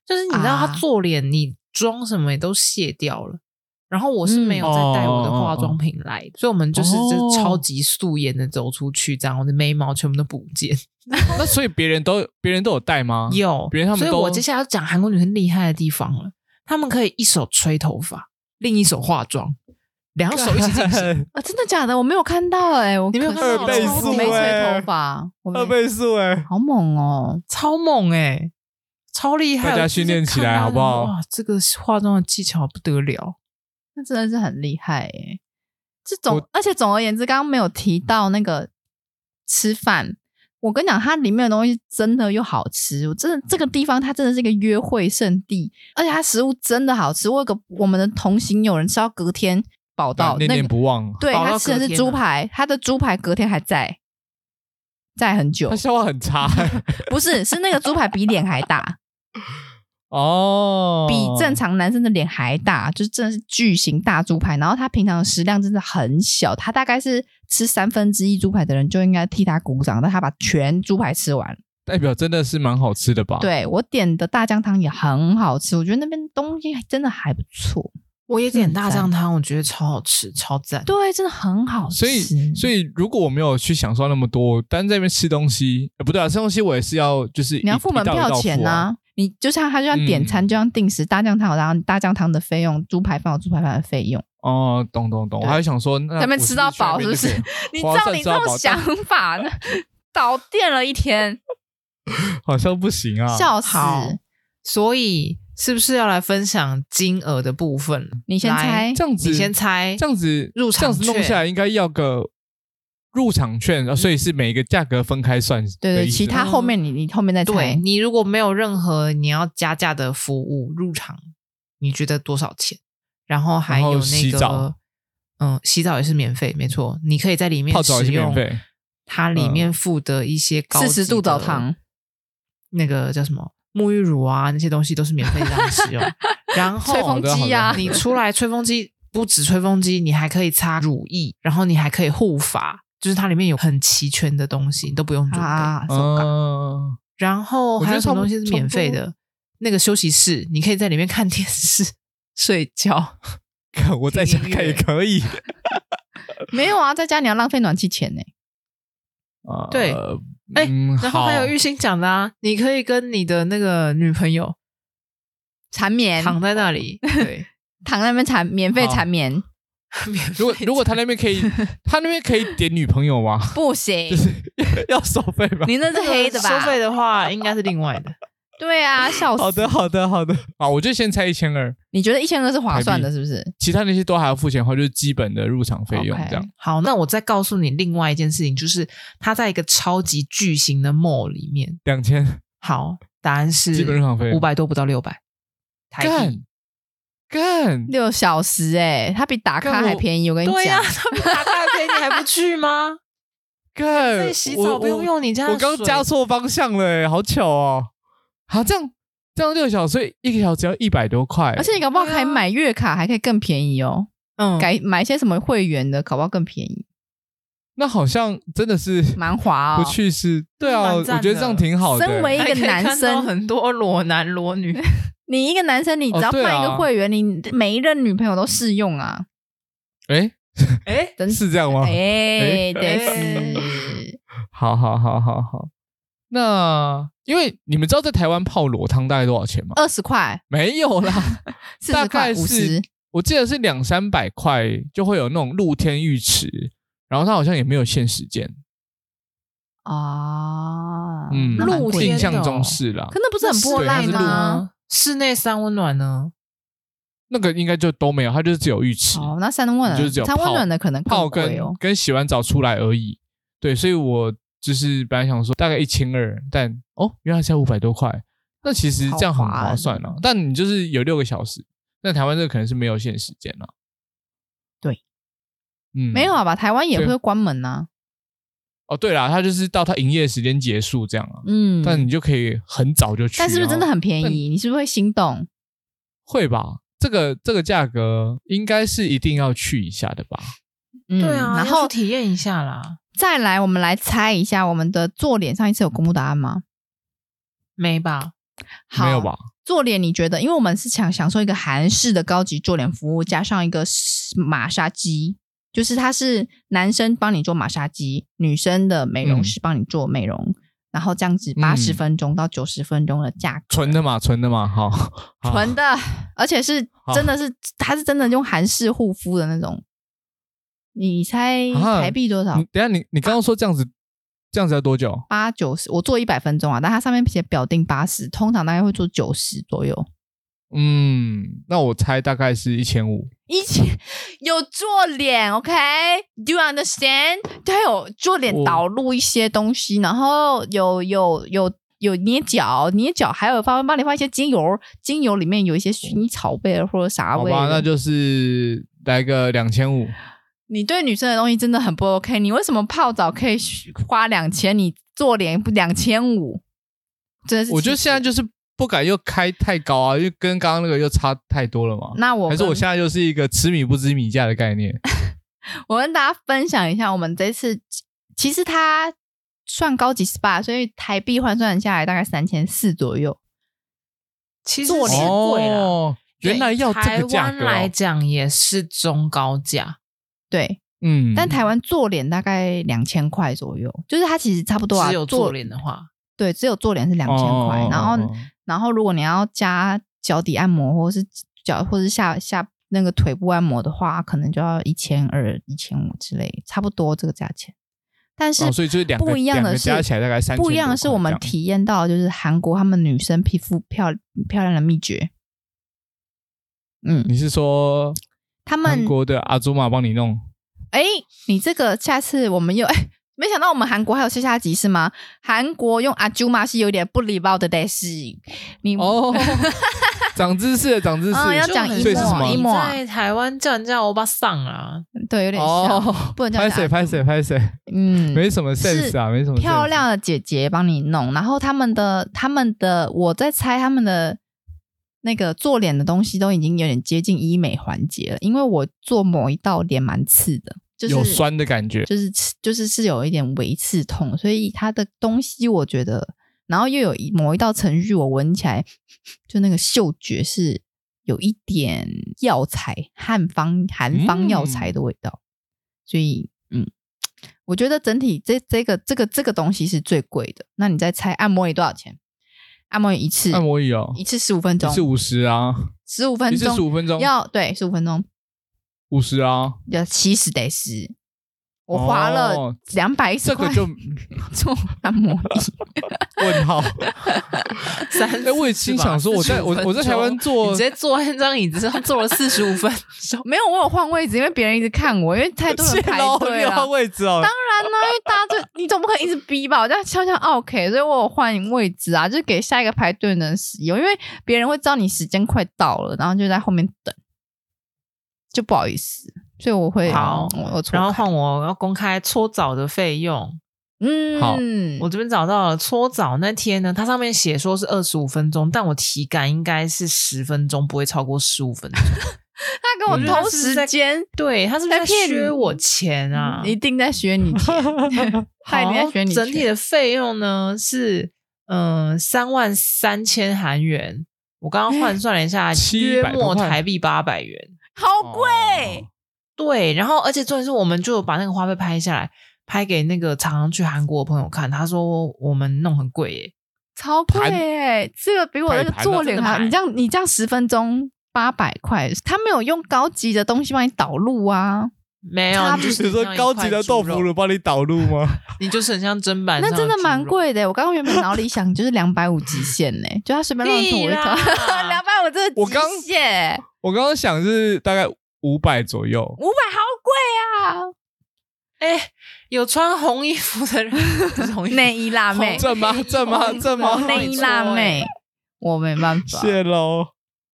Speaker 2: 就是你知道
Speaker 3: 啊
Speaker 2: 他做脸，你妆什么也都卸掉了。然后我是
Speaker 3: 嗯
Speaker 2: 没有再带我的化
Speaker 3: 哦
Speaker 2: 妆品来，所以我们就是就
Speaker 1: 哦
Speaker 2: 超级素颜的走出去，这样我的眉毛全部都不见。
Speaker 1: 那所以别人都别人都有带 吗？
Speaker 2: 有，
Speaker 1: 啊别人他们
Speaker 2: 所以
Speaker 1: 都
Speaker 2: 我接下来要讲韩国女生厉害的地方了，她们可以一手吹头发，另一手化妆，两手一起 进行。
Speaker 3: 啊，真的假的？我没有看到哎、我
Speaker 2: 你没有
Speaker 3: 可
Speaker 2: 看到
Speaker 3: 是
Speaker 2: 二倍
Speaker 3: 我
Speaker 2: 速
Speaker 3: 没吹
Speaker 1: 欸
Speaker 3: 头发，我没
Speaker 1: 二倍速哎，
Speaker 3: 好猛哦！
Speaker 2: 超猛哎、超厉害！
Speaker 1: 大家
Speaker 2: 我就是
Speaker 1: 训练起来
Speaker 2: 看她
Speaker 1: 好不好
Speaker 2: 哇，这个化妆的技巧不得了，
Speaker 3: 那真的是很厉害哎、这种
Speaker 1: 我，
Speaker 3: 而且总而言之，刚刚没有提到那个吃饭。我跟你讲，它里面的东西真的又好吃，我真的这个地方它真的是一个约会圣地，而且它食物真的好吃。我有个我们的同行有人吃到隔天饱到
Speaker 1: 啊念
Speaker 3: 那
Speaker 1: 念
Speaker 3: 个，
Speaker 1: 不忘，
Speaker 3: 对
Speaker 2: 饱
Speaker 3: 他
Speaker 2: 到
Speaker 3: 吃的
Speaker 2: 隔
Speaker 3: 是
Speaker 2: 天
Speaker 3: 猪
Speaker 2: 啊
Speaker 3: 排，他的猪排隔天还在，在很久
Speaker 1: 他，消化很 差欸
Speaker 3: 不是是那个猪排比脸还 大，
Speaker 1: 哦，
Speaker 3: 比正常男生的脸还大，就是真的是巨型大猪排。然后他平常的食量真的很小，他大概是吃三分之一猪排的人就应该替他鼓掌，但他把全猪排吃完，
Speaker 1: 代表真的是蛮好吃的
Speaker 2: 哦
Speaker 1: 吧？，
Speaker 3: 对我点的大酱汤也很好吃，我觉得那边东西真的还不错。
Speaker 2: 我也点大
Speaker 3: 赞
Speaker 2: 酱汤，我觉得超好吃，超赞。
Speaker 3: 对，真的很好吃。
Speaker 1: 所以所以如果我没有去享受那么多，单在那边吃东西，呃不对啊，吃东西我也是要就是
Speaker 3: 你要付门
Speaker 1: 啊
Speaker 3: 票钱啊
Speaker 1: 呐、
Speaker 3: 呐、你就像他
Speaker 1: 嗯
Speaker 3: 就像点餐，就像定时大酱汤有大大酱汤的费用，猪排饭有猪排饭的费用。
Speaker 1: 哦，懂懂懂，我
Speaker 3: 对
Speaker 1: 还想说，那
Speaker 3: 咱们
Speaker 1: 我
Speaker 3: 吃到
Speaker 1: 去那
Speaker 3: 饱
Speaker 1: 边
Speaker 3: 是不
Speaker 1: 就可以
Speaker 3: 是？你
Speaker 1: 花
Speaker 3: 照
Speaker 1: 算
Speaker 3: 你
Speaker 1: 吃
Speaker 3: 这
Speaker 1: 到
Speaker 3: 种
Speaker 1: 饱
Speaker 3: 想法，那倒店了一天，
Speaker 1: 好像不行 啊。
Speaker 3: 笑死！
Speaker 2: 好，所以是不是要来分享金额的部分？
Speaker 3: 你先
Speaker 2: 来
Speaker 3: 猜，
Speaker 1: 这样子，
Speaker 2: 你先猜
Speaker 1: 这样子
Speaker 2: 入场
Speaker 1: 这样子弄
Speaker 2: 券嗯
Speaker 1: 下来应该要个入场券，呃所以是每个价格分开算的意思吗。啊
Speaker 3: 对对，其他后面你你后面再
Speaker 2: 对
Speaker 3: 猜。
Speaker 2: 你如果没有任何你要加价的服务入场，你觉得多少钱？然后还
Speaker 1: 然后
Speaker 2: 有
Speaker 1: 洗
Speaker 2: 那
Speaker 1: 澡
Speaker 2: 个，嗯，洗澡也是免费，没错，你可以在里面
Speaker 1: 泡澡也
Speaker 2: 使
Speaker 1: 是免
Speaker 2: 用
Speaker 1: 费，
Speaker 2: 它里
Speaker 1: 嗯
Speaker 2: 面附的一些高
Speaker 3: 四十
Speaker 2: 级
Speaker 3: 度澡
Speaker 2: 的
Speaker 3: 堂，
Speaker 2: 那个叫什么沐浴乳啊，那些东西都是免费让你使用。然后
Speaker 3: 吹风机
Speaker 1: 好的好
Speaker 3: 啊
Speaker 1: 的，
Speaker 2: 你出来吹风机不止吹风机，你还可以擦乳液，然后你还可以护发，就是它里面有很齐全的东西，你都不用准备。
Speaker 3: 啊，
Speaker 1: 嗯，
Speaker 2: 然后
Speaker 1: 我觉
Speaker 2: 还
Speaker 1: 得
Speaker 2: 有什么
Speaker 1: 差不
Speaker 2: 东西是
Speaker 1: 差不
Speaker 2: 免费
Speaker 1: 多
Speaker 2: 的？那个休息室，你可以在里面看电视、 睡觉。
Speaker 1: 看我在家
Speaker 2: 听音
Speaker 1: 看也
Speaker 2: 乐
Speaker 1: 可 以。
Speaker 3: 没有啊，在家你要浪费暖 气钱呢。
Speaker 1: 啊
Speaker 2: 对哎
Speaker 1: 嗯
Speaker 2: 然后还有
Speaker 1: 好
Speaker 2: 玉兴讲的啊，你可以跟你的那个女朋友
Speaker 3: 缠绵，
Speaker 2: 躺在那里，对，
Speaker 3: 躺在那边缠，免费
Speaker 1: 好
Speaker 3: 缠绵
Speaker 2: 免
Speaker 1: 如果
Speaker 2: 费
Speaker 1: 如果他那边可 以，他那边可以点女朋友吗？
Speaker 3: 不行
Speaker 1: 就，是 要收费吗？
Speaker 3: 你那是黑的吧
Speaker 2: 收？费的话应该是另外的。
Speaker 3: 对啊，笑
Speaker 1: 好
Speaker 3: 死！
Speaker 1: 的，好的，好的。啊，我就先猜一千二，
Speaker 3: 你觉得一千二是划算
Speaker 1: 台
Speaker 3: 的，是不是？
Speaker 1: 其他那些都还要付钱的话，就是基本的入场费用
Speaker 3: OK
Speaker 1: 这样。
Speaker 2: 好，那我再告诉你另外一件事情，就是它在一个超级巨型的 mall 里面。
Speaker 1: 两千
Speaker 2: 好，答案是
Speaker 1: 基本入场费
Speaker 2: 五百多不到六百台币。
Speaker 1: 干干，
Speaker 3: 六小时哎、它比打卡
Speaker 1: 干我
Speaker 3: 还便宜，我跟你
Speaker 2: 对呀、
Speaker 3: 讲
Speaker 2: 啊，，他们打大便你还不去 吗？
Speaker 1: 干
Speaker 2: 所以洗澡不用。用你家
Speaker 1: 我我
Speaker 2: 的
Speaker 1: 我刚
Speaker 2: 水
Speaker 1: 加错方向了、欸，好巧哦。好，这样这样六小时，所以一个小时要一百多块、欸
Speaker 3: 而且你搞不好
Speaker 2: 对啊
Speaker 3: 可以买月卡，还可以更便宜哦。
Speaker 2: 嗯
Speaker 3: 改买一些什么会员的，搞不好更便宜，
Speaker 1: 那好像真的是
Speaker 3: 蛮划哦
Speaker 1: 不。去是，对啊，我
Speaker 2: 蛮赞的
Speaker 1: 觉得这样挺好的、
Speaker 3: 身为一
Speaker 2: 还
Speaker 3: 个
Speaker 2: 可以
Speaker 3: 男
Speaker 2: 看到
Speaker 3: 生
Speaker 2: 很多裸男裸女，
Speaker 3: 你一个男生，你只
Speaker 1: 哦
Speaker 3: 要
Speaker 1: 对啊
Speaker 3: 办一个会员，你每一任女朋友都适用啊。
Speaker 1: 哎、
Speaker 2: 哎，
Speaker 3: 真
Speaker 1: 是这样吗？啊
Speaker 3: 哎，对
Speaker 2: 哎
Speaker 3: 是，
Speaker 1: 好好好好好。那因为你们知道在台湾泡裸汤大概多少钱吗？
Speaker 3: 二十块、
Speaker 1: 没有啦，
Speaker 3: 四
Speaker 1: 大
Speaker 3: 十
Speaker 1: 概
Speaker 3: 块、五
Speaker 1: 是嗯
Speaker 3: 十，
Speaker 1: 我记得是两三百块就会有那种露天浴池，然后它好像也没有限时间。
Speaker 3: 啊，
Speaker 1: 嗯，
Speaker 3: 那蛮
Speaker 2: 露
Speaker 3: 贵的
Speaker 1: 印
Speaker 2: 天
Speaker 1: 象
Speaker 2: 的
Speaker 1: 中
Speaker 2: 哦
Speaker 1: 是啦
Speaker 3: 可，那不是很
Speaker 2: 室
Speaker 3: 波
Speaker 1: 对它
Speaker 3: 浪
Speaker 1: 是
Speaker 2: 内
Speaker 1: 路
Speaker 3: 吗？
Speaker 2: 呢？室内三温暖呢？
Speaker 1: 那个应该就都没有，它就是只有浴池。
Speaker 3: 哦，那三温暖
Speaker 1: 就是只有
Speaker 3: 三温
Speaker 1: 泡
Speaker 3: 暖的可能
Speaker 1: 泡
Speaker 3: 更
Speaker 1: 跟嗯
Speaker 3: 贵哦。
Speaker 1: 跟洗完澡出来而已。对，所以我就是本来想说大概一千二，但哦，原来才五百多块，那其实这样很
Speaker 3: 好划哦
Speaker 1: 划算了、啊但你就是有六个小时，那台湾这个可能是没有限时间了、啊
Speaker 3: 对，
Speaker 1: 嗯，
Speaker 3: 没有啊吧？台湾也
Speaker 1: 对
Speaker 3: 会关门啊呐、
Speaker 1: 哦，对啦，它就是到它营业时间结束这样啊，
Speaker 3: 嗯，
Speaker 1: 但你就可以很早就去。
Speaker 3: 但是不是真
Speaker 1: 然
Speaker 3: 的
Speaker 1: 后
Speaker 3: 很便
Speaker 1: 但
Speaker 3: 宜？你是不是会心动？
Speaker 1: 会吧？这个这个价格应该是一定要去一下的吧？
Speaker 3: 嗯，
Speaker 2: 对啊，
Speaker 3: 然
Speaker 2: 要
Speaker 3: 后
Speaker 2: 去体验一下啦。
Speaker 3: 再来，我们来猜一下我们的做脸上一次有公布答案吗？
Speaker 2: 没吧？
Speaker 3: 好
Speaker 1: 没有吧？
Speaker 3: 做脸你觉得？因为我们是想享受一个韩式的高级做脸服务，加上一个马杀鸡，就是它是男生帮你做马杀鸡，女生的美容师帮你做美容，然后这样子八十
Speaker 1: 嗯
Speaker 3: 分钟到九十分钟的价格，
Speaker 1: 纯的嘛，纯的嘛，好，好
Speaker 3: 纯的，而且是
Speaker 1: 好
Speaker 3: 真的是，它是真的用韩式护肤的那种。你猜
Speaker 1: 啊
Speaker 3: 台币多少
Speaker 1: 你？等一下你你刚刚说这样子，这样子要多久？
Speaker 3: 八九十，我做一百分钟啊，但它上面写表定八十，通常大概会做九十左右。
Speaker 1: 嗯，那我猜大概是一千五。
Speaker 3: 一起有做脸，OK？Do、you understand？它有做脸
Speaker 1: 我
Speaker 3: 导入一些东西，然后有有有有捏脚，捏脚还有放帮你放一些精油，精油里面有一些薰衣草味或者啥
Speaker 1: 好
Speaker 3: 味
Speaker 1: 吧，
Speaker 3: 的。
Speaker 1: 那就是来个两千五。
Speaker 3: 你对女生的东西真的很不 OK。你为什么泡澡可以花两千，你做脸不两千五？真的是气死，
Speaker 1: 我觉得现在就是不敢又开太高啊，因为跟刚刚那个又差太多了嘛。
Speaker 3: 那我
Speaker 1: 还是我
Speaker 3: 跟
Speaker 1: 现在就是一个吃米不知米价的概念。
Speaker 3: 我跟大家分享一下，我们这次其实它算高级 SPA，所以台币换算下来大概三千四左右。
Speaker 2: 其实
Speaker 3: 做
Speaker 2: 是
Speaker 3: 脸
Speaker 2: 贵啦。
Speaker 1: 哦，原来要这
Speaker 2: 台
Speaker 1: 个价
Speaker 2: 湾
Speaker 1: 格、
Speaker 2: 来
Speaker 1: 哦，
Speaker 2: 讲也是中高价，
Speaker 3: 对，
Speaker 1: 嗯，
Speaker 3: 但台湾做脸大概两千块左右，就是它其实差不多啊。
Speaker 2: 只有做脸的话，
Speaker 3: 对，只有做脸是两千块，
Speaker 1: 哦
Speaker 3: 然后
Speaker 1: 哦哦
Speaker 3: 然后如果你要加脚底按摩或是脚或是下下那个腿部按摩的话，可能就要一千二、一千五之类，差不多这个价钱。但是
Speaker 1: 哦所以就是两个
Speaker 3: 不一样
Speaker 1: 两
Speaker 3: 的
Speaker 1: 个
Speaker 3: 是
Speaker 1: 加起来大概3000
Speaker 3: 不一样的是
Speaker 1: 多块
Speaker 3: 我们
Speaker 1: 这样
Speaker 3: 体验到就是韩国他们女生皮肤漂漂亮的秘诀。嗯，
Speaker 1: 你是说
Speaker 3: 他
Speaker 1: 韩
Speaker 3: 们
Speaker 1: 国的阿祖玛帮你弄？
Speaker 3: 哎，你这个下次我们又哎， 没想到我们韩国还有下下集是吗？韩国用阿朱玛是有点不礼貌的但是你
Speaker 1: 哦，长知识了，长知识，
Speaker 3: 哦要
Speaker 2: 就
Speaker 3: 讲
Speaker 2: 很
Speaker 3: 一
Speaker 1: 所以是
Speaker 2: 像
Speaker 1: 什么
Speaker 3: 一
Speaker 2: 你
Speaker 3: 模啊
Speaker 2: 在台湾叫人家欧巴 桑啊，
Speaker 3: 对有点像，
Speaker 1: 哦，
Speaker 3: 不能这
Speaker 1: 拍
Speaker 3: 样讲
Speaker 1: 谁拍谁拍谁，
Speaker 3: 嗯，
Speaker 1: 没什么 sense 啊，没什么 sense
Speaker 3: 漂亮的姐姐帮你弄，然后他们的他们的我在猜他们的那个做脸的东西都已经有点接近医美环节了，因为我做某一道脸蛮刺的，就是
Speaker 1: 有酸的感觉，
Speaker 3: 就是就是是有一点微刺痛，所以它的东西我觉得，然后又有一某一道程序，我闻起来就那个嗅觉是有一点药材汉方韩方药材
Speaker 1: 嗯
Speaker 3: 的味道，所以嗯，我觉得整体这这个这个这个东西是最贵的。那你再猜按摩椅多少钱？按摩椅一次，
Speaker 1: 按摩椅哦，
Speaker 3: 一次十五分钟
Speaker 1: 一，次五十啊，
Speaker 3: 十五分
Speaker 1: 一次
Speaker 3: 钟，
Speaker 1: 十五分钟，
Speaker 3: 要对十五分钟
Speaker 1: 五十啊，
Speaker 3: 要七十得十。我花了
Speaker 1: 哦
Speaker 3: 两百一十
Speaker 1: 这
Speaker 3: 块，
Speaker 1: 个 就
Speaker 3: 做按摩椅，，
Speaker 1: 问号。
Speaker 2: 三
Speaker 1: 哎，我也心想说，我在我我在台湾
Speaker 2: 你
Speaker 1: 做
Speaker 2: 直接坐在那张椅子上坐了四十五 分钟
Speaker 3: 没有我有换位置，因为别人一直看我，因为太多人排
Speaker 1: 你
Speaker 3: 队
Speaker 1: 有
Speaker 3: 了。
Speaker 1: 换位置哦
Speaker 3: 当，然啦、因为大家就你总不可能一直逼吧，我这样悄悄 OK，所以我有换位置啊，就是给下一个排队的人使用，因为别人会知道你时间快到了，然后就在后面等，就不好意思，所以我会
Speaker 2: 好
Speaker 3: 我我错开，
Speaker 2: 然后换我要公开搓澡的费用。
Speaker 1: 好
Speaker 3: 嗯，
Speaker 2: 我这边找到了搓澡那天呢，它上面写说是二十五分钟，但我体感应该是十分钟，不会超过十五分钟。
Speaker 3: 他跟我
Speaker 1: 嗯
Speaker 3: 偷时间，
Speaker 2: 对，他是不是
Speaker 3: 在
Speaker 2: 在
Speaker 3: 骗你
Speaker 2: 削我钱啊？
Speaker 1: 嗯
Speaker 3: 一定在学你钱，他一定 在
Speaker 2: 好，
Speaker 3: 学你
Speaker 2: 整体
Speaker 3: 钱
Speaker 2: 的费用呢是嗯三万三千韩元，我刚刚换算了一下，
Speaker 1: 700
Speaker 2: 约
Speaker 1: 哎多
Speaker 2: 莫
Speaker 1: 块
Speaker 2: 台币八百元。
Speaker 3: 好
Speaker 2: 哦
Speaker 1: 哦
Speaker 3: 贵，
Speaker 2: 对，然后而且重点是，我们就把那个花费拍下来，拍给那个常常去韩国的朋友看，他说我们弄很贵耶。
Speaker 3: 超贵
Speaker 1: 盘
Speaker 3: 欸！这个比我那个
Speaker 1: 太盘了
Speaker 3: 做脸
Speaker 2: 真的
Speaker 3: 还
Speaker 2: 盘
Speaker 3: 你这样你这样十分钟八百块，他没有用高级的东西帮你导入啊，
Speaker 2: 没有，
Speaker 3: 差
Speaker 2: 你
Speaker 3: 不
Speaker 2: 就
Speaker 1: 你
Speaker 2: 是很
Speaker 1: 说
Speaker 2: 像一
Speaker 1: 高
Speaker 2: 块
Speaker 1: 级的
Speaker 2: 猪
Speaker 1: 豆腐
Speaker 2: 肉，
Speaker 1: 乳帮你导入吗？
Speaker 2: 你就是很像砧板上
Speaker 3: 那真的
Speaker 2: 猪
Speaker 3: 蛮
Speaker 2: 肉。
Speaker 3: 贵的欸。我刚刚原本脑里想就是两百五极限呢，就他随便乱涂
Speaker 2: 屁
Speaker 3: 一
Speaker 2: 啦
Speaker 3: 涂， 两百五这
Speaker 1: 我
Speaker 3: 极
Speaker 1: 刚
Speaker 3: 限，
Speaker 1: 我刚刚想是大概五百左右，
Speaker 3: 五百好贵啊！
Speaker 2: 哎、有穿红衣服的人， 不是红衣服
Speaker 3: 内衣辣妹，
Speaker 1: 这吗？这吗？ 这吗？
Speaker 3: 内衣辣妹，我没办法，
Speaker 1: 啊谢喽。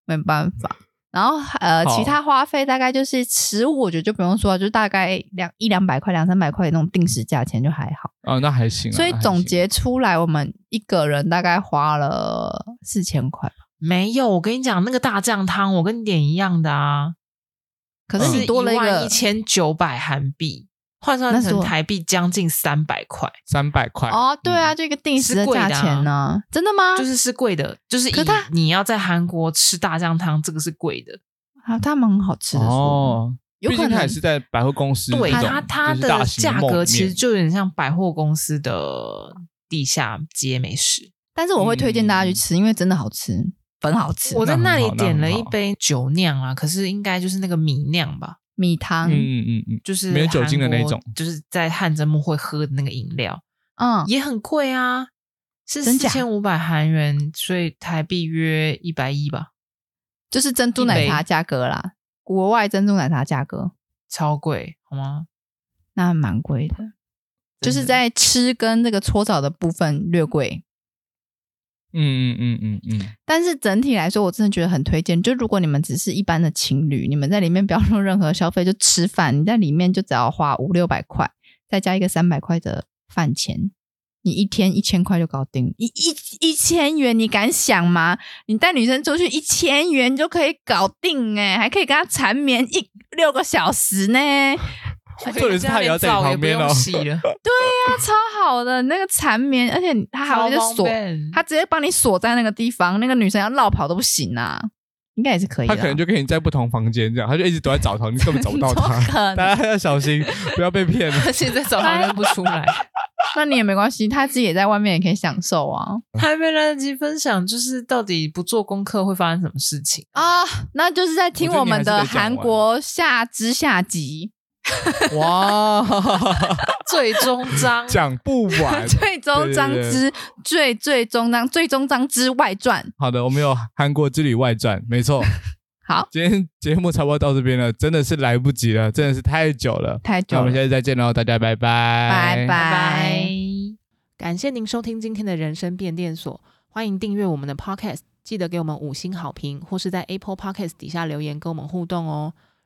Speaker 3: 没办法。然后呃，
Speaker 1: 好
Speaker 3: 其他花费大概就是食物，我觉得就不用说了，就大概两一两百块、两三百块那种定时价钱就还好。
Speaker 1: 哦，那还行啊。
Speaker 3: 所以
Speaker 1: 那还
Speaker 3: 总
Speaker 1: 行
Speaker 3: 结出来，我们一个人大概花了四千块。
Speaker 2: 没有，我跟你讲，那个大酱汤，我跟你点一样的啊。
Speaker 3: 可是你多了一个
Speaker 2: 哦一千九百韩币，换算
Speaker 3: 那是
Speaker 2: 成
Speaker 3: 多
Speaker 2: 台币将近三百块，
Speaker 1: 三百块嗯
Speaker 3: 哦，对啊，就一个定时的
Speaker 2: 是贵的
Speaker 3: 价
Speaker 2: 啊
Speaker 3: 钱呢、真的吗？
Speaker 2: 就是是贵的，就是以
Speaker 3: 啊可它
Speaker 2: 你要在韩国吃大酱汤，这个是贵的。
Speaker 3: 啊，它蛮好吃的，说
Speaker 1: 哦，
Speaker 3: 有
Speaker 1: 毕
Speaker 3: 可
Speaker 1: 竟它
Speaker 3: 能
Speaker 1: 也是在百货公司这种，
Speaker 2: 对它，它
Speaker 1: 就是大
Speaker 2: 的
Speaker 1: 型
Speaker 2: 价
Speaker 1: 梦
Speaker 2: 格其实
Speaker 1: 面
Speaker 2: 就有点像百货公司的地下街美食。
Speaker 3: 但是我会推荐大
Speaker 1: 嗯
Speaker 3: 家去吃，因为真的好吃，很好吃。
Speaker 2: 我在那
Speaker 1: 那很
Speaker 2: 里
Speaker 1: 好那
Speaker 2: 点了
Speaker 1: 很
Speaker 2: 一
Speaker 1: 好
Speaker 2: 杯酒酿啊，可是应该就是那个米酿吧，
Speaker 3: 米汤，
Speaker 1: 嗯
Speaker 3: 嗯
Speaker 1: 嗯嗯嗯，
Speaker 2: 就是
Speaker 1: 没有酒精的
Speaker 2: 韩
Speaker 1: 那
Speaker 2: 国
Speaker 1: 种
Speaker 2: 就是在汗蒸幕会喝的那个饮料，
Speaker 3: 嗯
Speaker 2: 也很贵啊，是
Speaker 3: 真
Speaker 2: 四
Speaker 3: 假
Speaker 2: 千五百韩元，所以台币约一百一吧，
Speaker 3: 就是珍珠奶茶价格啦，国外珍珠奶茶价格
Speaker 2: 超贵好吗？
Speaker 3: 那蛮贵的，
Speaker 2: 真
Speaker 3: 就是
Speaker 2: 的
Speaker 3: 在吃跟这个搓澡的部分略贵。
Speaker 1: 嗯嗯嗯嗯嗯，
Speaker 3: 但是整体来说，我真的觉得很推荐。就如果你们只是一般的情侣，你们在里面不要用任何消费，就吃饭，你在里面就只要花五六百块，再加一个三百块的饭钱，你一天一千块就搞定。一一一千元，你敢想吗？你带女生出去一千元就可以搞定哎、还可以跟她缠绵一六个小时呢。
Speaker 1: 重点是他也要在你旁边哦
Speaker 2: 我回家连澡也不用洗了，
Speaker 3: 啊，超好的那个缠绵，而且它还会就
Speaker 2: 超
Speaker 3: 锁
Speaker 2: 方，便
Speaker 3: 它直接帮你锁在那个地方，那个女生要绕跑都不行啊，应该也是可以的
Speaker 1: 他
Speaker 3: 啊。
Speaker 1: 可能就跟你在不同房间这样，他就一直躲在澡堂，你根本找不到
Speaker 3: 怎么可
Speaker 1: 他。
Speaker 3: 能
Speaker 1: 大家要小心，不要被骗 了。
Speaker 2: 而且在澡堂认不出来。
Speaker 3: 那你也没关系，他自己也在外面也可以享受啊。
Speaker 2: 还没来得及分享，就是到底不做功课会发生什么事情？
Speaker 3: 啊，那就是在听
Speaker 1: 我觉得
Speaker 3: 我
Speaker 1: 你
Speaker 3: 们
Speaker 1: 还是得
Speaker 3: 的
Speaker 1: 讲完
Speaker 3: 韩国下之下集
Speaker 1: 哇，
Speaker 2: 最终章
Speaker 1: 讲不完。
Speaker 3: 最终章
Speaker 1: 哎对对
Speaker 3: 之最最终章最终章之外传。
Speaker 1: 好的，我们有韩国之旅外传，没 错。
Speaker 3: 好，
Speaker 1: 今天节目差不多到这边了，真的是来不及了，真的是太久了。
Speaker 3: 太
Speaker 1: 那
Speaker 3: 久
Speaker 1: 我们
Speaker 3: 了，
Speaker 1: 下次再见喽，大家拜拜，
Speaker 2: 拜
Speaker 3: 拜
Speaker 2: 拜。感谢您收听今天的人生变电所，欢迎订阅我们的 Podcast，记得给我们五星好评，或是在 Apple Podcast 底下留言跟我们互动哦。